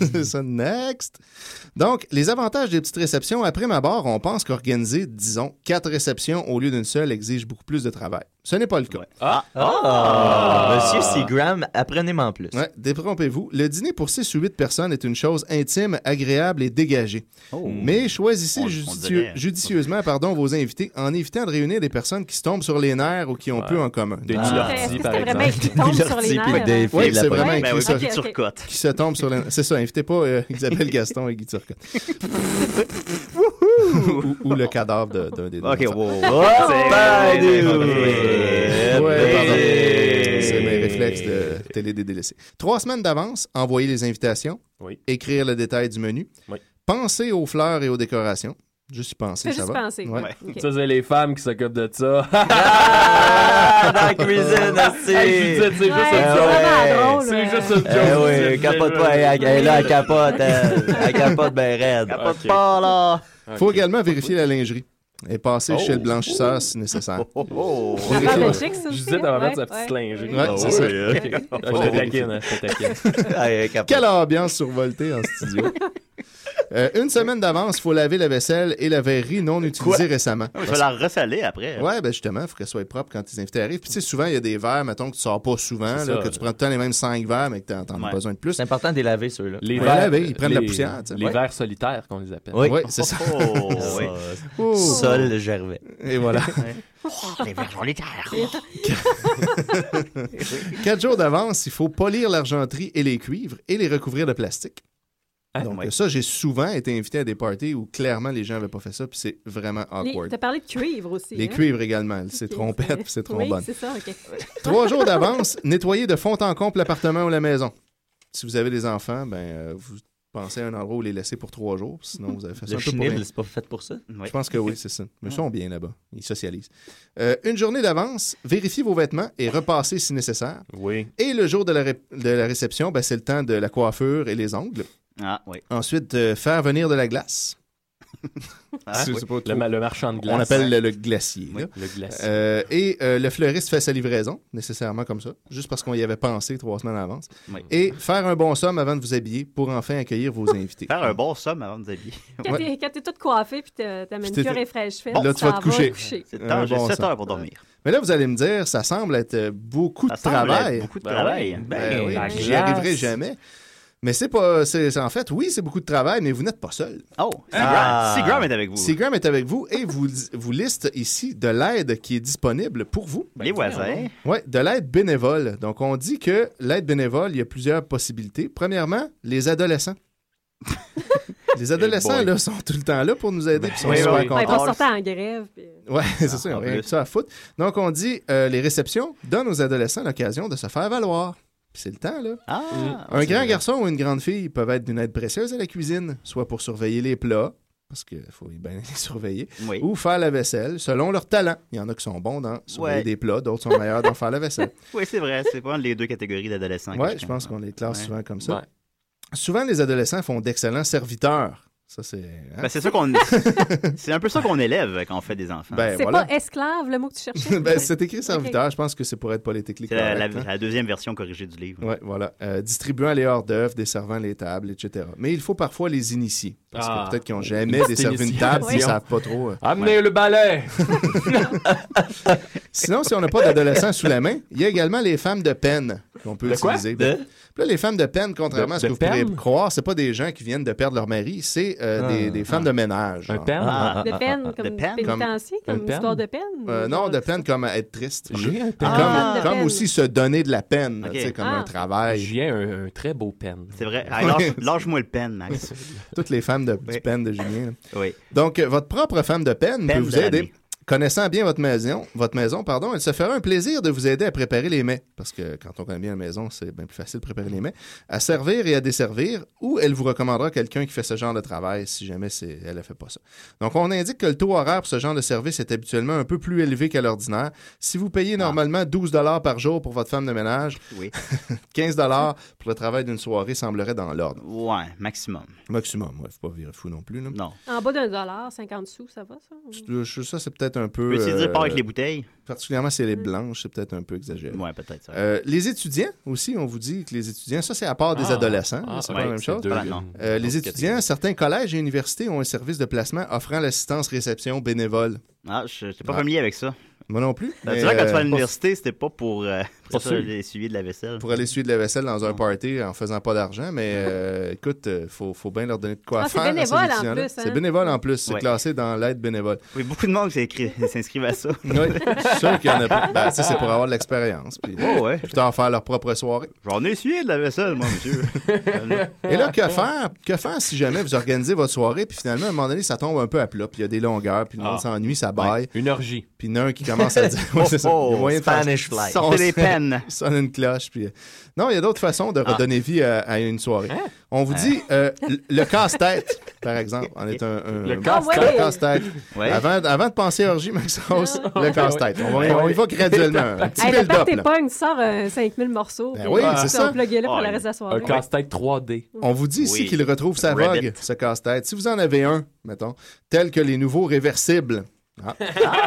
[SPEAKER 22] C'est ça, next. Donc, les avantages des petites réceptions, après ma barre, on pense qu'organiser, disons, quatre réceptions au lieu d'une seule exige beaucoup plus de travail. Ce n'est pas le cas.
[SPEAKER 24] Ah!
[SPEAKER 6] Ah.
[SPEAKER 24] Monsieur Seagram, apprenez-moi en plus.
[SPEAKER 22] Ouais, détrompez-vous. Le dîner pour 6 ou 8 personnes est une chose intime, agréable et dégagée.
[SPEAKER 24] Oh.
[SPEAKER 5] Hmm.
[SPEAKER 22] Mais choisissez
[SPEAKER 25] On- on
[SPEAKER 22] judicieux-
[SPEAKER 24] hein.
[SPEAKER 25] dirait.
[SPEAKER 22] judicieusement pardon, vos invités en évitant de réunir des personnes qui se tombent sur les nerfs ou qui ont peu en commun.
[SPEAKER 25] Des Ah. Milortis, Est-ce que par c'était vraiment exemple. écrit
[SPEAKER 4] *laughs*
[SPEAKER 6] tombe sur les nerfs? Des filles
[SPEAKER 22] Oui,
[SPEAKER 6] de la
[SPEAKER 22] c'est vraiment
[SPEAKER 6] police.
[SPEAKER 22] écrit
[SPEAKER 6] Ben oui,
[SPEAKER 22] ça.
[SPEAKER 6] ok, ok. Turcotte.
[SPEAKER 22] Qui se tombent sur les nerfs. C'est ça, invitez pas euh, *laughs* Isabelle Gaston et Guy Turcotte. ou, ou le cadavre de- d'un des deux.
[SPEAKER 25] Ok,
[SPEAKER 22] enfants.
[SPEAKER 25] wow, wow.
[SPEAKER 24] Oh,
[SPEAKER 25] C'est-
[SPEAKER 22] Ouais,
[SPEAKER 25] Ouais,
[SPEAKER 22] pardon.
[SPEAKER 25] ouais, ouais.
[SPEAKER 22] C'est mes réflexes de télé des délaissés. Trois semaines d'avance, envoyer les invitations,
[SPEAKER 4] Oui.
[SPEAKER 22] écrire le détail du menu,
[SPEAKER 4] Oui.
[SPEAKER 22] penser aux fleurs et aux décorations. Juste y penser,
[SPEAKER 4] Fais
[SPEAKER 22] ça
[SPEAKER 4] juste
[SPEAKER 22] va.
[SPEAKER 4] penser.
[SPEAKER 22] Ouais.
[SPEAKER 4] Ouais. Ok. Ça, c'est les femmes qui s'occupent de ça. *laughs*
[SPEAKER 24] Ah, dans la cuisine,
[SPEAKER 5] Ah,
[SPEAKER 24] asti.
[SPEAKER 4] Hey, je vous disais, c'est juste
[SPEAKER 24] Ouais,
[SPEAKER 4] une
[SPEAKER 24] c'est
[SPEAKER 4] joke.
[SPEAKER 24] vraiment drôle,
[SPEAKER 6] euh,
[SPEAKER 4] C'est
[SPEAKER 24] hein.
[SPEAKER 4] juste une
[SPEAKER 24] Eh
[SPEAKER 4] joke.
[SPEAKER 24] oui,
[SPEAKER 4] C'est-
[SPEAKER 24] capote pas, elle- elle est là, elle capote, elle. Elle capote ben raide.
[SPEAKER 5] Ah,
[SPEAKER 24] Capote pas, là.
[SPEAKER 22] faut également vérifier la lingerie et passer
[SPEAKER 24] Oh.
[SPEAKER 22] chez le blanchisseur si nécessaire.
[SPEAKER 4] Ah,
[SPEAKER 22] Vérifier-
[SPEAKER 4] ben, chic, ça, aussi, hein. Ouais, ouais.
[SPEAKER 22] lingerie.
[SPEAKER 4] Ouais,
[SPEAKER 24] Ah,
[SPEAKER 22] Ouais,
[SPEAKER 24] *laughs*
[SPEAKER 22] c'est ça.
[SPEAKER 4] Ok. Ah, je
[SPEAKER 22] Oh,
[SPEAKER 4] te taquine, hein, je te taquine.
[SPEAKER 22] Quelle ambiance survoltée en studio. Euh, une semaine d'avance, il faut laver la vaisselle et la verrerie non utilisée récemment.
[SPEAKER 5] Je vais la ressaler après.
[SPEAKER 22] Ouais, ben justement, il faut qu'elle soit propre quand tes invités arrivent. Puis tu sais, souvent, il y a des verres, mettons, que tu sors pas souvent,
[SPEAKER 5] C'est
[SPEAKER 22] là, que
[SPEAKER 5] ça.
[SPEAKER 22] tu prends tout le temps les mêmes cinq verres, mais que t'en t'en as besoin de plus.
[SPEAKER 24] C'est important de les laver, ceux-là.
[SPEAKER 22] Les
[SPEAKER 24] Ouais.
[SPEAKER 22] verres, laver, ils prennent de la poussière, tu sais.
[SPEAKER 4] Les
[SPEAKER 22] Ouais.
[SPEAKER 4] vers solitaires qu'on les appelle.
[SPEAKER 22] Oui. Oui, c'est
[SPEAKER 5] *laughs*
[SPEAKER 22] ça.
[SPEAKER 24] Oh, oui.
[SPEAKER 22] Oh.
[SPEAKER 24] Sol Gervais.
[SPEAKER 22] Et voilà. *laughs*
[SPEAKER 24] Oh, Les verres
[SPEAKER 2] solitaires.
[SPEAKER 22] Quatre jours d'avance, il faut polir l'argenterie et les cuivres et les recouvrir de plastique. Donc, ça, j'ai souvent été invité à des parties où clairement les gens n'avaient pas fait ça, puis c'est vraiment
[SPEAKER 6] Les-
[SPEAKER 22] awkward.
[SPEAKER 6] T'as parlé de cuivre aussi.
[SPEAKER 22] Les
[SPEAKER 6] hein?
[SPEAKER 22] cuivres également, c'est trompette, puis c'est
[SPEAKER 6] Oui,
[SPEAKER 22] trombone.
[SPEAKER 6] c'est ça, OK.
[SPEAKER 22] Trois jours d'avance, nettoyer de fond en comble l'appartement ou la maison. Si vous avez des enfants, ben euh, vous pensez à un endroit où les laisser pour trois jours, sinon vous avez fait ça
[SPEAKER 24] Le
[SPEAKER 22] un peu pour
[SPEAKER 24] chenil,
[SPEAKER 22] rien.
[SPEAKER 24] c'est pas fait pour ça?
[SPEAKER 22] Je pense que oui, c'est ça. Mais ils sont bien là-bas. Ils socialisent. Euh, une journée d'avance, vérifiez vos vêtements et repassez si nécessaire.
[SPEAKER 4] Oui.
[SPEAKER 22] Et le jour de la, ré- de la réception, ben, c'est le temps de la coiffure et les ongles.
[SPEAKER 5] Ah, oui.
[SPEAKER 22] Ensuite, euh, faire venir de la glace. *laughs*
[SPEAKER 4] Ah,
[SPEAKER 22] C'est-
[SPEAKER 4] oui.
[SPEAKER 22] c'est pas
[SPEAKER 4] Le
[SPEAKER 22] trop-
[SPEAKER 4] ma- le marchand de
[SPEAKER 22] On
[SPEAKER 4] glace.
[SPEAKER 22] appelle le, le glacier.
[SPEAKER 4] Oui,
[SPEAKER 22] là.
[SPEAKER 4] le glacier.
[SPEAKER 22] Euh, et euh, le fleuriste fait sa livraison, nécessairement comme ça, juste parce qu'on y avait pensé trois semaines à l'avance.
[SPEAKER 5] Oui.
[SPEAKER 22] Et faire un bon somme avant de vous habiller pour enfin accueillir
[SPEAKER 5] *laughs*
[SPEAKER 22] vos invités.
[SPEAKER 5] Faire un bon somme avant de vous habiller.
[SPEAKER 6] Quand t'es- quand t'es toute coiffée puis t'as- ta
[SPEAKER 22] Puis t'es-
[SPEAKER 6] manucure est fraîche faite,
[SPEAKER 22] Là, tu
[SPEAKER 6] t'en
[SPEAKER 22] vas te coucher.
[SPEAKER 5] C'est le temps, j'ai sept
[SPEAKER 22] sens.
[SPEAKER 5] heures pour dormir.
[SPEAKER 22] Mais là, vous allez me dire, ça semble être euh, beaucoup de
[SPEAKER 5] semble
[SPEAKER 22] travail.
[SPEAKER 5] être beaucoup de Ben travail. oui. Ben
[SPEAKER 22] oui,
[SPEAKER 5] la
[SPEAKER 22] puis j'y
[SPEAKER 5] glace.
[SPEAKER 22] arriverai jamais. Mais c'est pas. c'est- c'est- en fait, oui, c'est beaucoup de travail, mais vous n'êtes pas seul.
[SPEAKER 5] Oh, Seagram- Ah. Seagram est avec vous.
[SPEAKER 22] Seagram est avec vous et vous, vous liste ici de l'aide qui est disponible pour vous.
[SPEAKER 5] Les voisins.
[SPEAKER 22] Oui, de l'aide bénévole. Donc, on dit que l'aide bénévole, il y a plusieurs possibilités. Premièrement, les adolescents. les adolescents,
[SPEAKER 6] boy.
[SPEAKER 22] là, sont tout le temps là pour nous aider. puis sont
[SPEAKER 6] Ouais,
[SPEAKER 22] super contents.
[SPEAKER 6] ils vont sortir en grève. puis- euh,
[SPEAKER 22] Ouais, c'est ça,
[SPEAKER 6] Ah, en
[SPEAKER 22] on a rien
[SPEAKER 6] plus.
[SPEAKER 22] que ça à foutre. Donc, on dit euh, les réceptions donnent aux adolescents l'occasion de se faire valoir. Puis c'est le temps, là.
[SPEAKER 5] Ah,
[SPEAKER 22] un grand garçon ou une grande fille peuvent être d'une aide précieuse à la cuisine, soit pour surveiller les plats, parce qu'il faut bien *laughs* les surveiller, ou faire la vaisselle selon leur talent. Il y en a qui sont bons dans surveiller
[SPEAKER 5] Ouais.
[SPEAKER 22] des plats, d'autres sont meilleurs dans faire la vaisselle.
[SPEAKER 5] Oui, c'est vrai. C'est pas les deux catégories d'adolescents.
[SPEAKER 22] Ouais, je pense qu'on les classe souvent comme ça.
[SPEAKER 5] Ouais.
[SPEAKER 22] Souvent, les adolescents font d'excellents serviteurs. Ça, c'est. hein?
[SPEAKER 5] Ben, c'est ça
[SPEAKER 22] *laughs*
[SPEAKER 5] qu'on. c'est un peu ça qu'on élève quand on fait des enfants.
[SPEAKER 22] Ben,
[SPEAKER 6] C'est
[SPEAKER 22] voilà.
[SPEAKER 6] pas esclave, le mot
[SPEAKER 22] *laughs*
[SPEAKER 6] que tu cherchais?
[SPEAKER 22] Ben, c'est écrit serviteur, je pense que c'est pour être polytechnique.
[SPEAKER 5] C'est la, la-
[SPEAKER 22] correct, hein?
[SPEAKER 5] la deuxième version corrigée du livre.
[SPEAKER 22] Ouais, voilà. Euh, distribuant les hors d'œuvre, desservant les tables, etc. Mais il faut parfois les initier. Parce
[SPEAKER 4] Ah.
[SPEAKER 22] que peut-être qu'ils n'ont
[SPEAKER 4] Oh,
[SPEAKER 22] jamais
[SPEAKER 4] une petite
[SPEAKER 22] desservi une
[SPEAKER 4] initiation.
[SPEAKER 22] table, puis ils ne savent pas trop. euh.
[SPEAKER 4] Amenez
[SPEAKER 22] Ouais.
[SPEAKER 4] le balai!
[SPEAKER 22] Sinon, si on n'a pas d'adolescent sous la main, il y a également les femmes de peine qu'on peut
[SPEAKER 4] De quoi?
[SPEAKER 22] utiliser. Ben,
[SPEAKER 4] De-
[SPEAKER 22] Puis là, les femmes de peine, contrairement
[SPEAKER 4] De-
[SPEAKER 22] à ce que
[SPEAKER 4] de
[SPEAKER 22] vous pourriez
[SPEAKER 4] peine?
[SPEAKER 22] croire, c'est pas des gens qui viennent de perdre leur mari, c'est euh,
[SPEAKER 4] Ah.
[SPEAKER 22] des, des femmes de ménage. Un
[SPEAKER 4] peine? Ah.
[SPEAKER 6] De
[SPEAKER 22] *laughs*
[SPEAKER 6] peine, comme pénitencier,
[SPEAKER 22] Comme-
[SPEAKER 6] comme
[SPEAKER 22] Un peine?
[SPEAKER 6] histoire de peine.
[SPEAKER 22] Euh, non, de peine comme à être triste.
[SPEAKER 4] J'ai un
[SPEAKER 22] Comme,
[SPEAKER 4] peine. Ah, de
[SPEAKER 22] comme
[SPEAKER 4] peine.
[SPEAKER 22] aussi se donner de la peine,
[SPEAKER 5] Ok.
[SPEAKER 22] tu sais, comme
[SPEAKER 5] Ah.
[SPEAKER 22] un travail.
[SPEAKER 4] J'ai un, un très beau peine.
[SPEAKER 5] C'est vrai. Ah, lâche- Lâche-moi le peine, Max.
[SPEAKER 22] Toutes les femmes de, du peine de Julien. là.
[SPEAKER 5] Oui.
[SPEAKER 22] Donc, euh, votre propre femme de peine, peut
[SPEAKER 5] Peine
[SPEAKER 22] vous
[SPEAKER 5] de
[SPEAKER 22] aider.
[SPEAKER 5] l'année.
[SPEAKER 22] Connaissant bien votre maison, votre maison, pardon, elle se fera un plaisir de vous aider à préparer les mets, parce que quand on connaît bien la maison, c'est bien plus facile de préparer les mets, à servir et à desservir, ou elle vous recommandera quelqu'un qui fait ce genre de travail si jamais c'est- elle ne fait pas ça. Donc, on indique que le taux horaire pour ce genre de service est habituellement un peu plus élevé qu'à l'ordinaire. Si vous
[SPEAKER 5] Ah.
[SPEAKER 22] payez normalement 12 dollars par jour pour votre femme de ménage,
[SPEAKER 5] Oui.
[SPEAKER 22] 15 dollars pour le travail d'une soirée semblerait dans l'ordre.
[SPEAKER 5] Ouais, maximum.
[SPEAKER 22] Maximum, ouais, faut pas virer fou non plus.
[SPEAKER 5] Non.
[SPEAKER 6] En bas d'un dollar, 50 sous, ça va, ça? ou-
[SPEAKER 22] Je- je- Ça, c'est peut-être un peu.
[SPEAKER 5] Peux-tu dire pas avec les
[SPEAKER 22] bouteilles? Particulièrement si elle est blanche, c'est peut-être un peu exagéré.
[SPEAKER 5] Ouais, peut-être. ça.
[SPEAKER 22] Euh, les étudiants aussi, on vous dit que les étudiants, ça c'est à part des
[SPEAKER 5] Ah.
[SPEAKER 22] adolescents,
[SPEAKER 5] Ah,
[SPEAKER 22] c'est
[SPEAKER 5] ouais,
[SPEAKER 22] pas la même
[SPEAKER 5] c'est
[SPEAKER 22] chose.
[SPEAKER 5] deux, Ah, non.
[SPEAKER 22] Euh, les étudiants, certains collèges et universités ont un service de placement offrant l'assistance réception bénévole.
[SPEAKER 5] Ah, je n'étais pas
[SPEAKER 22] Ah.
[SPEAKER 5] familier avec ça.
[SPEAKER 22] Moi non plus.
[SPEAKER 5] Ben,
[SPEAKER 22] mais,
[SPEAKER 5] tu vois, quand tu
[SPEAKER 22] euh,
[SPEAKER 5] vas à l'université, c'était pas pour, euh, pour
[SPEAKER 22] Pour
[SPEAKER 5] ça,
[SPEAKER 22] sûr.
[SPEAKER 5] essuyer de la vaisselle.
[SPEAKER 22] pour aller suivre de la vaisselle dans un party en faisant pas d'argent, mais euh, écoute, euh, faut, faut bien leur donner de quoi
[SPEAKER 6] Ah, c'est
[SPEAKER 22] faire. à ces
[SPEAKER 6] bénévole en
[SPEAKER 22] étudiants-là.
[SPEAKER 6] plus, hein.
[SPEAKER 22] C'est bénévole en plus, c'est
[SPEAKER 5] Ouais.
[SPEAKER 22] classé dans l'aide bénévole.
[SPEAKER 5] Oui, beaucoup de monde s'inscri- *laughs* s'inscrivent à ça.
[SPEAKER 22] Oui, je suis *laughs* sûr qu'il y en a pas. Ben, tu sais, c'est pour avoir de l'expérience. Puis
[SPEAKER 5] Oh, ouais.
[SPEAKER 22] plus tard, faire leur propre soirée.
[SPEAKER 5] J'en ai essuyé de la vaisselle, moi,
[SPEAKER 22] *laughs*
[SPEAKER 5] monsieur. Euh,
[SPEAKER 22] Et
[SPEAKER 11] *laughs*
[SPEAKER 22] là, que faire, que faire si jamais vous organisez votre soirée, puis finalement, à un moment donné, ça tombe un peu à plat, puis il y a des longueurs, puis le monde
[SPEAKER 11] Ah.
[SPEAKER 22] s'ennuie, ça baille.
[SPEAKER 11] Une orgie.
[SPEAKER 22] Puis il y en a un qui commence à
[SPEAKER 11] *laughs*
[SPEAKER 22] dire. Ouais, c'est ça.
[SPEAKER 5] Oh,
[SPEAKER 22] Il y a moyen de faire-
[SPEAKER 11] Oh, Spanish fly.
[SPEAKER 22] Son-
[SPEAKER 11] C'est des peines.
[SPEAKER 22] *laughs*
[SPEAKER 11] Ah.
[SPEAKER 22] Sonne une cloche. Puis... euh, Non, il y a d'autres façons de redonner vie à, à une soirée.
[SPEAKER 11] Hein?
[SPEAKER 22] On vous dit euh, l- le casse-tête, par exemple, en est un. un-
[SPEAKER 11] Le
[SPEAKER 22] un-
[SPEAKER 6] Ah,
[SPEAKER 11] casse-tête.
[SPEAKER 22] le casse-tête.
[SPEAKER 11] Ouais.
[SPEAKER 22] Avant, avant de penser à
[SPEAKER 11] *laughs*
[SPEAKER 22] orgie, Maxence, le casse-tête. On, va- on y va
[SPEAKER 6] Ouais.
[SPEAKER 22] graduellement. Un petit
[SPEAKER 6] Hey, le
[SPEAKER 22] build-up.
[SPEAKER 6] t'es
[SPEAKER 22] là.
[SPEAKER 6] pas une sort euh, 5000 morceaux.
[SPEAKER 22] Ben
[SPEAKER 6] puis
[SPEAKER 22] oui,
[SPEAKER 6] tu
[SPEAKER 22] c'est
[SPEAKER 6] vas
[SPEAKER 22] ça.
[SPEAKER 6] plugger là pour
[SPEAKER 22] Ah,
[SPEAKER 6] le
[SPEAKER 4] Oh,
[SPEAKER 6] reste de la soirée.
[SPEAKER 22] un casse-
[SPEAKER 11] Casse-tête 3D.
[SPEAKER 22] On vous dit ici
[SPEAKER 11] Oui.
[SPEAKER 22] qu'il retrouve sa vogue,
[SPEAKER 11] Rabbit.
[SPEAKER 22] ce casse-tête. Si vous en avez un, mettons, tel que les nouveaux réversibles. Ah.
[SPEAKER 5] *laughs*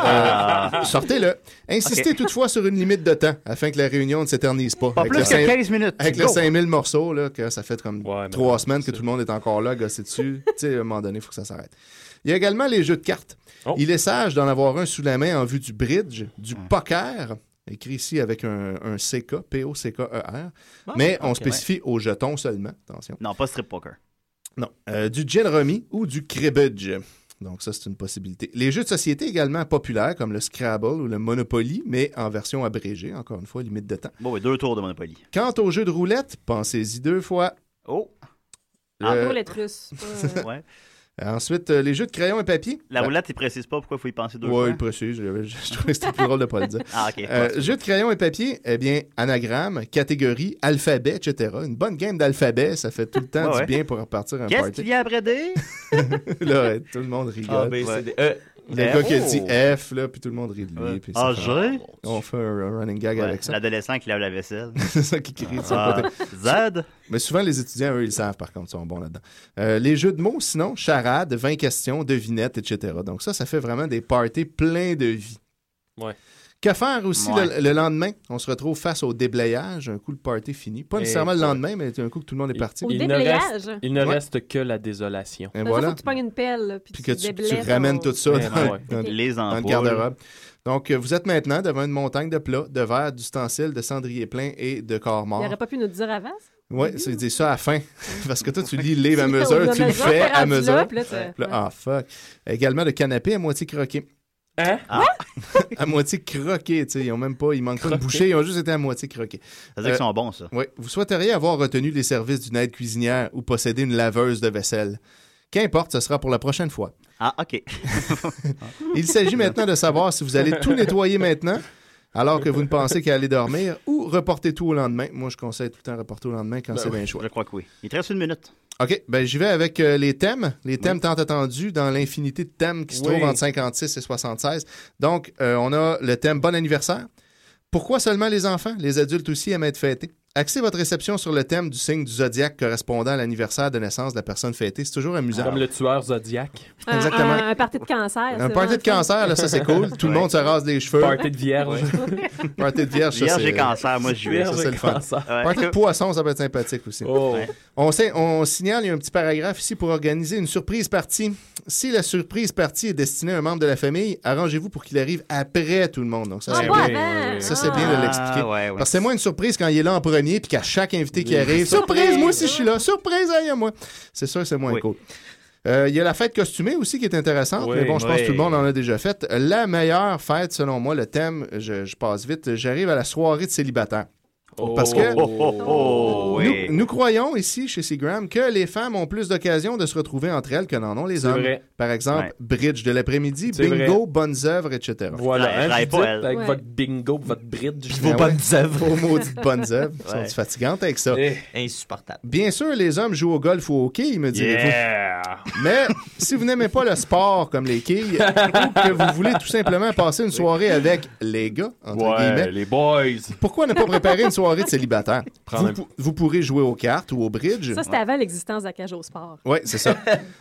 [SPEAKER 5] Ah.
[SPEAKER 22] Euh, Sortez-le. Insistez
[SPEAKER 5] Ok.
[SPEAKER 22] toutefois sur une limite de temps afin que la réunion ne s'éternise pas.
[SPEAKER 5] Pas
[SPEAKER 22] Avec
[SPEAKER 5] plus
[SPEAKER 22] le
[SPEAKER 5] que
[SPEAKER 22] cinq-
[SPEAKER 5] 15 minutes.
[SPEAKER 22] Avec
[SPEAKER 5] Go.
[SPEAKER 22] les 5000 morceaux, là, que ça fait comme trois semaines que tout le monde est encore là, gossé dessus. *laughs* tu sais, à un moment donné, il faut que ça s'arrête. Il y a également les jeux de cartes.
[SPEAKER 11] Oh.
[SPEAKER 22] Il est sage d'en avoir un sous la main en vue du bridge, du
[SPEAKER 5] Ah.
[SPEAKER 22] poker, écrit ici avec un, un CK, P-O-C-K-E-R.
[SPEAKER 5] Ah,
[SPEAKER 22] E mais on
[SPEAKER 5] ok,
[SPEAKER 22] spécifie aux jetons seulement. Attention.
[SPEAKER 5] Non, pas strip poker.
[SPEAKER 22] Non. Euh, du gin remis ou du cribbage. Donc, ça, c'est une possibilité. Les jeux de société également populaires, comme le Scrabble ou le Monopoly, mais en version abrégée, encore une fois, limite de temps.
[SPEAKER 5] Bon, oui, deux tours de Monopoly.
[SPEAKER 22] Quant aux jeux de roulette, pensez-y deux fois. Euh,
[SPEAKER 5] Oh!
[SPEAKER 6] En gros, les
[SPEAKER 22] *laughs*
[SPEAKER 6] trusses. c'est pas, euh,
[SPEAKER 5] Ouais.
[SPEAKER 22] Ensuite, euh, les jeux de crayon et papier.
[SPEAKER 5] La
[SPEAKER 22] Ben,
[SPEAKER 5] roulette, il précise pas pourquoi il faut y penser deux
[SPEAKER 22] Ouais,
[SPEAKER 5] fois.
[SPEAKER 22] il précise. Je, *laughs* je- je trouvais que c'était plus drôle de pas le
[SPEAKER 5] *laughs*
[SPEAKER 22] dire.
[SPEAKER 5] Ah, ok.
[SPEAKER 22] Euh, jeu de crayon et papier, eh bien, anagramme, catégorie, alphabet, etc. Une bonne game d'alphabet, ça fait tout le temps
[SPEAKER 5] Ouais,
[SPEAKER 22] du
[SPEAKER 5] ouais.
[SPEAKER 22] bien pour repartir un
[SPEAKER 5] Qu'est-ce qui
[SPEAKER 22] party.
[SPEAKER 5] vient après D?
[SPEAKER 22] *laughs* Là, ouais, tout le monde rigole.
[SPEAKER 5] A, B, C, D, E.
[SPEAKER 22] Le
[SPEAKER 5] F.
[SPEAKER 22] gars qui a
[SPEAKER 5] Oh.
[SPEAKER 22] dit F, là, puis tout le monde rit de lui.
[SPEAKER 5] Ouais.
[SPEAKER 22] puis ça
[SPEAKER 5] Ah,
[SPEAKER 22] fait-
[SPEAKER 5] j'ai?
[SPEAKER 22] On fait un, un running gag
[SPEAKER 5] Ouais,
[SPEAKER 22] avec ça.
[SPEAKER 5] L'adolescent qui lave
[SPEAKER 22] *laughs*
[SPEAKER 5] la vaisselle.
[SPEAKER 22] C'est ça qui crie. de son
[SPEAKER 5] Ah.
[SPEAKER 22] côté.
[SPEAKER 5] Zad?
[SPEAKER 22] Mais souvent, les étudiants, eux, ils savent, par contre, ils sont bons là-dedans. Euh, les jeux de mots, sinon, charades, 20 questions, devinettes, etc. Donc ça, ça fait vraiment des parties pleins de vie.
[SPEAKER 11] Ouais.
[SPEAKER 22] Que faire aussi
[SPEAKER 11] Ouais.
[SPEAKER 22] le, le lendemain? On se retrouve face au déblayage, un coup le party fini. Pas
[SPEAKER 11] Et
[SPEAKER 22] nécessairement le
[SPEAKER 11] ouais.
[SPEAKER 22] lendemain, mais un coup que tout le monde est parti.
[SPEAKER 6] Il-
[SPEAKER 11] Il ne,
[SPEAKER 6] Déblayage. Ben,
[SPEAKER 11] reste, il ne
[SPEAKER 22] Ouais.
[SPEAKER 11] reste que la désolation.
[SPEAKER 22] Et
[SPEAKER 6] faut
[SPEAKER 22] voilà.
[SPEAKER 6] que tu pognes euh, une pelle, là, puis,
[SPEAKER 22] Puis que tu, tu
[SPEAKER 6] déblaises
[SPEAKER 22] ramènes
[SPEAKER 6] ton-
[SPEAKER 4] Eh,
[SPEAKER 22] tout ça
[SPEAKER 11] Ouais,
[SPEAKER 22] dans, *laughs*
[SPEAKER 11] ouais.
[SPEAKER 22] dans-
[SPEAKER 5] Les
[SPEAKER 22] dans le
[SPEAKER 5] ampoules.
[SPEAKER 22] garde-robe. Donc, euh, vous êtes maintenant devant une montagne de plats, de verres, d'ustensiles, de cendriers pleins et de corps
[SPEAKER 6] Il
[SPEAKER 22] morts.
[SPEAKER 6] n'aurait pas pu nous dire avant. ça?
[SPEAKER 22] Oui, c'est dit ça à la fin. *laughs* Parce que toi, tu
[SPEAKER 6] *laughs*
[SPEAKER 22] lis les livre à
[SPEAKER 6] Oui,
[SPEAKER 22] mesure,
[SPEAKER 6] on a
[SPEAKER 22] tu le
[SPEAKER 6] mesure,
[SPEAKER 22] fais
[SPEAKER 6] t'es
[SPEAKER 22] à
[SPEAKER 6] rendu là,
[SPEAKER 22] mesure.
[SPEAKER 6] puis là, t'as-
[SPEAKER 22] Puis là, Ah, fuck. Également, le canapé à moitié croqué. Ah.
[SPEAKER 11] Hein?
[SPEAKER 22] *laughs* à moitié croqué, tu sais. Ils ont même pas, ils manquent pas de
[SPEAKER 5] Croqué.
[SPEAKER 22] bouchée, ils ont juste été à moitié croqué.
[SPEAKER 5] Ça
[SPEAKER 22] Euh,
[SPEAKER 5] veut dire qu'ils sont bons, ça.
[SPEAKER 22] Oui. Vous souhaiteriez avoir retenu les services d'une aide cuisinière ou posséder une laveuse de vaisselle? Qu'importe, ce sera pour la prochaine fois.
[SPEAKER 5] Ah, OK.
[SPEAKER 22] Il s'agit maintenant de savoir si vous allez tout nettoyer maintenant, alors que vous ne pensez qu'à aller dormir, ou reporter tout au lendemain. Moi, je conseille tout le temps reporter au lendemain quand
[SPEAKER 5] Ben
[SPEAKER 22] c'est
[SPEAKER 5] oui,
[SPEAKER 22] bien chaud.
[SPEAKER 5] Je crois que oui. Il te reste une minute.
[SPEAKER 22] OK, ben j'y vais avec euh, les thèmes, les thèmes tant attendus dans l'infinité de thèmes qui se
[SPEAKER 5] Oui.
[SPEAKER 22] trouvent entre 56 et 76. Donc, euh, on a le thème Bon anniversaire. Pourquoi seulement les enfants? Les adultes aussi aiment être fêtés. Axez votre réception sur le thème du signe du zodiaque correspondant à l'anniversaire de naissance de la personne fêtée. C'est toujours amusant.
[SPEAKER 4] Ah,
[SPEAKER 11] Comme le tueur Zodiac.
[SPEAKER 6] Un-
[SPEAKER 22] Exactement.
[SPEAKER 6] Un, un party de cancer. c'est
[SPEAKER 22] Un
[SPEAKER 6] vraiment
[SPEAKER 22] party de
[SPEAKER 6] le fun. *laughs*
[SPEAKER 22] cancer, là, ça c'est cool. Tout le monde se rase les cheveux.
[SPEAKER 11] Party de vierge. *laughs*
[SPEAKER 22] Party de vierge, Ah, ça,
[SPEAKER 5] Vierge
[SPEAKER 22] c'est-
[SPEAKER 5] et cancer, moi, j'y vais.
[SPEAKER 22] Ça, c'est
[SPEAKER 5] Vierge
[SPEAKER 22] le
[SPEAKER 5] et
[SPEAKER 22] fun.
[SPEAKER 5] cancer. Ouais. *laughs*
[SPEAKER 22] Party de poisson, ça peut être sympathique aussi.
[SPEAKER 5] Ouais.
[SPEAKER 11] Oh.
[SPEAKER 22] On, sait- on signale, il y a un petit paragraphe ici pour organiser une surprise partie. Si la surprise partie est destinée à un membre de la famille, arrangez-vous pour qu'il arrive après tout le monde. Donc, ça,
[SPEAKER 6] Ah,
[SPEAKER 22] c'est
[SPEAKER 6] pas
[SPEAKER 22] bien.
[SPEAKER 6] avant.
[SPEAKER 22] Ça, c'est bien de l'expliquer.
[SPEAKER 5] Ah, ouais, ouais.
[SPEAKER 22] Parce que c'est moins une surprise quand il est là en premier puis qu'à chaque invité qui
[SPEAKER 5] Oui. *laughs*
[SPEAKER 22] arrive, surprise, moi aussi je suis là, surprise, aïe à moi. C'est sûr que c'est moins cool. Euh, Il y a la fête costumée aussi qui est intéressante,
[SPEAKER 5] Oui,
[SPEAKER 22] mais bon, je pense
[SPEAKER 5] oui.
[SPEAKER 22] que tout le monde en a déjà fait. La meilleure fête, selon moi, le thème, je, je passe vite, j'arrive à la soirée de célibataire. Parce que
[SPEAKER 5] Oh, oh, oh, oui.
[SPEAKER 22] nous, nous croyons ici, chez Seagram, que les femmes ont plus d'occasions de se retrouver entre elles que n'en ont les
[SPEAKER 11] C'est
[SPEAKER 22] hommes.
[SPEAKER 11] vrai.
[SPEAKER 22] Par exemple,
[SPEAKER 11] Ouais.
[SPEAKER 22] bridge de l'après-midi,
[SPEAKER 11] C'est
[SPEAKER 22] bingo,
[SPEAKER 11] vrai.
[SPEAKER 22] bonnes œuvres, etc.
[SPEAKER 11] Voilà, hein, vous dites, avec
[SPEAKER 22] Ouais.
[SPEAKER 11] votre bingo, votre bridge. Ben
[SPEAKER 22] Puis vos bonnes œuvres. *laughs* Vos maudites bonnes œuvres. Ils
[SPEAKER 11] Ouais.
[SPEAKER 22] sont fatigantes avec ça.
[SPEAKER 11] Eh. Insupportable.
[SPEAKER 22] Bien sûr, les hommes jouent au golf ou au hockey, me direz-vous.
[SPEAKER 11] Yeah.
[SPEAKER 22] Mais si vous n'aimez pas le sport comme les quilles, ou que vous voulez tout simplement passer une soirée avec les gars, entre guillemets,
[SPEAKER 11] les boys.
[SPEAKER 22] pourquoi ne pas préparer une soirée de célibataire?
[SPEAKER 11] Prends
[SPEAKER 22] Vous,
[SPEAKER 11] un-
[SPEAKER 22] pou- vous pourrez jouer aux cartes ou au bridge.
[SPEAKER 6] Ça, c'était avant l'existence d'Acajos Sport.
[SPEAKER 22] Oui,
[SPEAKER 6] *laughs*
[SPEAKER 22] c'est ça.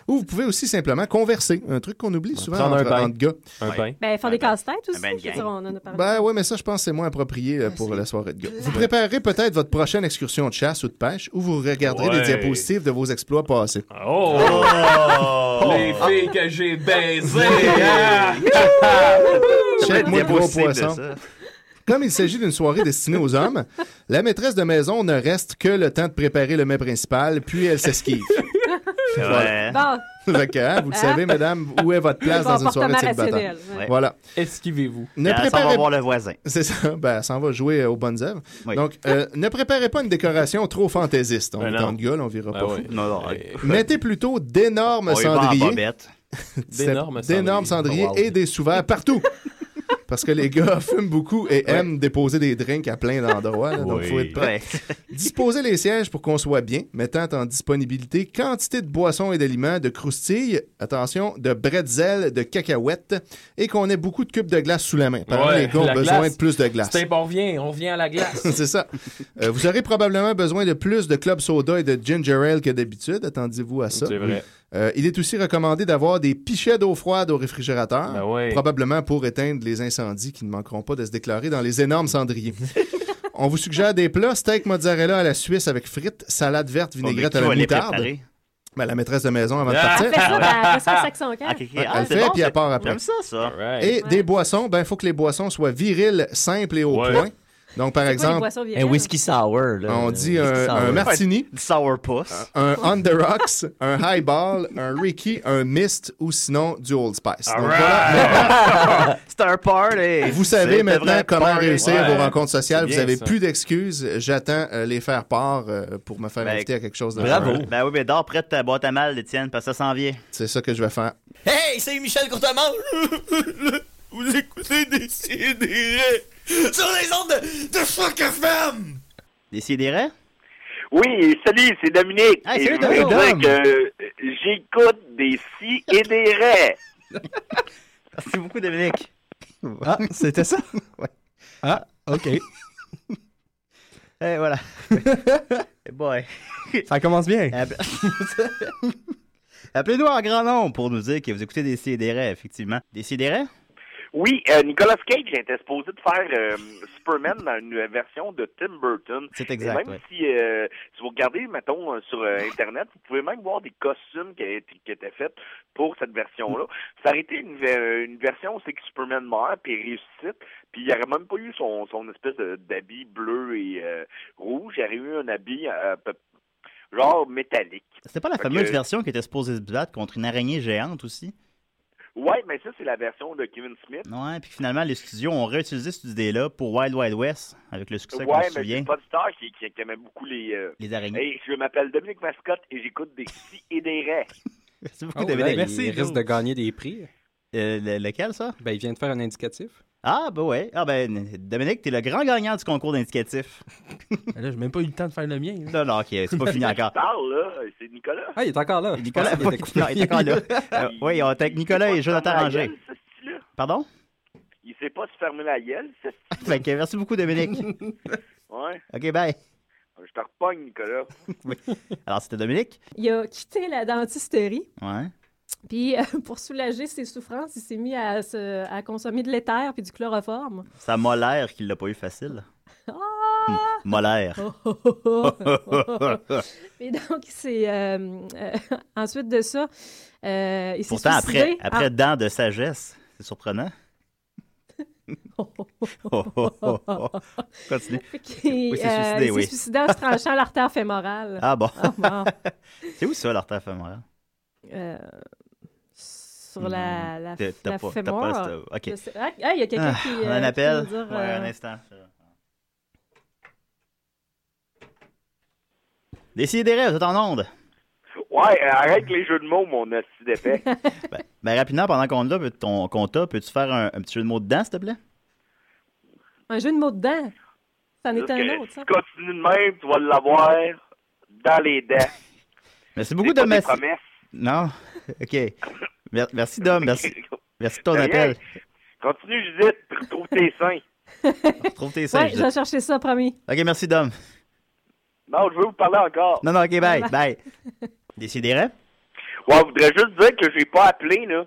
[SPEAKER 22] Ou vous pouvez aussi simplement converser, un truc qu'on oublie souvent
[SPEAKER 11] Prendre un
[SPEAKER 22] entre,
[SPEAKER 11] bain.
[SPEAKER 22] entre gars.
[SPEAKER 11] Un
[SPEAKER 22] Ouais.
[SPEAKER 11] bain.
[SPEAKER 6] Ben, faire des casse-têtes aussi.
[SPEAKER 22] ben,
[SPEAKER 6] je veux
[SPEAKER 22] gang.
[SPEAKER 6] dire, on en a parlé.
[SPEAKER 22] Ben oui, mais ça, je pense que c'est moins approprié euh, pour la soirée de gars. Vous préparez peut-être votre prochaine excursion de chasse ou de pêche où vous regarderez
[SPEAKER 11] Ouais.
[SPEAKER 22] les diapositives de vos exploits passés.
[SPEAKER 11] Oh!
[SPEAKER 22] Oh!
[SPEAKER 11] Les filles que j'ai baisées! hein.
[SPEAKER 22] Chèque-moi le gros Impossible, poisson. ça. Comme il s'agit d'une soirée destinée aux hommes, la maîtresse de maison ne reste que le temps de préparer le mets principal, puis
[SPEAKER 6] *laughs*
[SPEAKER 22] elle s'esquive.
[SPEAKER 5] Hein?
[SPEAKER 22] Voilà.
[SPEAKER 6] Bon,
[SPEAKER 22] Fait que, hein, vous le savez, mesdames, où est votre place
[SPEAKER 6] Bon
[SPEAKER 22] dans une soirée
[SPEAKER 6] comportement
[SPEAKER 22] célibataire?
[SPEAKER 6] rationnel, ouais.
[SPEAKER 22] Voilà.
[SPEAKER 11] Esquivez-vous.
[SPEAKER 22] Ne
[SPEAKER 5] Elle s'en
[SPEAKER 22] préparez...
[SPEAKER 5] va voir le voisin.
[SPEAKER 22] C'est ça. *laughs* Ben, elle s'en va jouer euh, aux bonnes œuvres. Donc, euh, ne préparez pas une décoration trop fantaisiste. On
[SPEAKER 5] Ben
[SPEAKER 22] est
[SPEAKER 5] non.
[SPEAKER 22] en gueule, on verra pas. fou.
[SPEAKER 5] Non, non,
[SPEAKER 22] *laughs* Mettez plutôt d'énormes
[SPEAKER 5] On y va en
[SPEAKER 22] cendriers.
[SPEAKER 5] bobette.
[SPEAKER 22] D'énormes
[SPEAKER 5] D'énormes cendriers. Oh,
[SPEAKER 22] cendriers
[SPEAKER 5] Wow.
[SPEAKER 22] et des sous-verts
[SPEAKER 5] *laughs*
[SPEAKER 22] partout. Parce que les gars *laughs* fument beaucoup et aiment déposer des drinks à plein d'endroits. là, Donc,
[SPEAKER 5] Oui.
[SPEAKER 22] faut être prêt. Disposez les sièges pour qu'on soit bien, mettant en disponibilité quantité de boissons et d'aliments, de croustilles, attention, de bretzels, de cacahuètes, et qu'on ait beaucoup de cubes de glace sous la main. Par exemple,
[SPEAKER 11] Ouais,
[SPEAKER 22] les gars ont
[SPEAKER 11] la
[SPEAKER 22] besoin
[SPEAKER 11] glace.
[SPEAKER 22] de plus de glace.
[SPEAKER 11] C'est bon, on revient, on revient à la glace.
[SPEAKER 22] *laughs* C'est ça. Euh, vous aurez probablement besoin de plus de club soda et de ginger ale que d'habitude. Attendez-vous à ça.
[SPEAKER 11] C'est vrai.
[SPEAKER 22] Euh, il est aussi recommandé d'avoir des pichets d'eau froide au réfrigérateur,
[SPEAKER 11] Ben ouais.
[SPEAKER 22] probablement pour éteindre les incendies qui ne manqueront pas de se déclarer dans les énormes
[SPEAKER 5] *laughs*
[SPEAKER 22] cendriers. On vous suggère des plats steak mozzarella à la Suisse avec frites, salade verte, vinaigrette
[SPEAKER 5] qui
[SPEAKER 22] à la
[SPEAKER 5] va les
[SPEAKER 22] moutarde.
[SPEAKER 5] préparer?
[SPEAKER 22] Ben, la maîtresse de maison avant de
[SPEAKER 5] Ah,
[SPEAKER 22] partir.
[SPEAKER 5] elle
[SPEAKER 22] *laughs*
[SPEAKER 5] fait ça, ben, elle fait ça à
[SPEAKER 6] Saxon Camp.
[SPEAKER 22] Ouais,
[SPEAKER 5] ah,
[SPEAKER 22] elle fait, puis elle part après.
[SPEAKER 5] J'aime ça, ça.
[SPEAKER 22] Et des boissons, ben, il faut que les boissons soient viriles, simples et au point. Donc, par
[SPEAKER 5] C'est quoi les
[SPEAKER 22] exemple,
[SPEAKER 5] boissons viriles? Un whisky
[SPEAKER 9] sour.
[SPEAKER 2] Ah
[SPEAKER 22] on dit
[SPEAKER 5] whisky
[SPEAKER 22] un,
[SPEAKER 5] sour.
[SPEAKER 22] un martini,
[SPEAKER 5] Du sourpuss.
[SPEAKER 22] un on the rocks, un highball, un Ricky, un mist ou sinon du Old Spice. Donc, voilà.
[SPEAKER 5] C'est un party.
[SPEAKER 22] Vous savez
[SPEAKER 5] C'est
[SPEAKER 22] maintenant
[SPEAKER 5] vrai
[SPEAKER 22] comment
[SPEAKER 5] party.
[SPEAKER 22] réussir
[SPEAKER 5] Ouais.
[SPEAKER 22] vos rencontres sociales.
[SPEAKER 5] C'est
[SPEAKER 22] Vous
[SPEAKER 5] bien,
[SPEAKER 22] n'avez
[SPEAKER 5] ça.
[SPEAKER 22] plus d'excuses. J'attends euh, les faire part euh, pour me faire
[SPEAKER 5] Ben,
[SPEAKER 22] inviter à quelque chose de
[SPEAKER 5] Ben oui, mais dors près de ta boîte à mal, Étienne, parce que ça s'en vient.
[SPEAKER 22] C'est ça que je vais faire.
[SPEAKER 24] Hey, c'est Michel Courtemanche! Vous écoutez des CDR sur les ondes de, de Choc FM!
[SPEAKER 5] Décidérez?
[SPEAKER 12] *laughs* Oui, salut, c'est Dominique.
[SPEAKER 5] Hey,
[SPEAKER 12] Et
[SPEAKER 5] salut,
[SPEAKER 12] je voulais
[SPEAKER 5] Dominique.
[SPEAKER 12] dire que euh, j'écoute des si et des raies.
[SPEAKER 5] Merci beaucoup, Dominique.
[SPEAKER 3] Ah, c'était
[SPEAKER 5] *laughs*
[SPEAKER 3] ça? Ah, OK.
[SPEAKER 5] Et
[SPEAKER 3] *laughs*
[SPEAKER 5] Eh, voilà. Eh boy.
[SPEAKER 3] Ça commence bien.
[SPEAKER 5] Appe- *laughs* Appelez-nous en grand nombre pour nous dire que vous écoutez des CDR, effectivement. Des CDR?
[SPEAKER 12] Oui, euh, Nicolas Cage était supposé de faire euh, Superman dans une version de Tim Burton.
[SPEAKER 5] C'est exact,
[SPEAKER 12] Et même
[SPEAKER 5] ouais.
[SPEAKER 12] si, euh, si vous regardez, mettons, euh, sur euh, Internet, vous pouvez même voir des costumes qui, a été- qui étaient faits pour cette
[SPEAKER 5] Mm.
[SPEAKER 12] version-là. Ça aurait été une, ve- une version où c'est que Superman meurt, puis il ressuscite, puis il n'y aurait même pas eu son, son espèce de- d'habit bleu et euh, rouge. Il y aurait eu un habit euh, peu- genre métallique.
[SPEAKER 5] C'était pas la
[SPEAKER 12] Fait
[SPEAKER 5] fameuse
[SPEAKER 12] que-
[SPEAKER 5] version qui était supposée se battre contre une araignée géante aussi?
[SPEAKER 12] Ouais, mais ça, c'est la version de Kevin Smith.
[SPEAKER 5] Ouais, hein? puis finalement, les studios ont réutilisé cette idée-là pour Wild Wild West, avec le succès qu'on
[SPEAKER 12] ouais,
[SPEAKER 5] se
[SPEAKER 12] mais
[SPEAKER 5] souvient. Mm.
[SPEAKER 12] c'est pas de star qui, qui, qui aimait beaucoup les. euh,
[SPEAKER 5] Les araignées.
[SPEAKER 12] Hey, je m'appelle Dominique Mascotte et j'écoute des si et des raies.
[SPEAKER 5] Merci
[SPEAKER 3] Oh,
[SPEAKER 11] Ah
[SPEAKER 5] beaucoup,
[SPEAKER 3] là,
[SPEAKER 5] Dominique. Euh,
[SPEAKER 3] il risque de gagner des prix.
[SPEAKER 5] lequel, ça?
[SPEAKER 3] Ben, il vient de faire un indicatif.
[SPEAKER 5] Ah, ben ouais. Ah, ben, Dominique, t'es le grand gagnant du
[SPEAKER 11] *laughs*
[SPEAKER 5] concours d'indicatif.
[SPEAKER 11] Là, j'ai même pas eu le temps de faire le mien.
[SPEAKER 5] Non, non, ok, c'est pas fini encore.
[SPEAKER 12] Je parle, là, c'est *laughs* Nicolas.
[SPEAKER 3] Ah, il est encore là.
[SPEAKER 5] Nicolas, oui, non,
[SPEAKER 3] *laughs*
[SPEAKER 5] il est encore là. Euh, oui, on est avec Nicolas et Jonathan
[SPEAKER 12] fermer la
[SPEAKER 5] Ranger.
[SPEAKER 12] gueule, ce style-là.
[SPEAKER 5] Pardon?
[SPEAKER 12] Il sait pas se fermer la gueule, ce style.
[SPEAKER 5] Fait que merci beaucoup, Dominique.
[SPEAKER 12] *laughs* Ouais.
[SPEAKER 5] OK, bye.
[SPEAKER 12] Je te repogne, Nicolas.
[SPEAKER 5] Oui. Alors, c'était Dominique.
[SPEAKER 6] il a quitté la dentisterie.
[SPEAKER 5] Ouais.
[SPEAKER 6] Puis, euh, *laughs* pour soulager ses souffrances, il s'est mis à, se- à consommer de l'éther puis du
[SPEAKER 5] *laughs*
[SPEAKER 6] chloroforme.
[SPEAKER 5] Ça m'a l'air qu'il l'a pas eu facile. Hm,
[SPEAKER 6] Ah! *laughs*
[SPEAKER 5] Molaire. oh,
[SPEAKER 6] Et donc, c'est euh, euh, *laughs* ensuite de ça, euh, il s'est
[SPEAKER 5] Pourtant, après,
[SPEAKER 6] suicidé.
[SPEAKER 5] après
[SPEAKER 6] Ah.
[SPEAKER 5] dents de sagesse, c'est surprenant. Oh, oh, oh, oh. *laughs* Continue.
[SPEAKER 6] Qui,
[SPEAKER 5] Oui, c'est
[SPEAKER 6] Ah. euh, il
[SPEAKER 5] suicidé,
[SPEAKER 6] s'est
[SPEAKER 5] oui.
[SPEAKER 6] suicidé en se tranchant l'artère
[SPEAKER 5] *laughs*
[SPEAKER 6] fémorale.
[SPEAKER 5] Ah bon?
[SPEAKER 6] Ah, bon.
[SPEAKER 5] c'est où ça, l'artère fémorale?
[SPEAKER 6] Euh, sur la, la,
[SPEAKER 5] Hmm. T'as- t'as
[SPEAKER 6] la
[SPEAKER 5] pas- t'as pas
[SPEAKER 6] fémore.
[SPEAKER 5] le- ok.
[SPEAKER 6] Je sais- Ah, ah, il y a quelqu'un
[SPEAKER 5] Ah,
[SPEAKER 6] qui.
[SPEAKER 5] On a
[SPEAKER 6] euh,
[SPEAKER 5] un
[SPEAKER 6] qui
[SPEAKER 5] appel?
[SPEAKER 6] vient de dire,
[SPEAKER 5] Ouais,
[SPEAKER 6] euh,
[SPEAKER 5] un instant. Décidérez, vous êtes en onde.
[SPEAKER 12] Ouais, euh, arrête les jeux de mots, mon hostie d'épais.
[SPEAKER 5] Ben, rapidement, pendant qu'on l'a, peut- ton- qu'on t'a, peux-tu faire un, un petit jeu de mots dedans, s'il te plaît?
[SPEAKER 6] Un jeu de mots dedans. C'en est un autre, ça.
[SPEAKER 12] Continue de même, tu vas l'avoir dans les dents.
[SPEAKER 5] Merci beaucoup,
[SPEAKER 12] C'est pas
[SPEAKER 5] Dom.
[SPEAKER 12] des
[SPEAKER 5] Merci-
[SPEAKER 12] promesses.
[SPEAKER 5] Non? *laughs* OK. Mer- merci, Dom. Merci, merci de ton
[SPEAKER 12] De rien.
[SPEAKER 5] appel.
[SPEAKER 12] Continue, Judith, puis retrouve tes seins.
[SPEAKER 5] Trouve tes
[SPEAKER 6] Ouais,
[SPEAKER 5] singes.
[SPEAKER 6] je vais chercher ça, promis.
[SPEAKER 5] OK, merci, Dom.
[SPEAKER 12] Non, je veux vous parler encore.
[SPEAKER 5] Non, non, OK, bye. Bye. Décidérez?
[SPEAKER 12] Ouais, je voudrais juste dire que j'ai pas appelé, là.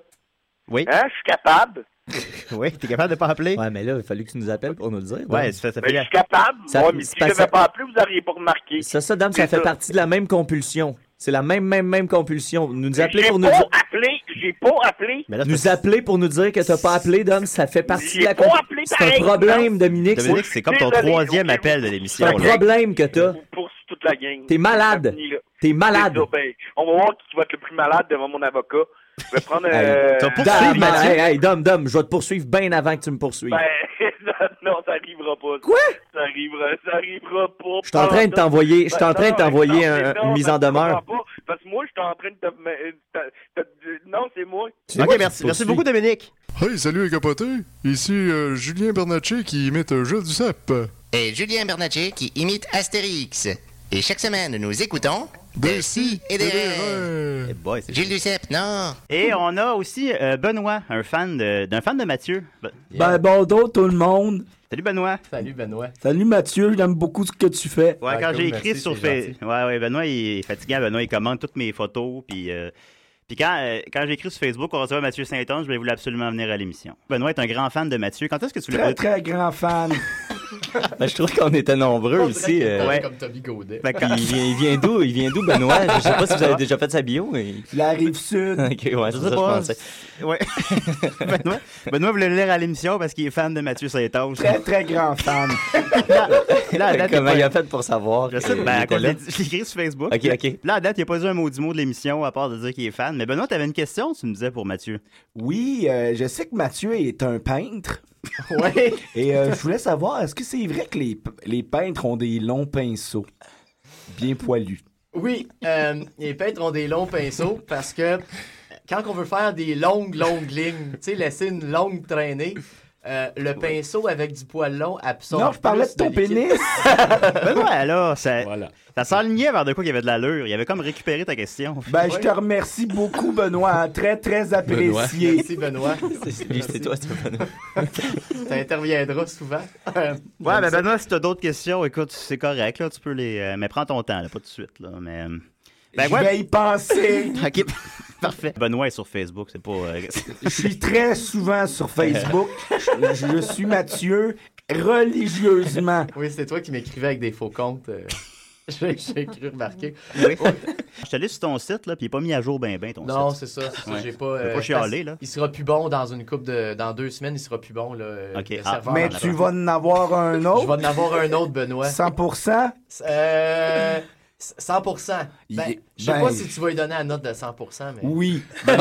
[SPEAKER 5] Oui.
[SPEAKER 12] Hein, je suis capable.
[SPEAKER 5] *laughs* Oui, t'es capable de pas appeler?
[SPEAKER 9] Ouais, mais là, il a fallu que tu nous appelles pour nous le dire.
[SPEAKER 5] Ouais, ça fait- ça
[SPEAKER 12] Ben, je suis capable.
[SPEAKER 9] Ça-
[SPEAKER 12] Moi, mais si
[SPEAKER 9] c'est
[SPEAKER 12] je
[SPEAKER 9] parce-
[SPEAKER 12] n'avais pas appelé, vous n'auriez pas remarqué.
[SPEAKER 9] Ça, ça, dame, ça
[SPEAKER 12] C'est
[SPEAKER 9] fait partie de la même compulsion. C'est la même, même, même compulsion. Nous nous appeler
[SPEAKER 12] J'ai
[SPEAKER 9] pour nous
[SPEAKER 12] pas
[SPEAKER 9] dire.
[SPEAKER 12] appelé, j'ai
[SPEAKER 2] J'ai pas appelé.
[SPEAKER 5] Ben
[SPEAKER 7] nous appeler pour nous dire que t'as pas appelé, Dom, ça fait partie
[SPEAKER 2] J'ai
[SPEAKER 7] de la
[SPEAKER 2] pas
[SPEAKER 7] con-
[SPEAKER 2] appelé
[SPEAKER 7] C'est un
[SPEAKER 2] pareil,
[SPEAKER 7] problème, Dominique.
[SPEAKER 5] Dominique, c'est comme ton
[SPEAKER 2] Désolé,
[SPEAKER 5] troisième appel de
[SPEAKER 7] C'est
[SPEAKER 5] l'émission.
[SPEAKER 7] un
[SPEAKER 5] là.
[SPEAKER 7] problème que t'as.
[SPEAKER 2] toute la gang.
[SPEAKER 7] T'es malade.
[SPEAKER 2] C'est fini, là.
[SPEAKER 7] T'es malade.
[SPEAKER 2] C'est ça, ben, on va voir qui va être le plus malade devant mon avocat. Je vais prendre. euh,
[SPEAKER 7] Dom, hey, hey, Dom, Dom, je vais te poursuivre bien avant que tu me poursuives.
[SPEAKER 2] Ben, *laughs* non, ça arrivera pas. Quoi? Ça arrivera, ça arrivera pas. Ah,
[SPEAKER 7] je suis en train de t'envoyer, je suis en train de t'envoyer un- une mise en demeure.
[SPEAKER 2] Parce que moi, je suis en train de te. me- euh, te- te- euh, Non, c'est moi.
[SPEAKER 5] Ok, merci. Merci beaucoup, Dominique.
[SPEAKER 23] Hey, salut les capotés. Ici euh, Julien Bernatchez qui imite euh, Gilles Duceppe.
[SPEAKER 22] Et Julien Bernatchez qui imite Astérix. Et chaque semaine, nous écoutons des si et des
[SPEAKER 5] Eh
[SPEAKER 22] rêves. Gilles Duceppe, non.
[SPEAKER 5] Et on a aussi euh, Benoît, un fan de- d'un fan de Mathieu. Ben,
[SPEAKER 12] Ben bonjour tout le monde.
[SPEAKER 5] Salut Benoît.
[SPEAKER 12] Salut Benoît. Salut Mathieu, j'aime beaucoup ce que tu fais.
[SPEAKER 7] Ah,
[SPEAKER 5] Ouais, quand j'ai écrit sur Facebook. Ouais, ouais, Benoît, il est fatigant. Benoît, il commande toutes mes photos. Puis, euh, puis quand, euh, quand j'ai écrit sur Facebook, on recevait Mathieu Saint-Onge, je voulais absolument venir à l'émission. Benoît est un grand fan de Mathieu. Quand est-ce que tu l'as
[SPEAKER 7] Euh,
[SPEAKER 12] Très très grand fan.
[SPEAKER 7] Ben, je trouve qu'on était nombreux aussi. euh, ouais.
[SPEAKER 12] comme Tommy Godet.
[SPEAKER 7] Fait qu'il vient- *laughs* Il vient d'où, il vient d'où, Benoît? Je sais pas si vous avez déjà fait sa bio. mais-
[SPEAKER 12] La rive sud.
[SPEAKER 7] *laughs* Ok, ouais, c'est ça que Ah. je pensais.
[SPEAKER 5] Ouais. Benoît, Benoît voulait le lire à l'émission parce qu'il est fan de Mathieu Saint-Onge.
[SPEAKER 12] Très très grand
[SPEAKER 7] *laughs*
[SPEAKER 12] fan.
[SPEAKER 5] Là, à date,
[SPEAKER 7] Comment
[SPEAKER 5] il
[SPEAKER 7] il
[SPEAKER 5] est
[SPEAKER 7] a fait pour savoir?
[SPEAKER 5] Je sais,
[SPEAKER 7] qu'il
[SPEAKER 5] ben, à
[SPEAKER 7] était
[SPEAKER 5] cause
[SPEAKER 7] là?
[SPEAKER 5] de- *laughs* je l'ai écrit sur Facebook.
[SPEAKER 7] Ok, ok.
[SPEAKER 5] Là, à date, il n'a pas dit un mot du mot de l'émission à part de dire qu'il est fan. Mais Benoît, t'avais une question, tu me disais, pour Mathieu.
[SPEAKER 12] Oui, euh, je sais que Mathieu est un
[SPEAKER 7] *laughs*
[SPEAKER 12] peintre. Oui. Et euh, je voulais savoir, est-ce que c'est vrai que les, les peintres ont des longs pinceaux bien poilus?
[SPEAKER 13] Oui, euh, les peintres ont des longs pinceaux parce que quand on veut faire des longues, longues lignes, tu sais, laisser une longue traînée, euh, le pinceau avec du poil long absorbe.
[SPEAKER 12] Non, je parlais
[SPEAKER 13] plus
[SPEAKER 12] de ton
[SPEAKER 13] liquide.
[SPEAKER 12] pénis.
[SPEAKER 5] Benoît, là, ça, ça s'enlignait vers de quoi qu'il y avait de l'allure. Il avait comme récupéré ta question.
[SPEAKER 12] Ben, je te remercie beaucoup, Benoît. hein. Très, très apprécié.
[SPEAKER 13] Merci, Benoît.
[SPEAKER 7] C'est toi, c'est Benoît.
[SPEAKER 13] Ça interviendra souvent. Euh,
[SPEAKER 5] Ouais, ben
[SPEAKER 13] j'aime ça.
[SPEAKER 5] Benoît, si t'as d'autres questions, écoute, c'est correct, là, tu peux les... euh, mais prends ton temps, là, pas de suite, là, mais... euh, Ben,
[SPEAKER 12] Je vais y penser.
[SPEAKER 5] OK, *laughs* parfait. Benoît est sur Facebook, c'est pas... euh,
[SPEAKER 12] Je suis très souvent sur Facebook. je, je suis Mathieu religieusement.
[SPEAKER 13] Oui, c'est toi qui m'écrivais avec des faux comptes. euh, *laughs* J'ai j'ai cru remarquer.
[SPEAKER 5] Oui. Je suis allé sur ton site, là, puis il est pas mis à jour ben ben, ton site.
[SPEAKER 13] Non, c'est ça. c'est ça,
[SPEAKER 5] Ouais.
[SPEAKER 13] J'ai pas.
[SPEAKER 5] Faut
[SPEAKER 13] euh,
[SPEAKER 5] pas chialer, là.
[SPEAKER 13] Il sera plus bon dans une coupe de. Dans deux semaines, il sera plus bon, là. euh,
[SPEAKER 5] Ok,
[SPEAKER 13] le
[SPEAKER 5] ah,
[SPEAKER 13] serveur.
[SPEAKER 12] Mais tu vas en avoir un autre.
[SPEAKER 13] Je vais en avoir un
[SPEAKER 7] *laughs*
[SPEAKER 13] autre, Benoît.
[SPEAKER 12] 100%?
[SPEAKER 13] Euh, 100%. Ben,
[SPEAKER 12] Il-
[SPEAKER 13] je sais
[SPEAKER 12] ben-
[SPEAKER 13] pas si tu vas lui donner la note de 100%, mais.
[SPEAKER 12] Oui.
[SPEAKER 13] C'est-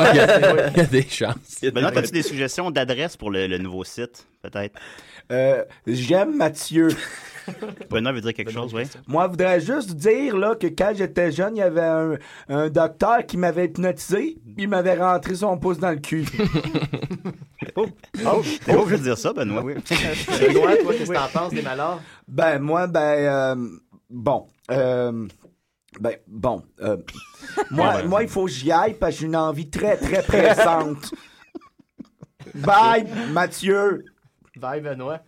[SPEAKER 13] oui.
[SPEAKER 5] des chances. Benoît, as-tu des suggestions d'adresse pour le, le nouveau site, peut-être?
[SPEAKER 12] Euh, J'aime Mathieu.
[SPEAKER 5] Benoît veut dire quelque chose, oui? *laughs*
[SPEAKER 12] Moi, je voudrais juste dire là, que quand j'étais jeune, il y avait un, un docteur qui m'avait hypnotisé, puis il m'avait rentré son pouce dans le cul.
[SPEAKER 5] Oh, t'es obligé de dire ça,
[SPEAKER 13] *laughs*
[SPEAKER 5] Benoît.
[SPEAKER 7] Ah
[SPEAKER 13] Benoît, toi, qu'est-ce que t'en penses des malheurs?
[SPEAKER 12] Ben, moi, ben, euh, bon. euh, ben, bon. euh, *laughs* moi, moi, il faut que j'y aille parce que j'ai une envie très, très
[SPEAKER 13] *laughs*
[SPEAKER 12] pressante. Bye, Mathieu.
[SPEAKER 13] Bye, Benoît.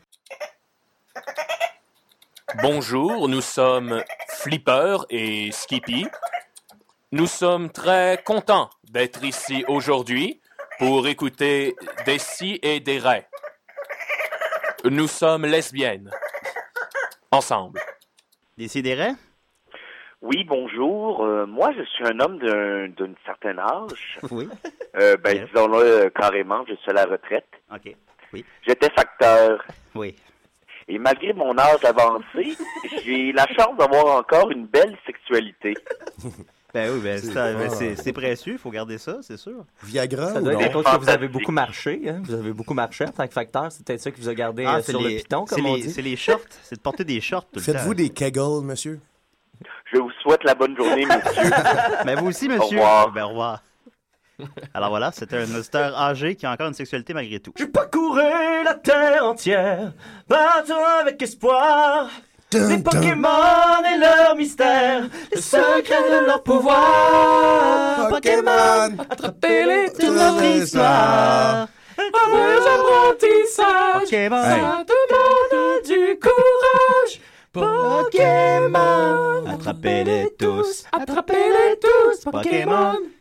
[SPEAKER 4] Bonjour, nous sommes Flipper et Skippy. Nous sommes très contents d'être ici aujourd'hui pour écouter des si et des raies. Nous sommes lesbiennes. Ensemble.
[SPEAKER 5] Décidérez?
[SPEAKER 2] Oui, bonjour. Euh, moi, je suis un homme d'un d'un certain âge.
[SPEAKER 5] Oui.
[SPEAKER 2] Euh, ben, disons-le euh, carrément, je suis à la retraite.
[SPEAKER 5] OK.
[SPEAKER 2] J'étais facteur.
[SPEAKER 5] Oui.
[SPEAKER 2] Et malgré mon âge avancé, j'ai la chance d'avoir encore une belle sexualité.
[SPEAKER 5] Ben oui, ben c'est-
[SPEAKER 2] Ah.
[SPEAKER 5] ben, c'est c'est précieux, il faut garder ça, c'est sûr.
[SPEAKER 7] Viagra Ça doit
[SPEAKER 5] ou
[SPEAKER 7] être à
[SPEAKER 5] non?
[SPEAKER 7] cause que vous avez beaucoup marché. hein. Vous avez beaucoup marché en tant que facteur. C'est peut-être ça qui vous a gardé
[SPEAKER 5] Ah,
[SPEAKER 7] euh,
[SPEAKER 5] c'est
[SPEAKER 7] sur
[SPEAKER 5] les-
[SPEAKER 7] le piton,
[SPEAKER 5] c'est
[SPEAKER 7] comme on
[SPEAKER 5] les-
[SPEAKER 7] dit.
[SPEAKER 5] C'est les shorts, c'est de porter des shorts tout le temps.
[SPEAKER 10] Faites-vous des kegels, monsieur?
[SPEAKER 2] Je vous souhaite la bonne journée, monsieur.
[SPEAKER 5] Mais vous aussi, monsieur.
[SPEAKER 2] Au revoir.
[SPEAKER 5] Ben, au revoir. Alors voilà, c'était un auditeur âgé qui a encore une sexualité malgré tout.
[SPEAKER 12] J'ai parcouru la terre entière, battant avec espoir.
[SPEAKER 7] Les
[SPEAKER 12] Pokémon et leur mystère, les secrets de leur pouvoir.
[SPEAKER 7] Pokémon,
[SPEAKER 12] attrapez-les,
[SPEAKER 7] toute notre histoire.
[SPEAKER 12] Vos apprentissages,
[SPEAKER 7] Pokémon.
[SPEAKER 12] ça te donne du courage. Pokémon,
[SPEAKER 5] Attrapez-les tous.
[SPEAKER 12] attrapez-les tous,
[SPEAKER 5] Pokémon.